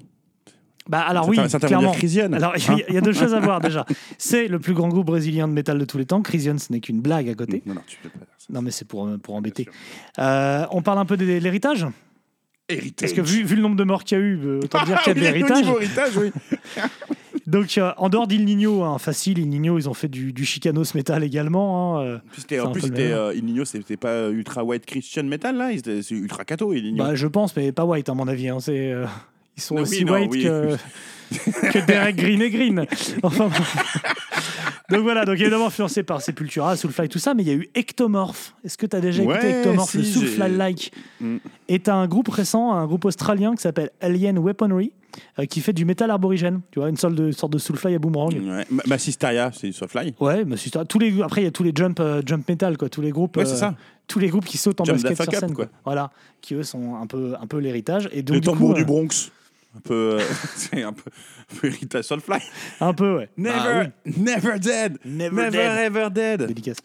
[SPEAKER 1] Bah alors oui,
[SPEAKER 3] Certains- certains vont
[SPEAKER 1] clairement.
[SPEAKER 3] dire Crisienne,
[SPEAKER 1] alors il y a-
[SPEAKER 3] hein.
[SPEAKER 1] il y, a deux choses à voir déjà. C'est le plus grand groupe brésilien de métal de tous les temps. Crisienne, ce n'est qu'une blague à côté.
[SPEAKER 3] Non, non, tu peux pas.
[SPEAKER 1] Non, mais c'est pour, euh, pour embêter. Euh, on parle un peu de l'héritage
[SPEAKER 3] Héritage.
[SPEAKER 1] Parce que vu, vu le nombre de morts qu'il y a eu, euh, autant dire
[SPEAKER 3] Ah,
[SPEAKER 1] qu'il y a de
[SPEAKER 3] oui, au
[SPEAKER 1] l'héritage.
[SPEAKER 3] niveau héritage, oui.
[SPEAKER 1] Donc euh, en dehors d'Il Nino, hein, facile, Il Nino, ils ont fait du, du chicanos métal également. hein, euh,
[SPEAKER 3] C'était-
[SPEAKER 1] c'est
[SPEAKER 3] en
[SPEAKER 1] un
[SPEAKER 3] plus,
[SPEAKER 1] peu le
[SPEAKER 3] c'était
[SPEAKER 1] même.
[SPEAKER 3] euh, Il Nino, c'était pas ultra white Christian metal là, il était- c'est ultra catho Il Nino.
[SPEAKER 1] Bah, je pense, mais pas white à mon avis. hein, c'est, euh, ils sont
[SPEAKER 3] Non, oui,
[SPEAKER 1] aussi
[SPEAKER 3] non,
[SPEAKER 1] white
[SPEAKER 3] oui.
[SPEAKER 1] que, que Derek Green et Green. Enfin, bon. donc voilà, donc évidemment influencé par Sepultura, Soulfly, tout ça, mais il y a eu Ectomorph. Est-ce que tu as déjà écouté
[SPEAKER 3] Ouais,
[SPEAKER 1] Ectomorph,
[SPEAKER 3] si,
[SPEAKER 1] le
[SPEAKER 3] j'ai-
[SPEAKER 1] Soulfly-like
[SPEAKER 3] Mm.
[SPEAKER 1] Et t'as un groupe récent, un groupe australien qui s'appelle Alien Weaponry, euh, qui fait du métal arborigène, tu vois, une sorte de, sorte de Soulfly à boomerang.
[SPEAKER 3] Ouais. Ma- Massisteria, c'est du softfly.
[SPEAKER 1] Ouais, mais c'est- tous les après il y a tous les jump euh, jump metal quoi, tous les groupes
[SPEAKER 3] Ouais, c'est
[SPEAKER 1] euh,
[SPEAKER 3] ça.
[SPEAKER 1] tous les groupes qui sautent en
[SPEAKER 3] Jump the
[SPEAKER 1] basket
[SPEAKER 3] fuck
[SPEAKER 1] sur
[SPEAKER 3] up,
[SPEAKER 1] scène
[SPEAKER 3] quoi.
[SPEAKER 1] quoi. Voilà, qui eux sont un peu un peu l'héritage et donc
[SPEAKER 3] Le
[SPEAKER 1] du coup,
[SPEAKER 3] tambour du
[SPEAKER 1] euh,
[SPEAKER 3] Bronx. Un peu, euh, c'est un peu, un peu héritage softfly.
[SPEAKER 1] un peu ouais.
[SPEAKER 3] Never,
[SPEAKER 1] Ah Bah oui.
[SPEAKER 3] never dead, never,
[SPEAKER 1] dead.
[SPEAKER 3] ever dead.
[SPEAKER 1] Dédicace.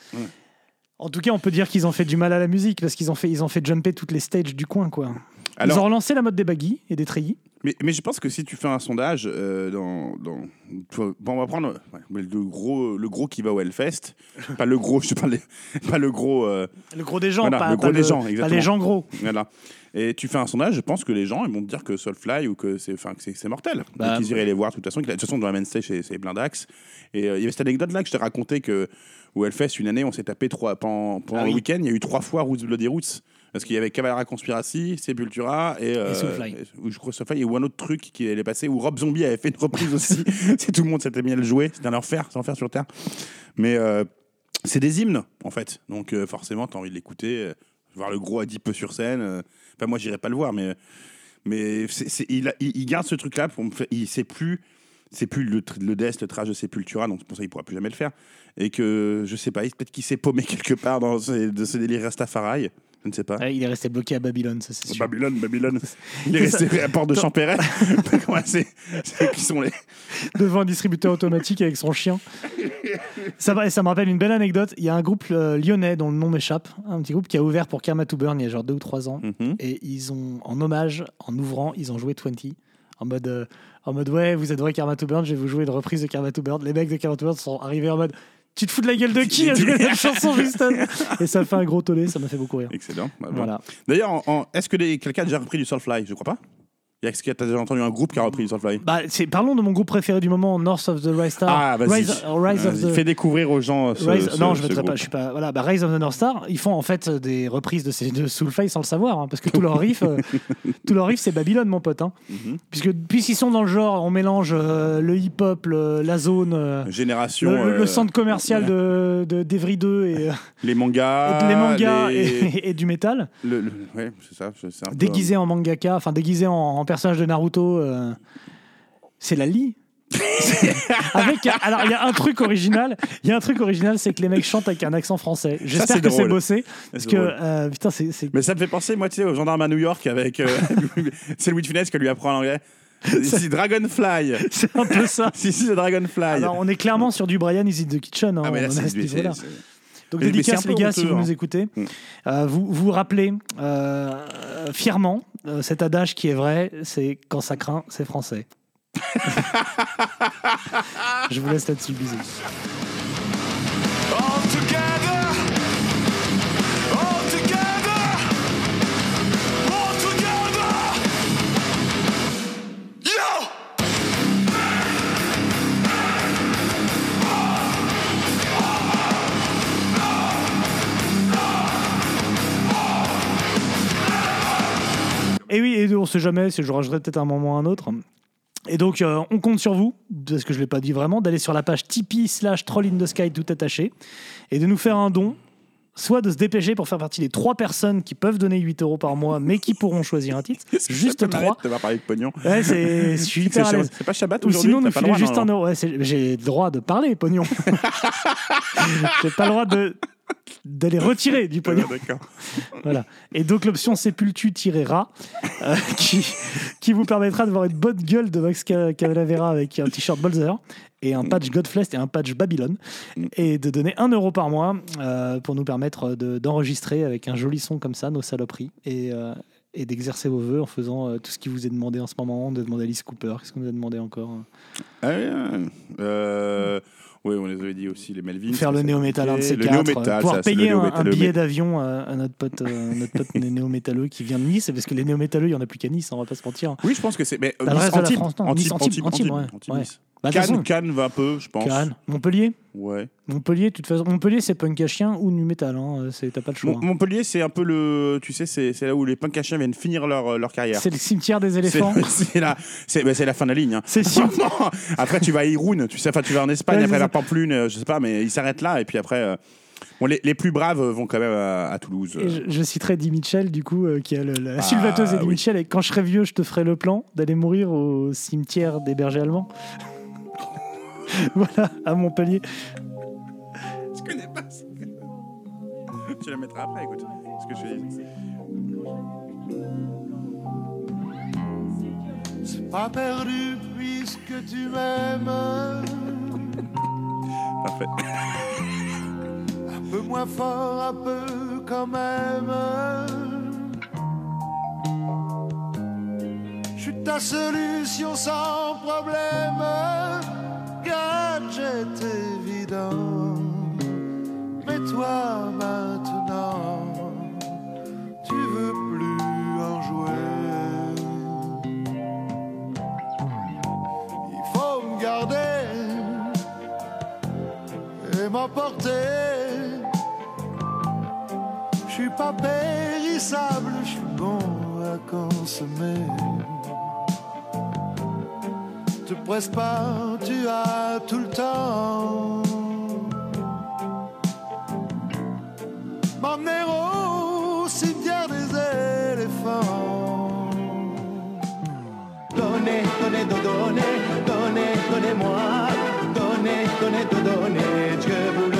[SPEAKER 1] En tout cas, on peut dire qu'ils ont fait du mal à la musique parce qu'ils ont fait ils ont fait jumper toutes les stages du coin quoi.
[SPEAKER 3] Alors-
[SPEAKER 1] ils ont relancé la mode des baggy et des treillis.
[SPEAKER 3] Mais, mais je pense que si tu fais un sondage euh, dans, dans- toi- bon, on va prendre ouais, mais le gros le gros qui va au Hellfest, pas le gros, je te parle des- pas le gros euh,
[SPEAKER 1] Le gros des gens,
[SPEAKER 3] voilà,
[SPEAKER 1] pas,
[SPEAKER 3] le gros
[SPEAKER 1] pas
[SPEAKER 3] des gens,
[SPEAKER 1] pas
[SPEAKER 3] exactement.
[SPEAKER 1] les gens gros.
[SPEAKER 3] Voilà. Et tu fais un sondage, je pense que les gens ils vont te dire que Soulfly ou que c'est enfin que c'est c'est mortel.
[SPEAKER 11] Bah,
[SPEAKER 3] Et qu'ils iraient les voir de toute façon, que la- de toute façon dans la main stage c'est c'est plein d'axes. Et euh, il y avait cette anecdote là que je t'ai raconté que au Hellfest une année on s'est tapé trois pendant, pendant
[SPEAKER 1] Ah oui.
[SPEAKER 3] le week-end, il y a eu trois fois Roots Bloody Roots. Parce qu'il y avait Cavalera Conspiracy, Sepultura et, euh,
[SPEAKER 1] Soulfly.
[SPEAKER 3] ou je crois Soulfly, et ou un autre truc qui allait passer, où Rob Zombie avait fait une reprise aussi. c'est tout le monde s'était mis à le jouer, c'était un enfer, c'est un enfer sur Terre. Mais euh, c'est des hymnes, en fait. Donc euh, forcément, t'as envie de l'écouter, euh, voir le gros Adipeux sur scène. euh. Enfin, moi, j'irai pas le voir, mais, euh, mais c'est- c'est- il, a- il- il garde ce truc-là. Pour me faire- il sait plus. C'est plus le, tr- le death, le trash de Sepultura, donc c'est pour ça qu'il pourra plus jamais le faire. Et que, je sais pas, il- peut-être qu'il s'est paumé quelque part dans ce, de ce délire Rastafari. Je ne sais pas.
[SPEAKER 1] Ouais, il est resté bloqué à Babylone, ça c'est sûr.
[SPEAKER 3] Babylone, Babylone. Il est resté à la porte de Champéret. Comment c'est c'est- Qui sont les.
[SPEAKER 1] devant un distributeur automatique avec son chien. Ça, va, et ça me rappelle une belle anecdote. Il y a un groupe euh, lyonnais dont le nom m'échappe, un petit groupe qui a ouvert pour Karma to Burn il y a genre deux ou trois ans. Et ils ont, en hommage, en ouvrant, ils ont joué 20. En mode, euh, en mode ouais, vous adorez Karma to Burn, je vais vous jouer une reprise de Karma to Burn. Les mecs de Karma to Burn sont arrivés en mode Tu te fous de la gueule de qui à jouer cette chanson, Houston Et ça fait un gros tollé, ça m'a fait beaucoup rire.
[SPEAKER 3] Excellent. Bah, bon.
[SPEAKER 1] Voilà.
[SPEAKER 3] D'ailleurs, en- en- est-ce que les- quelqu'un a déjà repris du Soulfly Je crois pas. Y a- Est-ce que t'as déjà entendu un groupe qui a repris du Soulfly
[SPEAKER 1] Bah, c'est- parlons de mon groupe préféré du moment, North of the Rise Star.
[SPEAKER 3] Ah, vas-y.
[SPEAKER 1] Rise, Rise of
[SPEAKER 3] Vas-y,
[SPEAKER 1] the-
[SPEAKER 3] Fais découvrir aux gens euh, ce.
[SPEAKER 1] Rise-
[SPEAKER 3] ce-
[SPEAKER 1] non, je
[SPEAKER 3] ce
[SPEAKER 1] ne pas.
[SPEAKER 3] groupe.
[SPEAKER 1] Je suis pas. Voilà, bah, Rise of the North Star, ils font en fait euh, des reprises de ces de Soulfly sans le savoir, hein, parce que tout leur riff, euh, tout leur riff, c'est Babylone, mon pote. hein.
[SPEAKER 3] Mhm.
[SPEAKER 1] Puisque puisqu'ils sont dans le genre, on mélange euh, le hip-hop, le- la zone, euh,
[SPEAKER 3] Génération.
[SPEAKER 1] le, le- le
[SPEAKER 3] euh,
[SPEAKER 1] centre commercial de de d'Evry 2 et, euh,
[SPEAKER 3] Les mangas.
[SPEAKER 1] et les mangas
[SPEAKER 3] Ah, les-
[SPEAKER 1] et, et du métal,
[SPEAKER 3] le- le- ouais, c'est ça. c'est- c'est un peu-
[SPEAKER 1] déguisé en mangaka, enfin déguisé en, en personnage de Naruto. euh, c'est la Lee. avec alors il y a un truc original il y a un truc original c'est que les mecs chantent avec un accent français j'espère
[SPEAKER 3] c'est
[SPEAKER 1] que c'est
[SPEAKER 3] drôle.
[SPEAKER 1] bossé
[SPEAKER 3] C'est
[SPEAKER 1] parce que
[SPEAKER 3] drôle.
[SPEAKER 1] euh, putain c'est c'est-
[SPEAKER 3] Mais ça me fait penser, moi, tu sais, au gendarme à New York avec. euh, c'est Louis de Funès qui lui apprend l'anglais. C'est Dragonfly.
[SPEAKER 1] C'est un peu ça.
[SPEAKER 3] si, si, c'est Dragonfly.
[SPEAKER 1] Alors, on est clairement sur du Brian Is It the Kitchen. hein,
[SPEAKER 3] Ah, mais là,
[SPEAKER 1] Ah on en
[SPEAKER 3] c'est-
[SPEAKER 1] est à ce
[SPEAKER 3] mais c'est-
[SPEAKER 1] niveau-là.
[SPEAKER 3] c'est-
[SPEAKER 1] Donc,
[SPEAKER 3] Mais- mais
[SPEAKER 1] dédicace,
[SPEAKER 3] c'est un
[SPEAKER 1] les
[SPEAKER 3] peu
[SPEAKER 1] gars, si
[SPEAKER 3] honteux,
[SPEAKER 1] vous
[SPEAKER 3] hein.
[SPEAKER 1] nous écoutez. Euh, vous vous rappelez euh, euh, fièrement euh, cet adage qui est vrai c'est quand ça craint, c'est français. Je vous laisse là-dessus, bisous.
[SPEAKER 9] All together, all together, all together. Yo!
[SPEAKER 1] Et oui, et on sait jamais, si je rajouterai peut-être un moment à un autre. Et donc, euh, on compte sur vous, parce que je ne l'ai pas dit vraiment, d'aller sur la page Tipeee slash Troll in the Sky tout attaché, et de nous faire un don, soit de se dépêcher pour faire partie des trois personnes qui peuvent donner 8 euros par mois, mais qui pourront choisir un titre, juste trois.
[SPEAKER 3] Tu vas parler de pognon.
[SPEAKER 1] Ouais, c'est, je suis hyper à
[SPEAKER 3] C'est-
[SPEAKER 1] l'aise.
[SPEAKER 3] C'est pas Shabbat
[SPEAKER 1] Ou
[SPEAKER 3] aujourd'hui
[SPEAKER 1] sinon, nous
[SPEAKER 3] t'as pas le
[SPEAKER 1] filer
[SPEAKER 3] droit,
[SPEAKER 1] juste
[SPEAKER 3] non,
[SPEAKER 1] un euro. Ouais, c'est- j'ai le droit de parler, pognon. j'ai pas le droit de, de les retirer du pognon.
[SPEAKER 3] D'accord.
[SPEAKER 1] Voilà. Et donc l'option sépultu-rat euh, qui, qui vous permettra d'avoir une bonne gueule de Max Ca- Calavera avec un t-shirt Bolzer et un patch Godflest et un patch Babylone et de donner un euro par mois euh, pour nous permettre de- d'enregistrer avec un joli son comme ça nos saloperies et, euh, et d'exercer vos vœux en faisant euh, tout ce qui vous est demandé en ce moment. On a demandé Alice Cooper. Qu'est-ce qu'on nous a demandé encore euh,
[SPEAKER 3] Ah oui, oui. Euh, oui, on les avait dit aussi, les Melvins.
[SPEAKER 1] Faire le néo-métal, un de ces
[SPEAKER 3] Le
[SPEAKER 1] quatre. euh,
[SPEAKER 3] néo-métal,
[SPEAKER 1] pouvoir
[SPEAKER 3] ça, c'est le
[SPEAKER 1] payer un,
[SPEAKER 3] néo-métal,
[SPEAKER 1] un
[SPEAKER 3] le
[SPEAKER 1] billet
[SPEAKER 3] mé-
[SPEAKER 1] d'avion à, à notre pote, euh, notre pote néo-métalleux qui vient de Nice. C'est parce que les néo-métalleux, il n'y en a plus qu'à Nice, hein, on va pas se mentir.
[SPEAKER 3] Oui, je pense que c'est. Mais euh,
[SPEAKER 1] Dans le reste de la
[SPEAKER 3] Antibes,
[SPEAKER 1] France, non.
[SPEAKER 3] Antibes,
[SPEAKER 1] Nice, Antibes,
[SPEAKER 3] Antibes,
[SPEAKER 1] Antibes,
[SPEAKER 3] Antibes,
[SPEAKER 1] ouais,
[SPEAKER 3] Antibes,
[SPEAKER 1] ouais.
[SPEAKER 3] Nice.
[SPEAKER 1] Bah, de toute
[SPEAKER 3] Cannes,
[SPEAKER 1] façon.
[SPEAKER 3] Cannes va un peu, je pense.
[SPEAKER 1] Cannes. Montpellier
[SPEAKER 3] Ouais.
[SPEAKER 1] Montpellier, de toute façon, Montpellier, c'est punk à chien ou nu métal. Hein, euh, c'est- T'as pas le choix.
[SPEAKER 3] Mon- Montpellier, c'est un peu le. Tu sais, c'est c'est là où les punks à chiens viennent finir leur, euh, leur carrière.
[SPEAKER 1] C'est le cimetière des éléphants.
[SPEAKER 3] C'est c'est la, c'est bah, c'est la fin de la ligne. hein.
[SPEAKER 1] C'est le cimetière.
[SPEAKER 3] après, tu vas à Irun, tu sais, enfin, tu vas en Espagne,
[SPEAKER 1] Ouais,
[SPEAKER 3] après
[SPEAKER 1] c'est
[SPEAKER 3] la
[SPEAKER 1] ça.
[SPEAKER 3] Pamplune, euh, je sais pas, mais ils s'arrêtent là, et puis après. euh, Bon, les, les plus braves vont quand même à, à Toulouse. euh,
[SPEAKER 1] Et je, je citerai Eddie Mitchell, du coup, euh, qui a le- la sylvateuse Eddie
[SPEAKER 3] Ah oui.
[SPEAKER 1] Mitchell. Et quand je serai vieux, je te ferai le plan d'aller mourir au cimetière des bergers allemands. voilà, à Montpellier.
[SPEAKER 3] Je connais pas ça. Tu la mettras après, écoute. Ce que je dis.
[SPEAKER 9] C'est pas perdu puisque tu m'aimes.
[SPEAKER 3] Parfait.
[SPEAKER 9] Un peu moins fort, un peu quand même. Je suis ta solution sans problème. Gadget évident. Mais toi maintenant, tu veux plus en jouer. Il faut me garder et m'emporter. Je suis pas périssable, je suis bon à consommer. Te presse pas, tu as tout le temps. M'emmener au cimetière des éléphants. Donnez, donnez, don- donnez, donnez, donnez-moi. Donnez, donnez, don- donnez, je voulais.